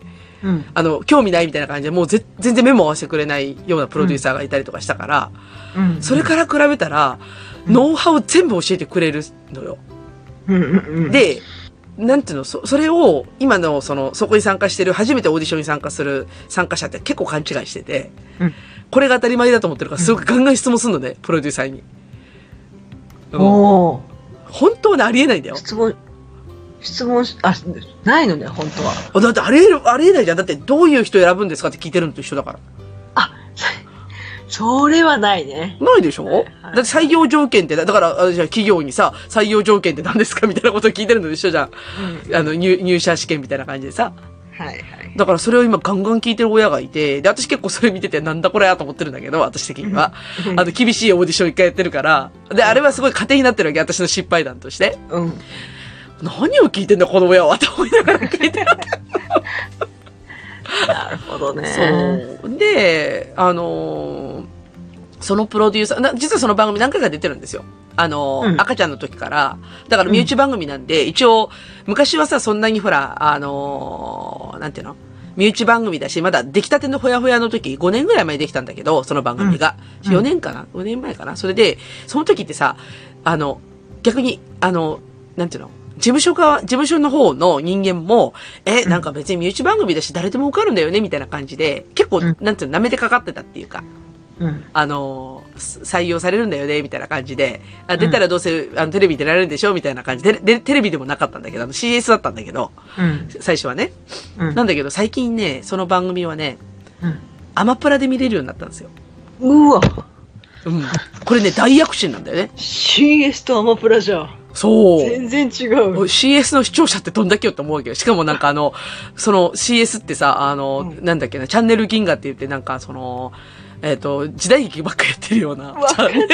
Speaker 4: うん。
Speaker 2: あの、興味ないみたいな感じで、もうぜ全然目も合わせてくれないようなプロデューサーがいたりとかしたから、
Speaker 4: うん。
Speaker 2: それから比べたら、
Speaker 4: うん
Speaker 2: ノウハウ全部教えてくれるのよ。
Speaker 4: うんうんうん。、
Speaker 2: で、なんていうの、そ、それを、今の、その、そこに参加してる、初めてオーディションに参加する参加者って結構勘違いしてて、
Speaker 4: うん
Speaker 2: これが当たり前だと思ってるから、すごくガンガン質問するのね、プロデューサーに。うん
Speaker 4: おお。
Speaker 2: 本当はね、ありえないんだよ。
Speaker 4: 質問、質問し、あ、ないのね、本当は。
Speaker 2: あだってありえる、ありえないじゃん。だって、どういう人選ぶんですかって聞いてるのと一緒だから。
Speaker 4: それはないね。
Speaker 2: ないでしょ、
Speaker 4: はい
Speaker 2: だって採用条件って、だだから、あじゃあ企業にさ、採用条件って何ですかみたいなことを聞いてるのと一緒じゃん。
Speaker 4: うん。
Speaker 2: あの、入入社試験みたいな感じでさ。
Speaker 4: はいはい。
Speaker 2: だからそれを今ガンガン聞いてる親がいて、で、私結構それ見ててなんだこれやと思ってるんだけど、私的には。あの、厳しいオーディション一回やってるから。で、あれはすごい糧になってるわけ、私の失敗談として。
Speaker 4: うん。
Speaker 2: 何を聞いてんだ、この親は。と思いながら聞いてる。
Speaker 4: なるほどね。
Speaker 2: そう。で、あのーそのプロデューサーな、実はその番組何回か出てるんですよ。あのー
Speaker 4: うん
Speaker 2: 赤ちゃんの時から。だから
Speaker 4: うん
Speaker 2: 身内番組なんで、一応、昔はさ、そんなにほら、あのーなんていうの身内番組だし、まだ出来たてのほやほやの時、5年ぐらい前にできたんだけど、その番組が。
Speaker 4: うん
Speaker 2: 4年かな ?5 年前かなそれで、その時ってさ、あの、逆に、あの、なんていうの事務所側、事務所の方の人間も、え、なんか別に身内番組だし誰でも受かるんだよね、みたいな感じで、結
Speaker 4: う
Speaker 2: 構、
Speaker 4: ん
Speaker 2: なんていうの、舐めてかかってたっていうか、
Speaker 4: うん。
Speaker 2: あのー、す採用されるんだよね、みたいな感じで、あ出たらどうせ、あの、テレビ出られるんでしょみたいな感じで、でテレビでもなかったんだけど、あの、CS だったんだけど、
Speaker 4: うん。
Speaker 2: 最初はね。
Speaker 4: うん
Speaker 2: なんだけど、最近ね、その番組はね、
Speaker 4: うん
Speaker 2: アマプラで見れるようになったんですよ。
Speaker 4: うわ。
Speaker 2: うん。これね、大躍進なんだよね。
Speaker 4: CS とアマプラじゃん。
Speaker 2: そう。
Speaker 4: 全然違う。
Speaker 2: CS の視聴者ってどんだけよって思うけど、しかもなんかあの、その CS ってさ、あの、
Speaker 4: う
Speaker 2: なんだっけな、チャンネル銀河って言ってなんかその、えっ、と、時代劇ばっかやってるような
Speaker 4: わ、かんね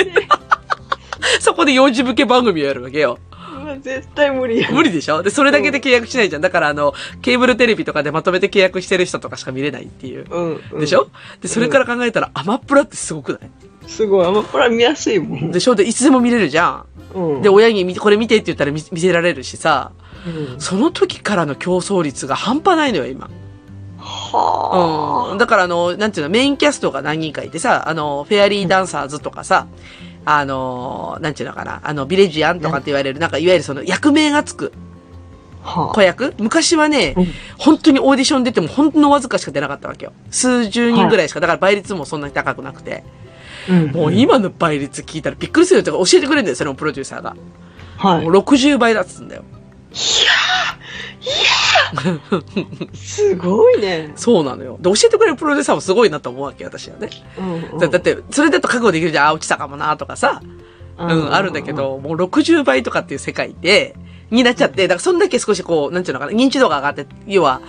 Speaker 2: そこで幼児向け番組をやるわけよ。
Speaker 4: うわ絶対無理や。
Speaker 2: 無理でしょで、それだけで契約しないじゃん。だからあの、ケーブルテレビとかでまとめて契約してる人とかしか見れないっていう。
Speaker 4: うん。うん
Speaker 2: でしょで、それから考えたら、アマプラってすごくない
Speaker 3: すごい。アマプラ見やすいもん。
Speaker 2: でしょで、いつでも見れるじゃ。
Speaker 3: うんん、
Speaker 2: で、親に見これ見てって言ったら見見せられるしさ、
Speaker 3: うん
Speaker 2: その時からの競争率が半端ないのよ、今。
Speaker 3: は
Speaker 2: うん。だからあの、なんていうの、メインキャストが何人かいてさ、あの、フェアリーダンサーズとかさ、あの、なんていうのかな、あの、ビレジアンとかって言われる、なんかいわゆるその役名がつく
Speaker 3: あ。は
Speaker 2: 子役昔はね、
Speaker 3: うん
Speaker 2: 本当にオーディション出てもほんのわずかしか出なかったわけよ。数十人ぐらいしか、だから倍率もそんなに高くなくて。
Speaker 3: あ。うん
Speaker 2: もう。今の倍率聞いたらびっくりするよとか教えてくれるんだよ、そのプロデューサーが。
Speaker 3: はい
Speaker 2: もう。60倍だっつうんだよ。
Speaker 3: すごいね。
Speaker 2: そうなのよ。で、教えてくれるプロデューサーもすごいなと思うわけよ、私はね。
Speaker 3: うんうん
Speaker 2: だだって、それだと覚悟できるじゃん、あ、落ちたかもな、とかさ。うん、あるんだけ。ど、もう60倍とかっていう世界で、になっちゃって、だからそんだけ少しこう、なんていうのかな、認知度が上がって、要は、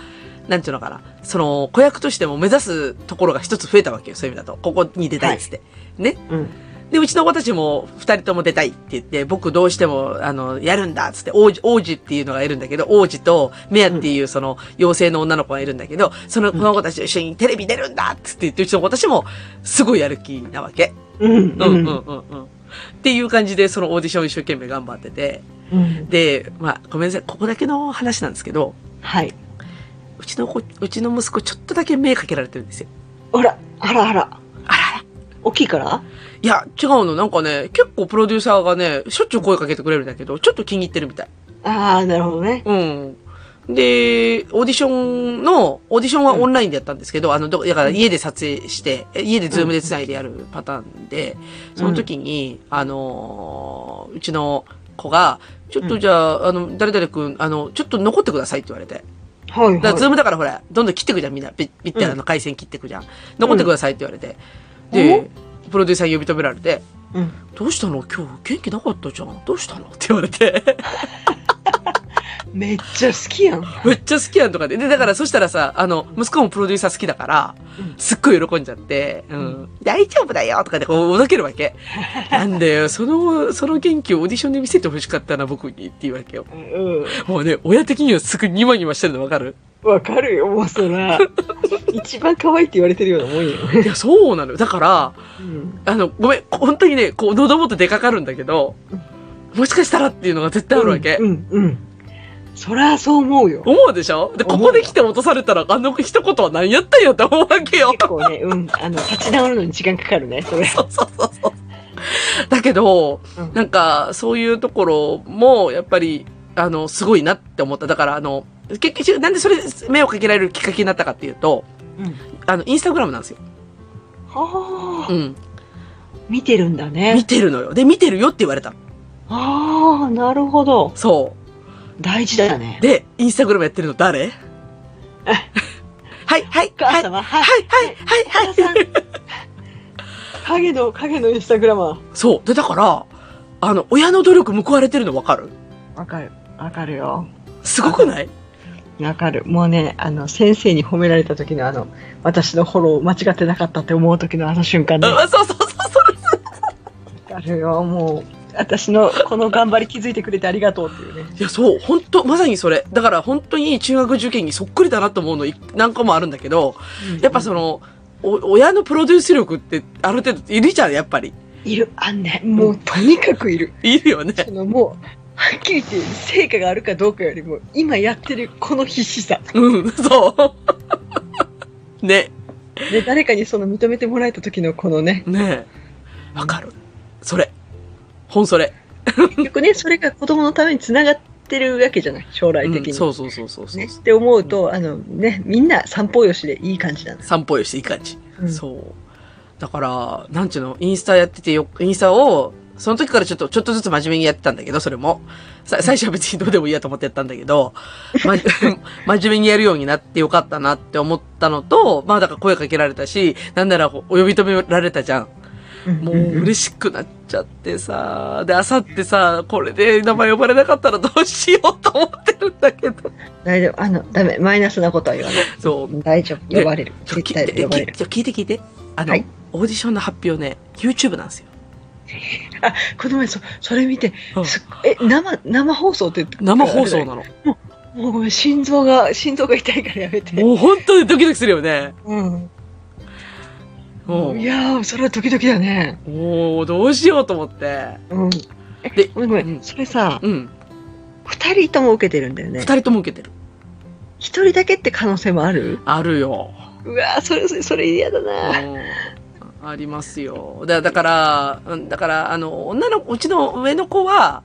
Speaker 2: なんていうのかな、その、子役としても目指すところが一つ増えたわけよ、そういう意味だと。ここに出たいっつって。ね。
Speaker 3: うん。
Speaker 2: で、うちの子たちも二人とも出たいって言って、僕どうしても、あの、やるんだっつって、王子、王子っていうのがいるんだけど、王子とメアっていうその、妖精の女の子がいるんだけど、その、この子たちと一緒にテレビ出るんだっつって言って、うちの子たちも、すごいやる気なわけ。
Speaker 3: うん。。
Speaker 2: うんうんうんんうん。っていう感じで、そのオーディションを一生懸命頑張ってて。
Speaker 3: うん。
Speaker 2: で、まあ、ごめんなさい。ここだけの話なんですけど、
Speaker 3: はい。
Speaker 2: うちの子、うちの息子ちょっとだけ目かけられてるんですよ。
Speaker 3: あら、あら
Speaker 2: あ
Speaker 3: あら。
Speaker 2: らあら。
Speaker 3: 大きいから
Speaker 2: いや、違うの。なんかね、結構プロデューサーがね、しょっちゅう声かけてくれるんだけど、ちょっと気に入ってるみたい。
Speaker 3: ああ、なるほどね。
Speaker 2: うん。で、オーディションの、オーディションはオンラインでやったんですけど、あの、どだから家で撮影して、え家でズームで繋いでやるパターンで、その時に、あのーうちの子が、ちょっとじゃあ、あの、誰々くん、あの、ちょっと残ってくださいって言われて。
Speaker 3: はい、はい。
Speaker 2: だからズームだからほら、どんどん切ってくじゃん、みんな。ビッ、ビッてあの回線切ってくじゃん。残ってくださいって言われて。で、プロデューサーに呼び止められて、
Speaker 3: うん。
Speaker 2: どうしたの今日元気なかったじゃん。どうしたのって言われて。
Speaker 3: めっちゃ好きやん。
Speaker 2: めっちゃ好きやんとかで。で、だからそしたらさ、あの、息子もプロデューサー好きだから
Speaker 3: うん、
Speaker 2: すっごい喜んじゃって、うん、大丈夫だよとかでこう、おどけるわけ。なんだよ、その、その元気をオーディションで見せてほしかったな、僕にって言うわけよ。
Speaker 3: うん。
Speaker 2: もうね、親的にはすぐニマニマしてるのわかる
Speaker 3: わかるよ、もうそ ら。一番可愛いって言われてるようなも んよ。
Speaker 2: いや、そうなのよ。だから、
Speaker 3: うん。
Speaker 2: あの、ごめん、本当にね、こう、喉元出かかるんだけど、もしかしたらっていうのが絶対あるわけ。
Speaker 3: うん、うん。そら、そう思うよ。
Speaker 2: 思うでしょで、ここで来て落とされたら、あの一言は何やったんやって思うわけよ。
Speaker 3: 結構ね、うん。あの、立ち直るのに時間かかるね、それ。
Speaker 2: そうそうそうそう。だけど、
Speaker 3: うん
Speaker 2: なんか、そういうところも、やっぱり、あの、すごいなって思った。だから、あの、結局、なんでそれ、目をかけられるきっかけになったかっていうと、
Speaker 3: うん。
Speaker 2: あの、インスタグラムなんですよ。
Speaker 3: は
Speaker 2: う
Speaker 3: あ、
Speaker 2: ん。
Speaker 3: 見てるんだ
Speaker 2: 見
Speaker 3: ね。
Speaker 2: てるのよ。で、見てるよって言われたの。
Speaker 3: ああ、なるほど。
Speaker 2: そ
Speaker 3: 大事だね
Speaker 2: う。。で、インスタグラムやってるの 誰はい、はい、
Speaker 3: お
Speaker 2: は
Speaker 3: 母
Speaker 2: い、はい、
Speaker 3: 様、はい。
Speaker 2: はい、はい、はい。
Speaker 3: 影の、影のインスタグラマー。
Speaker 2: そう。で、だから、あの、親の努力報われてるの分かる
Speaker 3: わかる。わかるよ。
Speaker 2: すごくない
Speaker 3: わかる。もうね、あの、先生に褒められた時のあの、私のフォロー間違ってなかったって思う時のあの瞬間ね。
Speaker 2: あそうそうそうそう。
Speaker 3: わかるよ、もう。私のこの頑張り気づいてくれてありがとうっていうね。
Speaker 2: いや、そう、本当まさにそれ。だから本当に中学受験にそっくりだなと思うのい何個もあるんだけど、やっぱその、お親のプロデュース力ってある程度いるじゃん、やっぱり。
Speaker 3: いる、あんね、もうとにかくいる。
Speaker 2: いるよね。
Speaker 3: そのもう、はっきり言って成果があるかどうかよりも、今やってるこの必死さ。
Speaker 2: うん、そう。ね、
Speaker 3: で、誰かにその認めてもらえた時のこのね、
Speaker 2: ねえわかる。それ。本それ。
Speaker 3: 結局ね、それが子供のためにつながってるわけじゃない、将来
Speaker 2: う
Speaker 3: 的に。
Speaker 2: ん、そうそうそうそうそう。
Speaker 3: ね、って思うと、あのね、みんな散歩よしでいい感じなんです。
Speaker 2: 散歩よしていい感じ。
Speaker 3: うん
Speaker 2: そう。だから、なんちゅうの、インスタやっててよ、インスタを、その時からちょっと、ちょっとずつ真面目にやってたんだけど、それも。さ最初は別にどうでもいいやと思ってやったんだけど、 ま、真面目にやるようになってよかったなって思ったのと、まあだから声かけられたし、なんならお呼び止められたじゃん。もう嬉しくなっちゃってさ、で、あさってさ、これで名前呼ばれなかったらどうしようと思ってるんだけど。
Speaker 3: 大丈夫。あの、ダメ。マイナスなことは言わない。
Speaker 2: そう、
Speaker 3: 大丈夫。呼ばれる。
Speaker 2: ちょ、
Speaker 3: 絶
Speaker 2: き
Speaker 3: 対呼ばれる
Speaker 2: き。ちょ聞いて聞いて。あの、
Speaker 3: はい
Speaker 2: オーディションの発表ね、YouTube なんですよ。
Speaker 3: この前そ、それ見て
Speaker 2: うん、
Speaker 3: すっえ、生、生放送って言って
Speaker 2: 生放送なの。
Speaker 3: もうごめん、心臓が、心臓が痛いからやめて。
Speaker 2: もう本当にドキドキするよね。
Speaker 3: うん。
Speaker 2: お
Speaker 3: いやー、それは時々だね。
Speaker 2: おーどうしようと思って。
Speaker 3: うん。
Speaker 2: で
Speaker 3: え、ごめんごめ
Speaker 2: うん
Speaker 3: ん。それさ、
Speaker 2: うん。
Speaker 3: 二人とも受けてるんだよ
Speaker 2: 二
Speaker 3: ね。
Speaker 2: 人とも受けてる。
Speaker 3: 一人だけって可能性もある
Speaker 2: あるよ。
Speaker 3: うわー、それ、それそれ嫌だな。
Speaker 2: うんありますよ。だだから、うんだから、あの、女の子、うちの上の子は、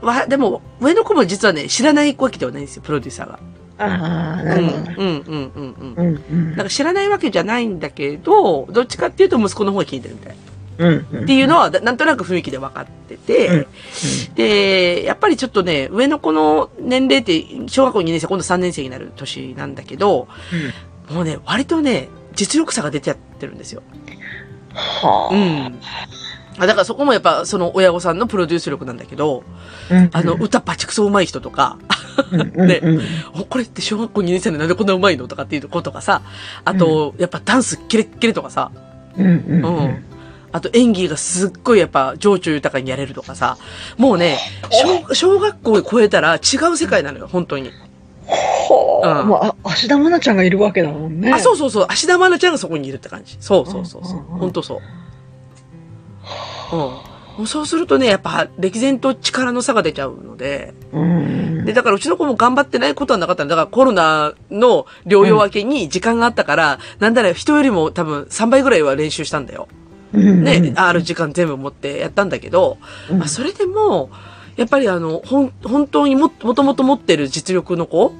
Speaker 2: わ、でも、上の子も実はね、知らないわけではないんですよ、プロデューサーが。
Speaker 3: ああ、
Speaker 2: うん、
Speaker 3: な
Speaker 2: う
Speaker 3: る
Speaker 2: ん
Speaker 3: ほど
Speaker 2: う
Speaker 3: な、。
Speaker 2: ん、うん、うん。
Speaker 3: うん、
Speaker 2: だから知らないわけじゃないんだけど、どっちかっていうと息子の方が聞いてるみたい。っ
Speaker 3: うん。うん。
Speaker 2: ていうのは、だなんとなく雰囲気で分かって
Speaker 3: う
Speaker 2: て
Speaker 3: ん、
Speaker 2: で、やっぱりちょっとね、上の子の年齢って、小学校2年生、今度3年生になる年なんだけど、もうね、割とね、実力差が出ちゃってるんですよ。う
Speaker 3: は
Speaker 2: ん。あだからそこもやっぱ、その親御さんのプロデュース力なんだけど、
Speaker 3: あ。うん
Speaker 2: あの、、歌バチクソ上手い人とか、ね
Speaker 3: ね。うん
Speaker 2: おこれって小学校2年生でなんでこんな上手いのとかっていうことがさ、あと、やっぱダンスキレッキレとかさ、
Speaker 3: うん。
Speaker 2: う。
Speaker 3: うん
Speaker 2: あと演技がすっごいやっぱ情緒豊かにやれるとかさ、もうね、小小学校を超えたら違う世界なのよ、本当に。
Speaker 3: ほ
Speaker 2: う
Speaker 3: ー
Speaker 2: ん
Speaker 3: もう、あ、芦田愛菜ちゃんがいるわけだもんね。。
Speaker 2: あ、そううそうそう、芦田愛菜ちゃんがそこにいるって感じ。そうそうそうそう
Speaker 3: うんうんうん
Speaker 2: 本当そう。うん。もうそうするとね、やっぱ歴然と力の差が出ちゃうので、
Speaker 3: うん。
Speaker 2: で、だからうちの子も頑張ってないことはなかったんだだからコロナの療養明けに時間があったから、なんなら人よりも多分3倍ぐらいは練習したんだよ。
Speaker 3: うん
Speaker 2: ね、、ある時間全部持ってやったんだけど、
Speaker 3: うん
Speaker 2: まあ、それでも、やっぱりあの、ほん、本当にも、もともと持ってる実力の子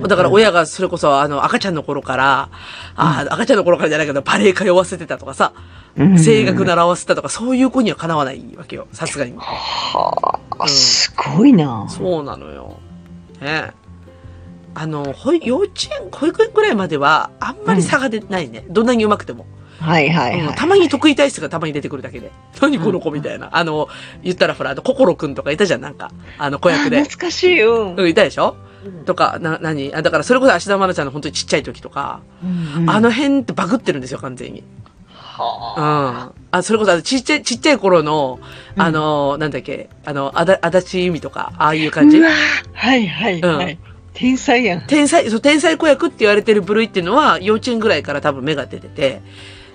Speaker 2: だから親がそれこそあの、赤ちゃんの頃から、あー赤ちゃんの頃からじゃないけど、バレエ通わせてたとかさ、
Speaker 3: うん
Speaker 2: 声楽。習わせてたとか、そういう子にはかなわないわけよ、さすがに。
Speaker 3: は
Speaker 2: うん
Speaker 3: あ、すごいな。
Speaker 2: そうなのよ。ねえあの、保育幼稚園、保育園ぐらいまでは、あんまり差が出てないね。どんなに上手くても。
Speaker 3: はいはいは
Speaker 2: うん
Speaker 3: い。
Speaker 2: たまに得意体質がたまに出てくるだけで。何この子みたいな。あの、言ったらほら、あの、心くんとかいたじゃん、なんか。あの、子役
Speaker 3: あ
Speaker 2: で。
Speaker 3: 懐かしいよ。
Speaker 2: うんいたでしょとか、な、なにあ、だからそれこそ芦田愛菜ちゃんの本当にちっちゃい時とか、
Speaker 3: うん
Speaker 2: あ、の辺ってバグってるんですよ、完全に。うん。
Speaker 3: は
Speaker 2: あ、それこそ、あのちっちゃい、ちっちゃい頃の、
Speaker 3: うん
Speaker 2: あの、なんだっけ、あの、あだ、あだちみとか、ああいう
Speaker 3: あ
Speaker 2: 感じ
Speaker 3: うわ。ーはいはいは
Speaker 2: うん
Speaker 3: い。天才やん。
Speaker 2: 天才、そう、天才子役って言われてる部類っていうのは、幼稚園ぐらいから多分目が出てて、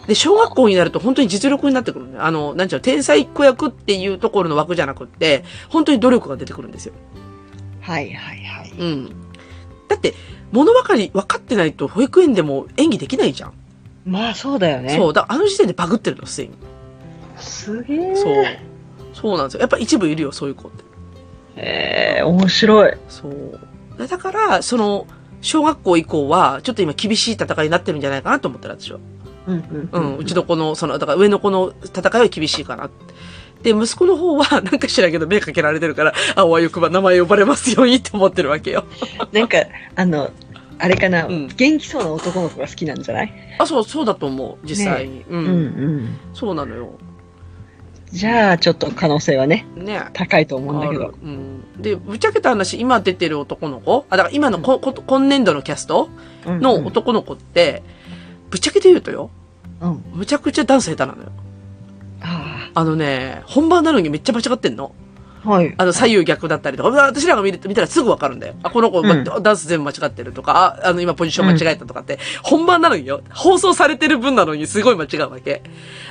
Speaker 2: で、小学校になると本当に実力になってくるんだよ。あの、なんちゅうの、天才子役っていうところの枠じゃなくって、本当に努力が出てくるんですよ。
Speaker 3: はいはいはい。
Speaker 2: うん。だって、物ばかり分かってないと保育園でも演技できないじゃん。
Speaker 3: まあそうだよね。
Speaker 2: そう。だあの時点でバグってるの、すでに。
Speaker 3: すげえ。
Speaker 2: そう。そうなんですよ。やっぱ一部いるよ、そういう子って。
Speaker 3: ええ、面白い。
Speaker 2: そう。だだから、その、小学校以降は、ちょっと今厳しい戦いになってるんじゃないかなと思ったら、私は。
Speaker 3: うん
Speaker 2: うん、うちの子の、その、だから上の子の戦いは厳しいかな。で、息子の方は、なんか知らんけど目かけられてるから、あわよくば名前呼ばれますようにって思ってるわけよ。
Speaker 3: なんか、あの、あれかな、
Speaker 2: うん
Speaker 3: 元気そうな男の子が好きなんじゃない
Speaker 2: あ、そう、そうだと思う、実際に。う、
Speaker 3: うんん。
Speaker 2: そうなのよ。
Speaker 3: じゃあ、ちょっと可能性はね、
Speaker 2: ね。
Speaker 3: 高いと思うんだけ
Speaker 2: あ
Speaker 3: ど
Speaker 2: る。うん。で、ぶっちゃけた話、今出てる男の子、あ、だから今のこ、こ今年度のキャストの
Speaker 3: うん
Speaker 2: 男の子って、ぶっちゃけて言うとよ、
Speaker 3: うん。
Speaker 2: むちゃくちゃダンス下手なのよ。
Speaker 3: あ
Speaker 2: あのね、本番なのにめっちゃ間違ってんの。
Speaker 3: あ、はい。
Speaker 2: あの、左右逆だったりとか、うわ私らが見る見たらすぐわかるんだよ。あ、この子、
Speaker 3: うん
Speaker 2: ダンス全部間違ってるとか、あ、あの、今ポジション間違えたとかって、本番なのによ。放送されてる分なのにすごい間違うわけ。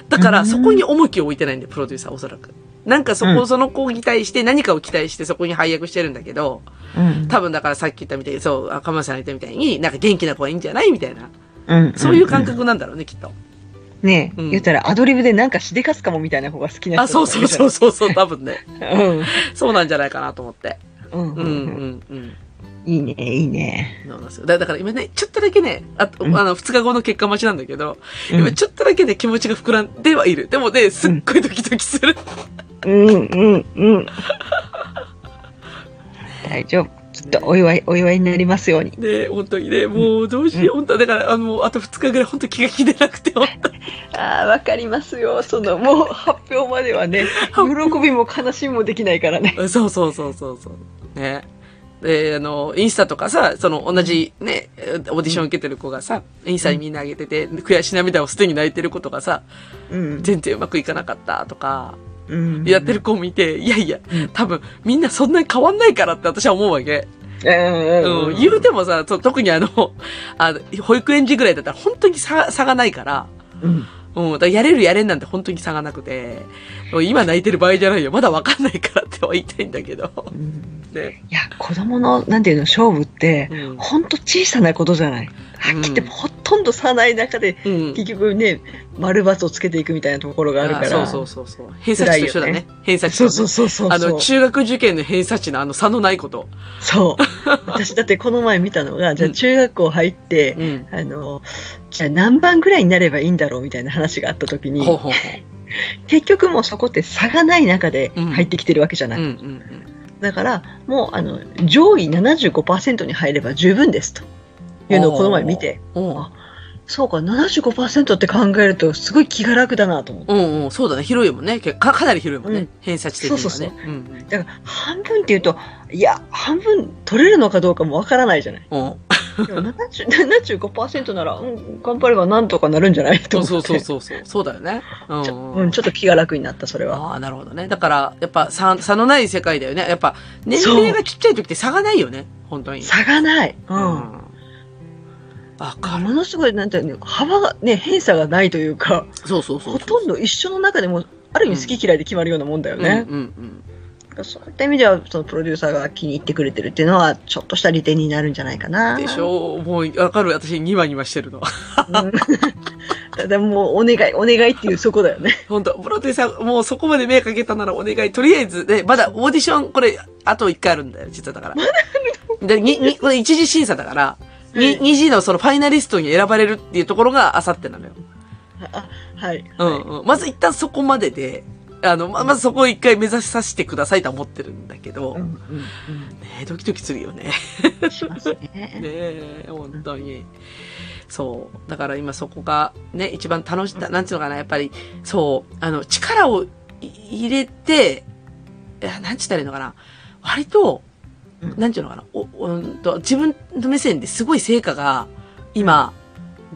Speaker 2: だから、
Speaker 3: うん
Speaker 2: そこに重きを置いてないんだよ、プロデューサー、おそらく。なんかそこ、
Speaker 3: うん
Speaker 2: その子に対して何かを期待してそこに配役してるんだけど、
Speaker 3: うん。
Speaker 2: 多分だからさっき言ったみたいに、そう、あ、かまさんが言ったみたいに、なんか元気な子がいいんじゃないみたいな。
Speaker 3: うん
Speaker 2: そういう感。覚なんだろうね、きっと。
Speaker 3: ね
Speaker 2: うん
Speaker 3: え、言ったらアドリブでなんかしでかすかもみたいな方が好きな
Speaker 2: あ、
Speaker 3: 人
Speaker 2: そう
Speaker 3: だった
Speaker 2: そ
Speaker 3: り
Speaker 2: う
Speaker 3: す
Speaker 2: そ
Speaker 3: る
Speaker 2: うそう、そう多分ね。
Speaker 3: うん。
Speaker 2: そうなんじゃないかなと思って。
Speaker 3: うん。
Speaker 2: う、
Speaker 3: うん。
Speaker 2: うんん、うん。
Speaker 3: いいね、いいね。
Speaker 2: そうなんですよ。だだから今ね、ちょっとだけね、あと、
Speaker 3: うん
Speaker 2: あの、二日後の結果待ちなんだけど、
Speaker 3: うん
Speaker 2: 今ちょっとだけね、気持ちが膨らんではいる。でもね、すっごいドキドキする。
Speaker 3: うん、うん、うん。大丈夫。きっとお祝い、お祝いになりますように。
Speaker 2: ね、本当にね、もうどうしよう。本当だから、あの、あと二日ぐらい本当気が気でなくて、本
Speaker 3: ああ、わかりますよ。その、もう発表まで はね、喜びも悲しみもできないからね。
Speaker 2: 当そうそうそうそうそう。ね。で、あの、インスタとかさ、その、同じね、オーディション受けてる子がさ、インスタにみんな上げてて、悔し涙を捨てに泣いてる子とかさ、
Speaker 3: うん。
Speaker 2: 全然うまくいかなかったとか、
Speaker 3: うん
Speaker 2: やってる。子を見て、いやいや
Speaker 3: うん、
Speaker 2: 多分みんなそんなに変わんないからって私は思うわけ。
Speaker 3: うん、
Speaker 2: う、
Speaker 3: うんん。
Speaker 2: 言うても さ、と特にあの、あの保育園児ぐらいだったら本当に差差がないから、
Speaker 3: うん。
Speaker 2: うん。だからやれるやれんなんて本当に差がなくて、もう今泣いてる場合じゃないよ。まだわかんないからっては言いたいんだけど。
Speaker 4: うん
Speaker 2: ね。
Speaker 3: いや、子供の、なんていうの、勝負って
Speaker 2: う、ん。
Speaker 3: ほんと小さなことじゃない。はっきり言って、
Speaker 2: うん
Speaker 3: ほとんど差ない中で、
Speaker 2: うん。
Speaker 3: 結局ね、丸×をつけていくみたいなところがあるか
Speaker 2: あ
Speaker 3: ら。
Speaker 2: そうそうそうそう。偏差値と一緒だね。偏差値と
Speaker 3: そ
Speaker 2: ね、
Speaker 3: うそうそうそうそう。
Speaker 2: あの、中学受験の偏差値のあの差のないこと。
Speaker 3: そう。私、だってこの前見たの が、じゃ
Speaker 2: う
Speaker 3: あ
Speaker 2: ん
Speaker 3: 中学校入って、
Speaker 2: うん。
Speaker 3: あの、じゃあ何番ぐらいになればいいんだろうみたいな話があった時に、
Speaker 2: ほうほうほ
Speaker 3: 結局もうそこって差がない中で入ってきてるわけじゃな
Speaker 2: う。
Speaker 3: い。
Speaker 2: うんうん
Speaker 3: だから、もう、あの、上位75%に入れば十分ですと。いうのをこの前見て、
Speaker 2: うん。おう
Speaker 3: そうか、75%って考えると、すごい気が楽だなと思って。
Speaker 2: うんうん、そうだね。広いもんね。けかかなり広いもんね。
Speaker 3: うん
Speaker 2: 偏差値的にはね。
Speaker 3: そうそうそ
Speaker 2: うん
Speaker 3: だから、半分って言うと、いや、半分取れるのかどうかもわからない じゃない。
Speaker 2: うん。うん。
Speaker 3: でも70 75%なら、うん、頑張ればなんとかなるんじゃないと
Speaker 2: そう
Speaker 3: 思って。
Speaker 2: そうそうそうそう。そうだよね。うん
Speaker 3: ちょ
Speaker 2: うん、
Speaker 3: うん、ちょっと気が楽になった、それは。
Speaker 2: ああ、なるほどね。だから、やっぱ差、差のない世界だよね。やっぱ、年齢がちっちゃい時って差がないよね。本当に。
Speaker 3: 差がない。う。
Speaker 2: うんわか
Speaker 3: も
Speaker 2: る。
Speaker 3: のすごい、なんていうの、幅が、ね、偏差がないというか、
Speaker 2: そうそうそうそう。
Speaker 3: ほとんど一緒の中でも、ある意味好き嫌いで決まるようなもんだよ
Speaker 2: うんうん
Speaker 3: ね。
Speaker 2: うん。
Speaker 3: そういった意味では、そのプロデューサーが気に入ってくれてるっていうのは、ちょっとした利点になるんじゃないかな。
Speaker 2: でしょうもう、わかる。私、ニワニワしてるの。
Speaker 3: うん。でもも、お願い、お願いっていうそこだよね。
Speaker 2: 本当プロデューサー、もうそこまで目かけたならお願い。とりあえず、ね、まだオーディション、これ、あと一回あるんだよ、実はだから。で、に、に、これ一次審査だから、に、二次のそのファイナリストに選ばれるっていうところがあさってなのよ。
Speaker 3: あはい。
Speaker 2: うんうん。まず一旦そこまでで、あの、ま、まずそこを一回目指させてくださいとは思ってるんだけど、
Speaker 3: うん
Speaker 2: ね
Speaker 3: うん
Speaker 2: えドキドキするよね。
Speaker 3: うん。しますね。
Speaker 2: ねえ、本当に。そう。だから今そこがね、一番楽し、なんていうのかな、やっぱり、そう、あの、力をい入れて、いやなんて言ったらいいのかな、割と
Speaker 3: うん、
Speaker 2: なんていうのかな、おうんと自分の目線ですごい成果が今、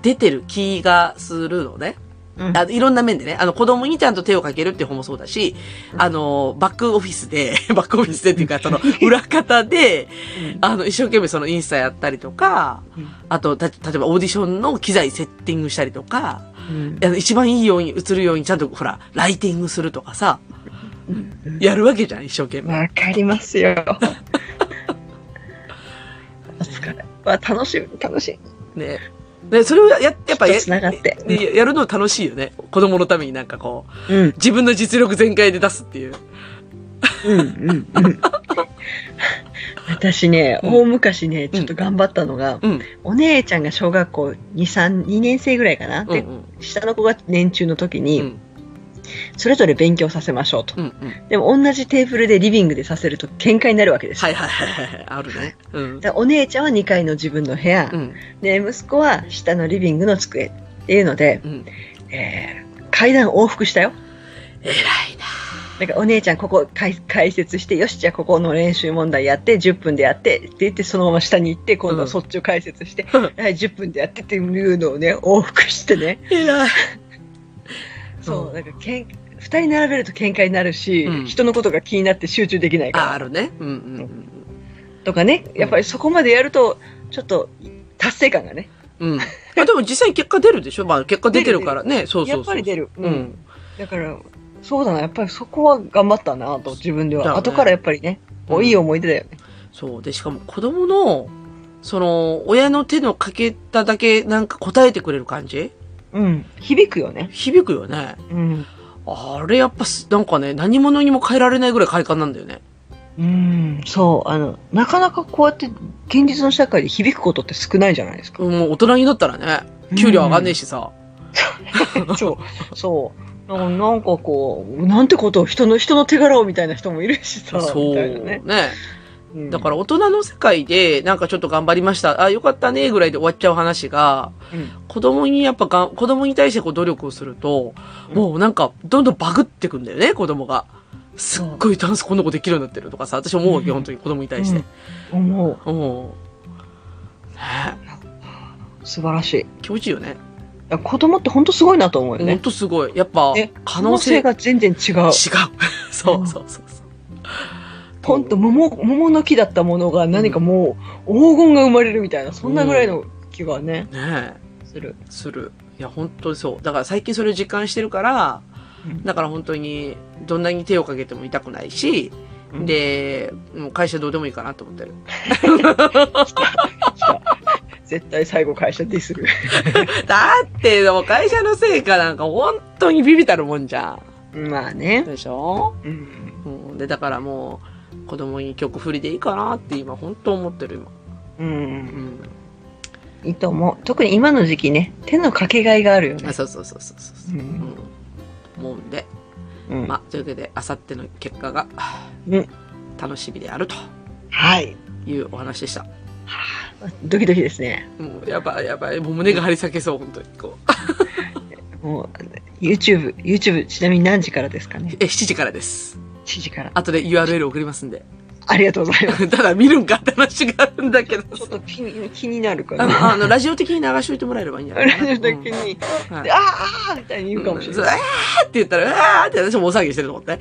Speaker 2: 出てる気がするのね。
Speaker 3: うん
Speaker 2: あのいろんな面でね、あの子供にちゃんと手をかけるっていう方もそうだし、あの、バックオフィスで、 バックオフィスでっていうか、その裏方で、あの、一生懸命そのインスタやったりとか、
Speaker 3: うん
Speaker 2: あと、た、例えばオーディションの機材セッティングしたりとか、
Speaker 3: うん
Speaker 2: あの一番いいように映るようにちゃんと、ほら、ライティングするとかさ、やるわけじゃん、一生懸命。
Speaker 3: わかりますよ。お疲れ。わ楽しみ、楽しい。
Speaker 2: ね。で、それをや、やっぱ
Speaker 3: ちょっ
Speaker 2: や、
Speaker 3: と繋がって
Speaker 2: ねややるの楽しいよね。子供のためになんかこう、
Speaker 3: うん、
Speaker 2: 自分の実力全開で出すっていう。
Speaker 3: うん、うん、うん。私ね、
Speaker 2: うん
Speaker 3: 大昔ね、ちょっと頑張ったのが、
Speaker 2: うん。
Speaker 3: お姉ちゃんが小学校2、3、2年生ぐらいかな。
Speaker 2: うんう
Speaker 3: で、
Speaker 2: ん。
Speaker 3: 下の子が年中の時
Speaker 2: うん。う
Speaker 3: に、
Speaker 2: ん
Speaker 3: それぞれ勉強させましょうと。
Speaker 2: うん。うん
Speaker 3: でも同じテーブルでリビングでさせると喧嘩になるわけです
Speaker 2: は
Speaker 3: よ。
Speaker 2: いはいはいはい。あるね。うん。
Speaker 3: でお姉ちゃんは2階の自分の部屋、
Speaker 2: うん。
Speaker 3: で、息子は下のリビングの机っていうので、
Speaker 2: うん。
Speaker 3: えー階段往復したよ。
Speaker 2: 偉いな。
Speaker 3: なんかお姉ちゃんここ解解説して、よし、じゃあここの練習問題やって、10分でやって、って言ってそのまま下に行って、今度はそっちを解説して、
Speaker 2: うん
Speaker 3: はい、10分でやってっていうのをね、往復してね。
Speaker 2: 偉い。
Speaker 3: そうう、
Speaker 2: ん
Speaker 3: なんかけん、二人並べると喧嘩になるし、
Speaker 2: うん
Speaker 3: 人のことが気になって集中できない
Speaker 2: あ、あ
Speaker 3: か
Speaker 2: るね。うんうんうん。
Speaker 3: ら、とかね、やっぱりそこまでやると、ちょっと、達成感がね、
Speaker 2: うん。あ、でも実際に結果出るでしょまあ結果出てるからね。そうそうそう。
Speaker 3: やっぱり出る。
Speaker 2: う
Speaker 3: うんん。。だから、そうだな、やっぱりそこは頑張ったなと、自分では。
Speaker 2: だよね
Speaker 3: 後からやっぱりね、もういい思い出だよね。
Speaker 2: そう。で、しかも子供の、その、親の手のかけただけなんか答えてくれる感じ
Speaker 3: うん。響くよね。
Speaker 2: 響くよね。
Speaker 3: うん。
Speaker 2: あれやっぱす、なんかね、何者にも変えられないぐらい快感なんだよね。
Speaker 3: うん、そう、あの、なかなかこうやって現実の社会で響くことって少ないじゃないですか。
Speaker 2: もう大人になったらね、給料上がんねえしさ。
Speaker 3: そう、そう。なんかなんかこう、なんてことを人の、人の手柄をみたいな人もいるしさ、
Speaker 2: そう。
Speaker 3: みたいな
Speaker 2: ね
Speaker 3: ね。。うん
Speaker 2: だから大人の世界で、なんかちょっと頑張りました。あ、よかったね、ぐらいで終わっちゃう話が、
Speaker 3: うん
Speaker 2: 子供にやっぱがん、子供に対してこう努力をすると、
Speaker 3: うん
Speaker 2: もうなんか、どんどんバグってくんだよね、子供が。すっごいダンスこんな子できるようになってるとかさ、私思うわけ、
Speaker 3: うん
Speaker 2: 本当に子供に対して。
Speaker 3: 思う。
Speaker 2: うん。ね
Speaker 3: 素晴らしい。
Speaker 2: 気持ちいいよね。
Speaker 3: だから子供って本当すごいなと思うよ
Speaker 2: ほん
Speaker 3: ね。
Speaker 2: とすごい。やっぱ
Speaker 3: ね、
Speaker 2: 可能性が
Speaker 3: が全然違
Speaker 2: 違
Speaker 3: う
Speaker 2: う。。そううんそうそうそう。
Speaker 3: ほんと桃、桃の木だったものが何かもう黄金が生まれるみたいな、そんなぐらいの木がね、
Speaker 2: ねえ。
Speaker 5: する。
Speaker 2: する。いや、本当にそう。だから最近それを実感してるから、
Speaker 5: うん
Speaker 2: だから本当に、どんなに手をかけても痛くないし、
Speaker 5: うん
Speaker 2: で、もう会社どうでもいいかなと思ってる。
Speaker 5: 絶対最後会社ディス る。
Speaker 2: だって、でも会社のせいかなんか本当にビビたるもんじゃ
Speaker 5: まあ
Speaker 2: ん。
Speaker 5: ね。
Speaker 2: でしょ
Speaker 5: うん。
Speaker 2: うん。で、だからもう、子供に曲振りでいいかなって今、本当思ってる
Speaker 5: う。
Speaker 2: 今。うんん。
Speaker 5: いいと思う。特に今の時期ね、手のかけがいがあるよね。
Speaker 2: あ。そうそうそうそうそうう。うんん。思うんで。
Speaker 5: うん
Speaker 2: まあ、というわけで、あさっての結果が、
Speaker 5: うん
Speaker 2: 楽しみであると
Speaker 5: はい。
Speaker 2: いうお話でした。
Speaker 5: ドキドキですね。
Speaker 2: もうやばいやばい。もう胸が張り裂けそう、本当に。こう。
Speaker 5: もう、YouTube、YouTube、ちなみに何時からですかね。
Speaker 2: え、7時からです。
Speaker 5: 7時から。
Speaker 2: 後で URL 送りますんで。
Speaker 5: ありがとうございます。
Speaker 2: ただ見るんかって話があるんだけど。
Speaker 5: ちょっと気に気になるか
Speaker 2: あ
Speaker 5: ら。
Speaker 2: の、あのラジオ的に流しといてもらえればいいんじゃないかな。
Speaker 5: ラジオだけに、
Speaker 2: うん
Speaker 5: あ
Speaker 2: はい
Speaker 5: ーあーみたいに言うかもしれ
Speaker 2: うん
Speaker 5: ない。
Speaker 2: あーって言ったら、あーって私もお騒ぎしてると思って。
Speaker 3: ちょ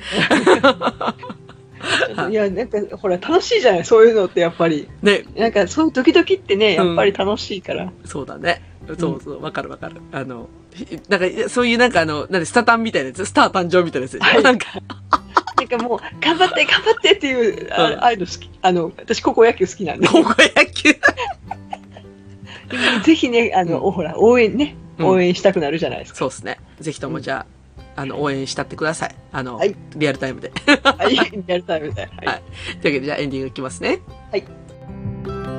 Speaker 3: っといや、なんか、ほら、楽しいじゃない、そういうのって、やっぱり。
Speaker 2: ね、
Speaker 3: なんか、そういうドキドキってね、やっぱり楽しいから。
Speaker 2: そうだね。そうそう、わかるわかる。あの、ひなんか、そういうなんかあの、なんで、スタタンみたいなやつ、スター誕生みたいなやつでしょ、
Speaker 3: はい
Speaker 2: なんか、
Speaker 3: なんかもう、頑張って、頑張ってっていう、あ
Speaker 2: うん
Speaker 3: ああいうの好き。あの、私、高校野球好きなんで、
Speaker 2: 高校野球。
Speaker 3: ぜひね、あの、ほら、応援ね、
Speaker 2: うん
Speaker 3: 応援したくなるじゃないですか。
Speaker 2: そうですね。ぜひともじゃあ、あの、応援したってください。あの、
Speaker 3: はい
Speaker 2: リアルタイムで。
Speaker 3: はい、やりたいみたいな。はい
Speaker 2: はいというわけで、じゃあエンディングいきますね。
Speaker 3: はい。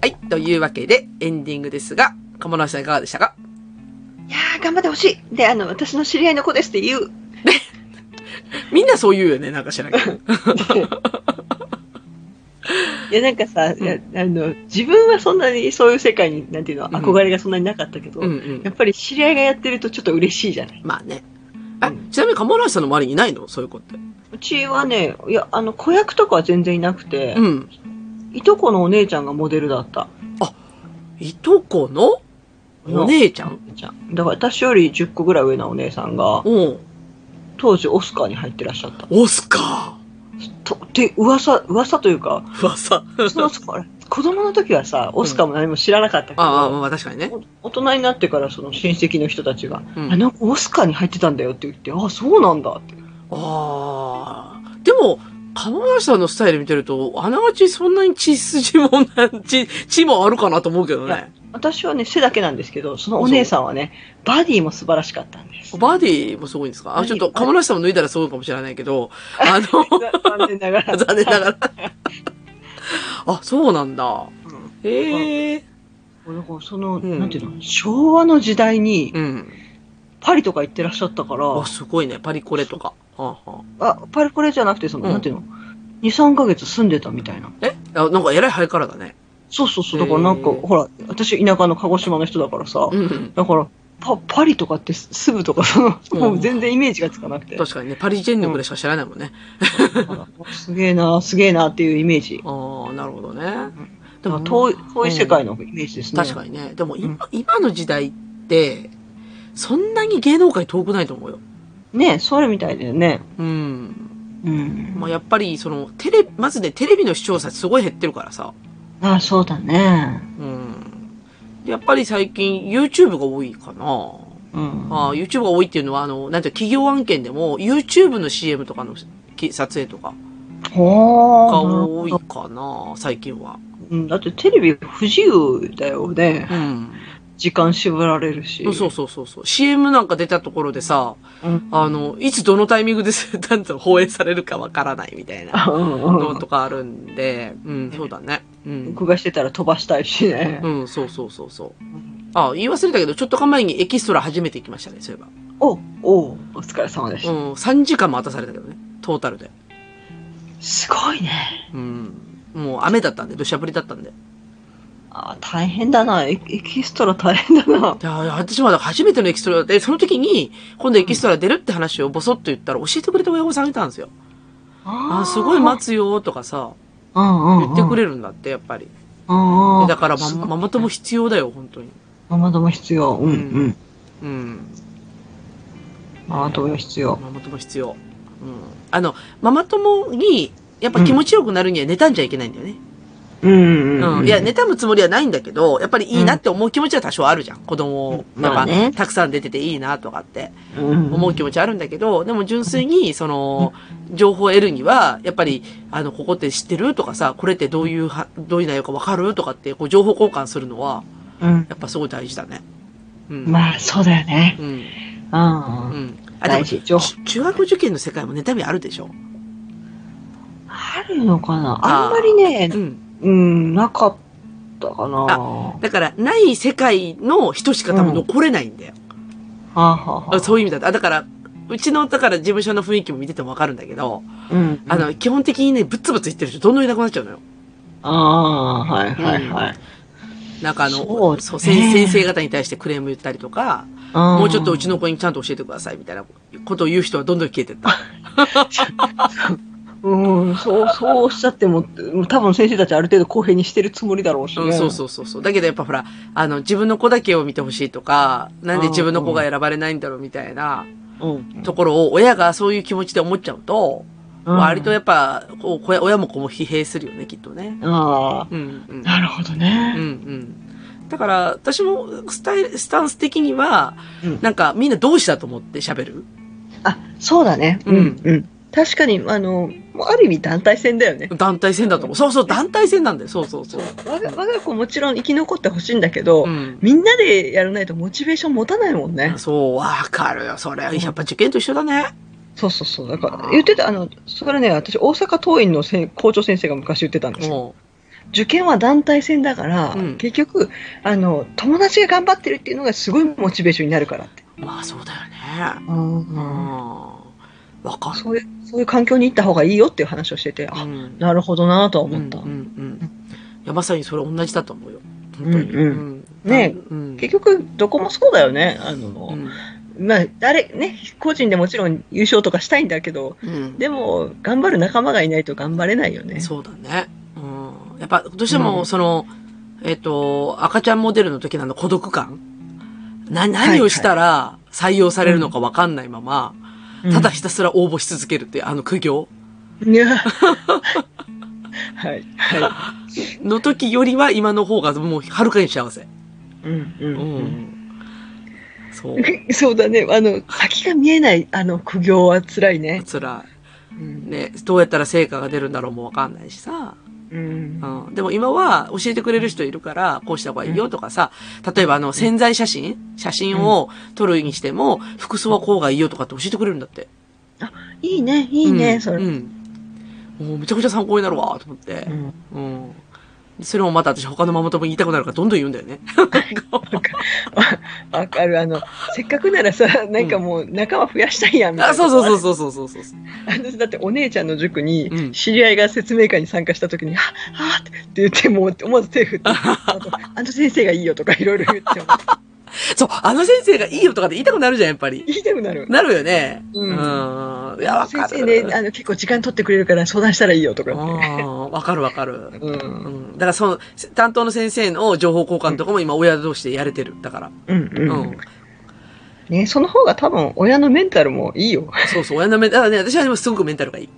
Speaker 2: はい。というわけで、エンディングですが、鴨梨さんいかがでしたか
Speaker 3: いやー、頑張ってほしい。で、あの、私の知り合いの子ですって言う。
Speaker 2: みんなそう言うよね、なんか知ら んけど。
Speaker 3: いや、なんかさ、
Speaker 2: うん
Speaker 3: いやあの、自分はそんなにそういう世界に、なんていうの、
Speaker 2: ん
Speaker 3: 憧れがそんなになかったけど、
Speaker 2: うんうん
Speaker 3: や。っぱり知り合いがやってるとちょっと嬉しいじゃない。
Speaker 2: まあね。あ、ちなみに鴨梨さんの周りにいないのそういう子って。
Speaker 3: うちはね、いや、あの、子役とかは全然いなくて、
Speaker 2: うん。
Speaker 3: いとこのお姉ちゃんがモデルだった。
Speaker 2: いとこのお姉ちゃん
Speaker 3: じゃんだから私より10個ぐらい上のお姉さんが、
Speaker 2: おう
Speaker 3: 当時オスカーに入ってらっしゃった。
Speaker 2: オスカ
Speaker 3: と、で、噂、噂というか、
Speaker 2: ー 噂。
Speaker 3: その、その子供の時はさ、オスカーも何も知らなかったけど、
Speaker 2: ああ、まあ確かにね。
Speaker 3: お大人になってからその親戚の人たちが、
Speaker 2: うん
Speaker 3: あの子オスカーに入ってたんだよって言って、ああ、そうなんだって。
Speaker 2: ああ。でも、鴨梨さんのスタイル見てると、あながちそんなに血筋もなん、血、血もあるかなと思うけど
Speaker 3: い
Speaker 2: ね
Speaker 3: や。私はね、背だけなんですけど、そのお姉さんはね、バディも素晴らしかったんです。
Speaker 2: バディもすごいんですかあ、
Speaker 3: バデ
Speaker 2: ち
Speaker 3: ィ
Speaker 2: ょっと鴨梨さんも脱いだらそうかもしれないけど、あの、
Speaker 3: 残念なが ら。
Speaker 2: 残念ながら。あ、そうなんだ。
Speaker 3: うん
Speaker 2: へえ。
Speaker 3: だからその、
Speaker 2: うん
Speaker 3: なんていうの、昭和の時代に
Speaker 2: うん。
Speaker 3: パリとか行ってらっしゃったから、
Speaker 2: あ、すごいね。パリコレとか。はあはあ
Speaker 3: あパリコレじゃなくて、その、
Speaker 2: うん
Speaker 3: なんていうの、2、3ヶ月住んでたみたいな。
Speaker 2: えあなんか偉いハイカラだね。
Speaker 3: そうそうそう、だからなんか、
Speaker 2: へー
Speaker 3: ほら、私田舎の鹿児島の人だからさ、
Speaker 2: うん。
Speaker 3: だから、パパリとかってすぐとか、その、
Speaker 2: うん
Speaker 3: もう全然イメージがつかなくて。
Speaker 2: 確かにね、パリジェンヌぐらいしか知らないもんね。
Speaker 3: すげえな、すげえなっていうイメージ。
Speaker 2: ああ、なるほどね。で
Speaker 3: で
Speaker 2: も
Speaker 3: も
Speaker 2: 遠
Speaker 3: 遠
Speaker 2: い
Speaker 3: い、遠い世界のイメージですね。
Speaker 2: 確か
Speaker 3: に。
Speaker 2: にね。でも今、今の時代って、そんなに芸能界遠くないと思うよ。
Speaker 3: ねそれみたいだよね。
Speaker 2: うん。
Speaker 3: うん。
Speaker 2: まあ、やっぱり、その、テレ、まずね、テレビの視聴者すごい減ってるからさ。
Speaker 3: ああ、そうだね。
Speaker 2: うん。でやっぱり最近 YouTube が多いかな。
Speaker 3: うん。
Speaker 2: ああ、YouTube が多いっていうのは、あの、なんていうの企業案件でも YouTube の CM とかのき撮影とか
Speaker 3: ほ
Speaker 2: が
Speaker 3: ー
Speaker 2: 多いかな、最近は。
Speaker 3: うんだってテレビ不自由だよね
Speaker 2: う。ん。
Speaker 3: 時間絞られるし。
Speaker 2: そうそうそうそう。CM なんか出たところでさ、
Speaker 3: うん
Speaker 2: あの、いつどのタイミングで なんと放映されるかわからないみたいな
Speaker 3: うんう
Speaker 2: の
Speaker 3: ん
Speaker 2: とかあるんで、うん、そうだね。うん。
Speaker 3: 録画してたら飛ばしたいしね。
Speaker 2: うん、そうそうそうそう。あ、言い忘れたけど、ちょっとか前にエキストラ初めて行きましたね、そういえば。
Speaker 3: お、お、お疲れ様でし
Speaker 2: う
Speaker 3: た。
Speaker 2: ん、3時間待たされたけどね、トータルで。
Speaker 3: すごいね。
Speaker 2: うん。もう雨だったんで、土砂降りだったんで。
Speaker 3: ああ、大変だな。エエキストラ大変だな。
Speaker 2: で、あ私まだ初めてのエキストラで、その時に、今度エキストラ出るって話をボソッと言ったら、教えてくれた親御さんいたんですよ。
Speaker 3: あ
Speaker 2: あ、すごい待つよ、とかさ、
Speaker 3: 言
Speaker 2: 言ってく
Speaker 3: れ。
Speaker 2: れるんだって、やっぱり。
Speaker 3: うんうん
Speaker 2: でだから、ま、
Speaker 3: すごい
Speaker 2: ママ友必要だよ、本当に。
Speaker 3: うんママ友必要。うんうん。
Speaker 2: うん。
Speaker 3: ママ友必要。
Speaker 2: ママ友必要。うん。あの、ママ友に、やっぱ気持ちよくなるには妬んじゃいけないんだよね。
Speaker 3: うん
Speaker 2: う
Speaker 3: うん
Speaker 2: ん。
Speaker 3: うん。
Speaker 2: いや、妬むつもりはないんだけど、やっぱりいいなって思う気持ちは多少あるじゃん。子供、
Speaker 3: うん
Speaker 2: やっ
Speaker 3: ま
Speaker 2: ぱ、
Speaker 3: あね
Speaker 2: たくさん出てていいなとかって、
Speaker 3: うん、
Speaker 2: 思う気持ちあるんだけど、でも純粋に、その、情報を得るには、やっぱり、あの、ここって知ってるとかさ、これってどういうは、どういう内容かわかるとかって、こう、情報交換するのは、
Speaker 3: うん。
Speaker 2: やっぱすごい大事だね。うん。
Speaker 3: まあ、そうだよね。
Speaker 2: うん。
Speaker 3: う
Speaker 2: う
Speaker 3: ん。うん、
Speaker 2: ん。あ、で
Speaker 3: 大
Speaker 2: も、
Speaker 3: 事。情報
Speaker 2: 中学受験の世界も妬みあるでしょ
Speaker 3: あるのかな
Speaker 2: あー
Speaker 3: あんまりね
Speaker 2: う、ん。
Speaker 3: うん、なかったかな。
Speaker 2: あ
Speaker 3: は
Speaker 2: だから、ない世界の人しか多分残れないんだよ。
Speaker 3: あ、はあ、
Speaker 2: あそういう意味だと。あ、だから、うちの、だから事務所の雰囲気も見ててもわかるんだけど、
Speaker 3: うん。
Speaker 2: あの、基本的にね、ぶっつぶつ言ってる人どんどんいなくなっちゃうのよ。
Speaker 3: ああー、はいはいはい。
Speaker 2: なんかあの、
Speaker 3: そうね
Speaker 2: 先先生方に対してクレーム言ったりとか、も
Speaker 3: も
Speaker 2: うちょっとうちの子にちゃんと教えてくださいみたいなことを言う人はどんどん消えてった。
Speaker 3: うん、そう、そうおっしゃっても、多分先生たちある程度公平にしてるつもりだろうし
Speaker 2: う
Speaker 3: ね。
Speaker 2: ん、そうそうそうそう。だけどやっぱほら、あの、自分の子だけを見てほしいとか、なんで自分の子が選ばれないんだろうみたいな
Speaker 3: うん。
Speaker 2: ところを親がそういう気持ちで思っちゃうと、割とやっぱ、こう、こや親も子も疲弊するよね、きっとね。
Speaker 3: あ
Speaker 2: うん、うん
Speaker 3: あ、。なるほど
Speaker 2: うん、う
Speaker 3: ね。
Speaker 2: ん。だから、私もスタイル、スタンス的には、
Speaker 3: うん
Speaker 2: なんかみんな同志だと思って喋る。
Speaker 3: あ、そうだね。
Speaker 2: うん
Speaker 3: うん。確かに、あの、もうある意味団体戦だよね。
Speaker 2: 団体戦だと思う。そうそう、団体戦なんだよ。そうそうそう。
Speaker 3: 我が我が子もちろん生き残ってほしいんだけど、
Speaker 2: うん。
Speaker 3: みんなでやらないとモチベーション持たないもんね。
Speaker 2: そう、わかるよ。それ、やっぱ受験と一緒だね。
Speaker 3: そうそうそう。だから、言ってた、あの、それね、私、大阪桐蔭のせん校長先生が昔言ってたんですよ。
Speaker 2: も
Speaker 3: 受験は団体戦だから、
Speaker 2: うん
Speaker 3: 結局、あの、友達が頑張ってるっていうのがすごいモチベーションになるからって。
Speaker 2: う。まあ、そうだよね。うん。わかる。
Speaker 3: そういう、そういう環境に行った方がいいよっていう話をしてて、
Speaker 2: う
Speaker 3: あ、
Speaker 2: ん。
Speaker 3: なるほどなぁとは
Speaker 2: うん、う
Speaker 3: 思
Speaker 2: ん
Speaker 3: った。
Speaker 2: うん。いや、まさにそれ同じだと思うよ。本当に。
Speaker 3: うんうん
Speaker 2: うん
Speaker 3: ね
Speaker 2: うん。
Speaker 3: 結局、どこもそうだよね。あ
Speaker 2: う
Speaker 3: の、
Speaker 2: ん
Speaker 3: まあ、誰、ね、個人でもちろん優勝とかしたいんだけど、
Speaker 2: うん。
Speaker 3: でも、頑張る仲間がいないと頑張れないよね。
Speaker 2: そうだね。うん。やっぱ、どうして
Speaker 3: う
Speaker 2: も、
Speaker 3: ん
Speaker 2: その、えっ、と、赤ちゃんモデルの時のあの孤独感。な、
Speaker 3: はい
Speaker 2: 何をしたら採用されるのかわかんないまま、
Speaker 3: うん
Speaker 2: ただひたすら応募し続けるっていう、あの苦行
Speaker 3: いやはい。は
Speaker 2: の時よりは今の方がもうはるかに幸せ。
Speaker 3: い。うん、う、
Speaker 2: うん
Speaker 3: うん。
Speaker 2: ん。そう。
Speaker 3: そうだね。あの、先が見えない、あの、苦行は辛いね。
Speaker 2: 辛
Speaker 3: うん
Speaker 2: い。ね、どうやったら成果が出るんだろうもわかんないしさ。
Speaker 3: うん
Speaker 2: う。ん。でも今は教えてくれる人いるから、こうした方がいいよとかさ、例えばあの潜在写真写真を撮るにしても、服装はこうがいいよとかって教えてくれるんだって。
Speaker 3: いいね、いいね、そ
Speaker 2: う
Speaker 3: れ。
Speaker 2: ん。うんもうめちゃくちゃ参考になるわ、と思って。うん。それもまた私他のママ友に言いたくなるからどんどん言うんだよね。
Speaker 3: わかる。あの、せっかくならさ、なんかもう仲間増やしたいやんみたいな。
Speaker 2: あ、そうそうそうそうそうそうそう。
Speaker 3: 私だってお姉ちゃんの塾
Speaker 2: うん
Speaker 3: に、知り合いが説明会に参加した時に、あ、あって言って、もう思わず手 振って、あとあの先生がいいよとかいろいろ言って、も
Speaker 2: そう、あの先生がいいよとかって言いたくなるじゃん、やっぱり。
Speaker 3: 言いたくなる。
Speaker 2: なるよね。。
Speaker 3: うん
Speaker 2: いや、わか
Speaker 3: 先
Speaker 2: る。
Speaker 3: 生ね、あの、結構時間取ってくれるから相談したらいいよとか
Speaker 2: う
Speaker 3: 言って。
Speaker 2: んわかるわかる。
Speaker 3: う。
Speaker 2: うんん。だからその、せ担当の先生の情報交換とかも今親同士でやれてる。だから。
Speaker 3: うん
Speaker 2: う
Speaker 3: うんん。。ね、その方が多分親のメンタルもいいよ。
Speaker 2: そうそう、親のメンタル、だからね、私はでもすごくメンタルがいい。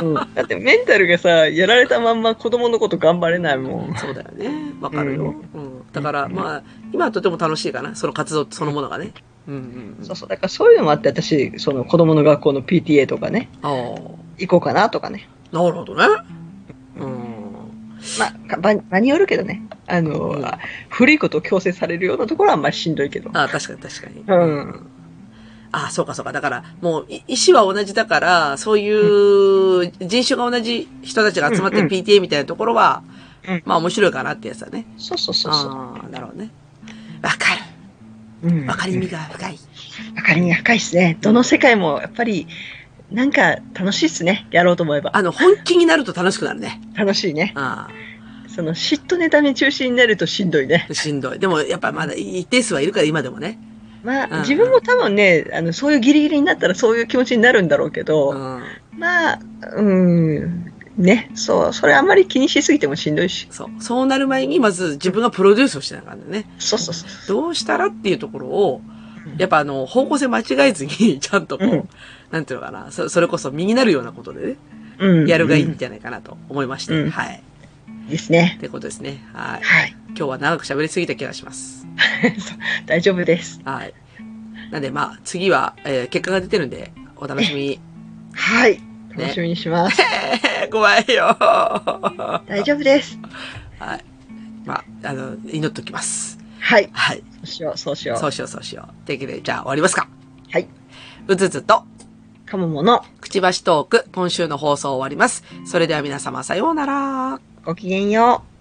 Speaker 3: うん。 だってメンタルがさ、やられたまんま子供のこと頑張れないもん。
Speaker 2: そうだよね。わかるよ。
Speaker 3: う
Speaker 2: うん。だから、まあ、今はとても楽しいかな。その活動そのものがね。うんうんうん。
Speaker 3: そうそう。だからそういうのもあって、私、その子供の学校の PTA とかね、
Speaker 2: ああ。
Speaker 3: 行こうかなとかね。
Speaker 2: なるほどね。うん。
Speaker 3: まあ、場場によるけどね。あの、
Speaker 2: うん
Speaker 3: 古いことを強制されるようなところはあんまりしんどいけど。
Speaker 2: ああ、確かに確かに。
Speaker 3: うん。
Speaker 2: あ、そうかそうか。だから、もう、い意思は同じだから、そういう人種が同じ人たちが集まって
Speaker 3: うんうん
Speaker 2: PTA みたいなところは、
Speaker 3: うん
Speaker 2: まあ面白いかなってやつだね。
Speaker 3: そうそうそうそう。
Speaker 2: ああ、なるほどね。わかる。
Speaker 3: うん
Speaker 2: わかりみが深い。
Speaker 3: わかりみが深いですね。どの世界もやっぱり、なんか楽しいですね。やろうと思えば。
Speaker 2: あの、本気になると楽しくなるね。
Speaker 3: 楽しいね。
Speaker 2: あ
Speaker 3: その嫉妬ネタに中心になるとしんどいね。
Speaker 2: あ、しんどい。でも、やっぱまだ一定数はいるから、今でもね。
Speaker 3: ま
Speaker 2: うん
Speaker 3: あ、自分も多分ね、あの、そういうギリギリになったらそういう気持ちになるんだろうけど、
Speaker 2: うん。
Speaker 3: まあ、うん、ね、そう、それあんまり気にしすぎてもしんどいし。
Speaker 2: そう。そうなる前に、まず自分がプロデュースをしながらね、
Speaker 3: そうそうそう。
Speaker 2: どうしたらっていうところを
Speaker 3: う、ん
Speaker 2: やっぱあの、方向性間違えずに、ちゃんとこう、
Speaker 3: うん
Speaker 2: なんていうのかな、そそれこそ身になるようなことで
Speaker 3: う
Speaker 2: ね、
Speaker 3: ん。
Speaker 2: やるがいいん
Speaker 3: う
Speaker 2: じゃないかなと思いまして、
Speaker 3: うん
Speaker 2: はい。
Speaker 3: んですね。
Speaker 2: ってことですね。はい。
Speaker 3: はい。
Speaker 2: 今日は長く喋りすぎた気がします。
Speaker 3: そう大丈夫です。
Speaker 2: はい。なんでまあ、次は、えー結果が出てるんで、お楽しみ に。
Speaker 3: はい。楽しみにします。
Speaker 2: えー怖いよー
Speaker 3: 大丈夫です。
Speaker 2: まあ、あの、祈っときます。
Speaker 3: はい。
Speaker 2: はい。
Speaker 3: そうしよう、そうしよ
Speaker 2: そうしようそうしよう。というわけで、じゃあ終わりますか。
Speaker 3: はい。
Speaker 2: うつうつと、
Speaker 3: う。かももの、
Speaker 2: くちばしトーク、今週の放送終わります。それでは皆様、さようなら。
Speaker 3: ごきげんよう。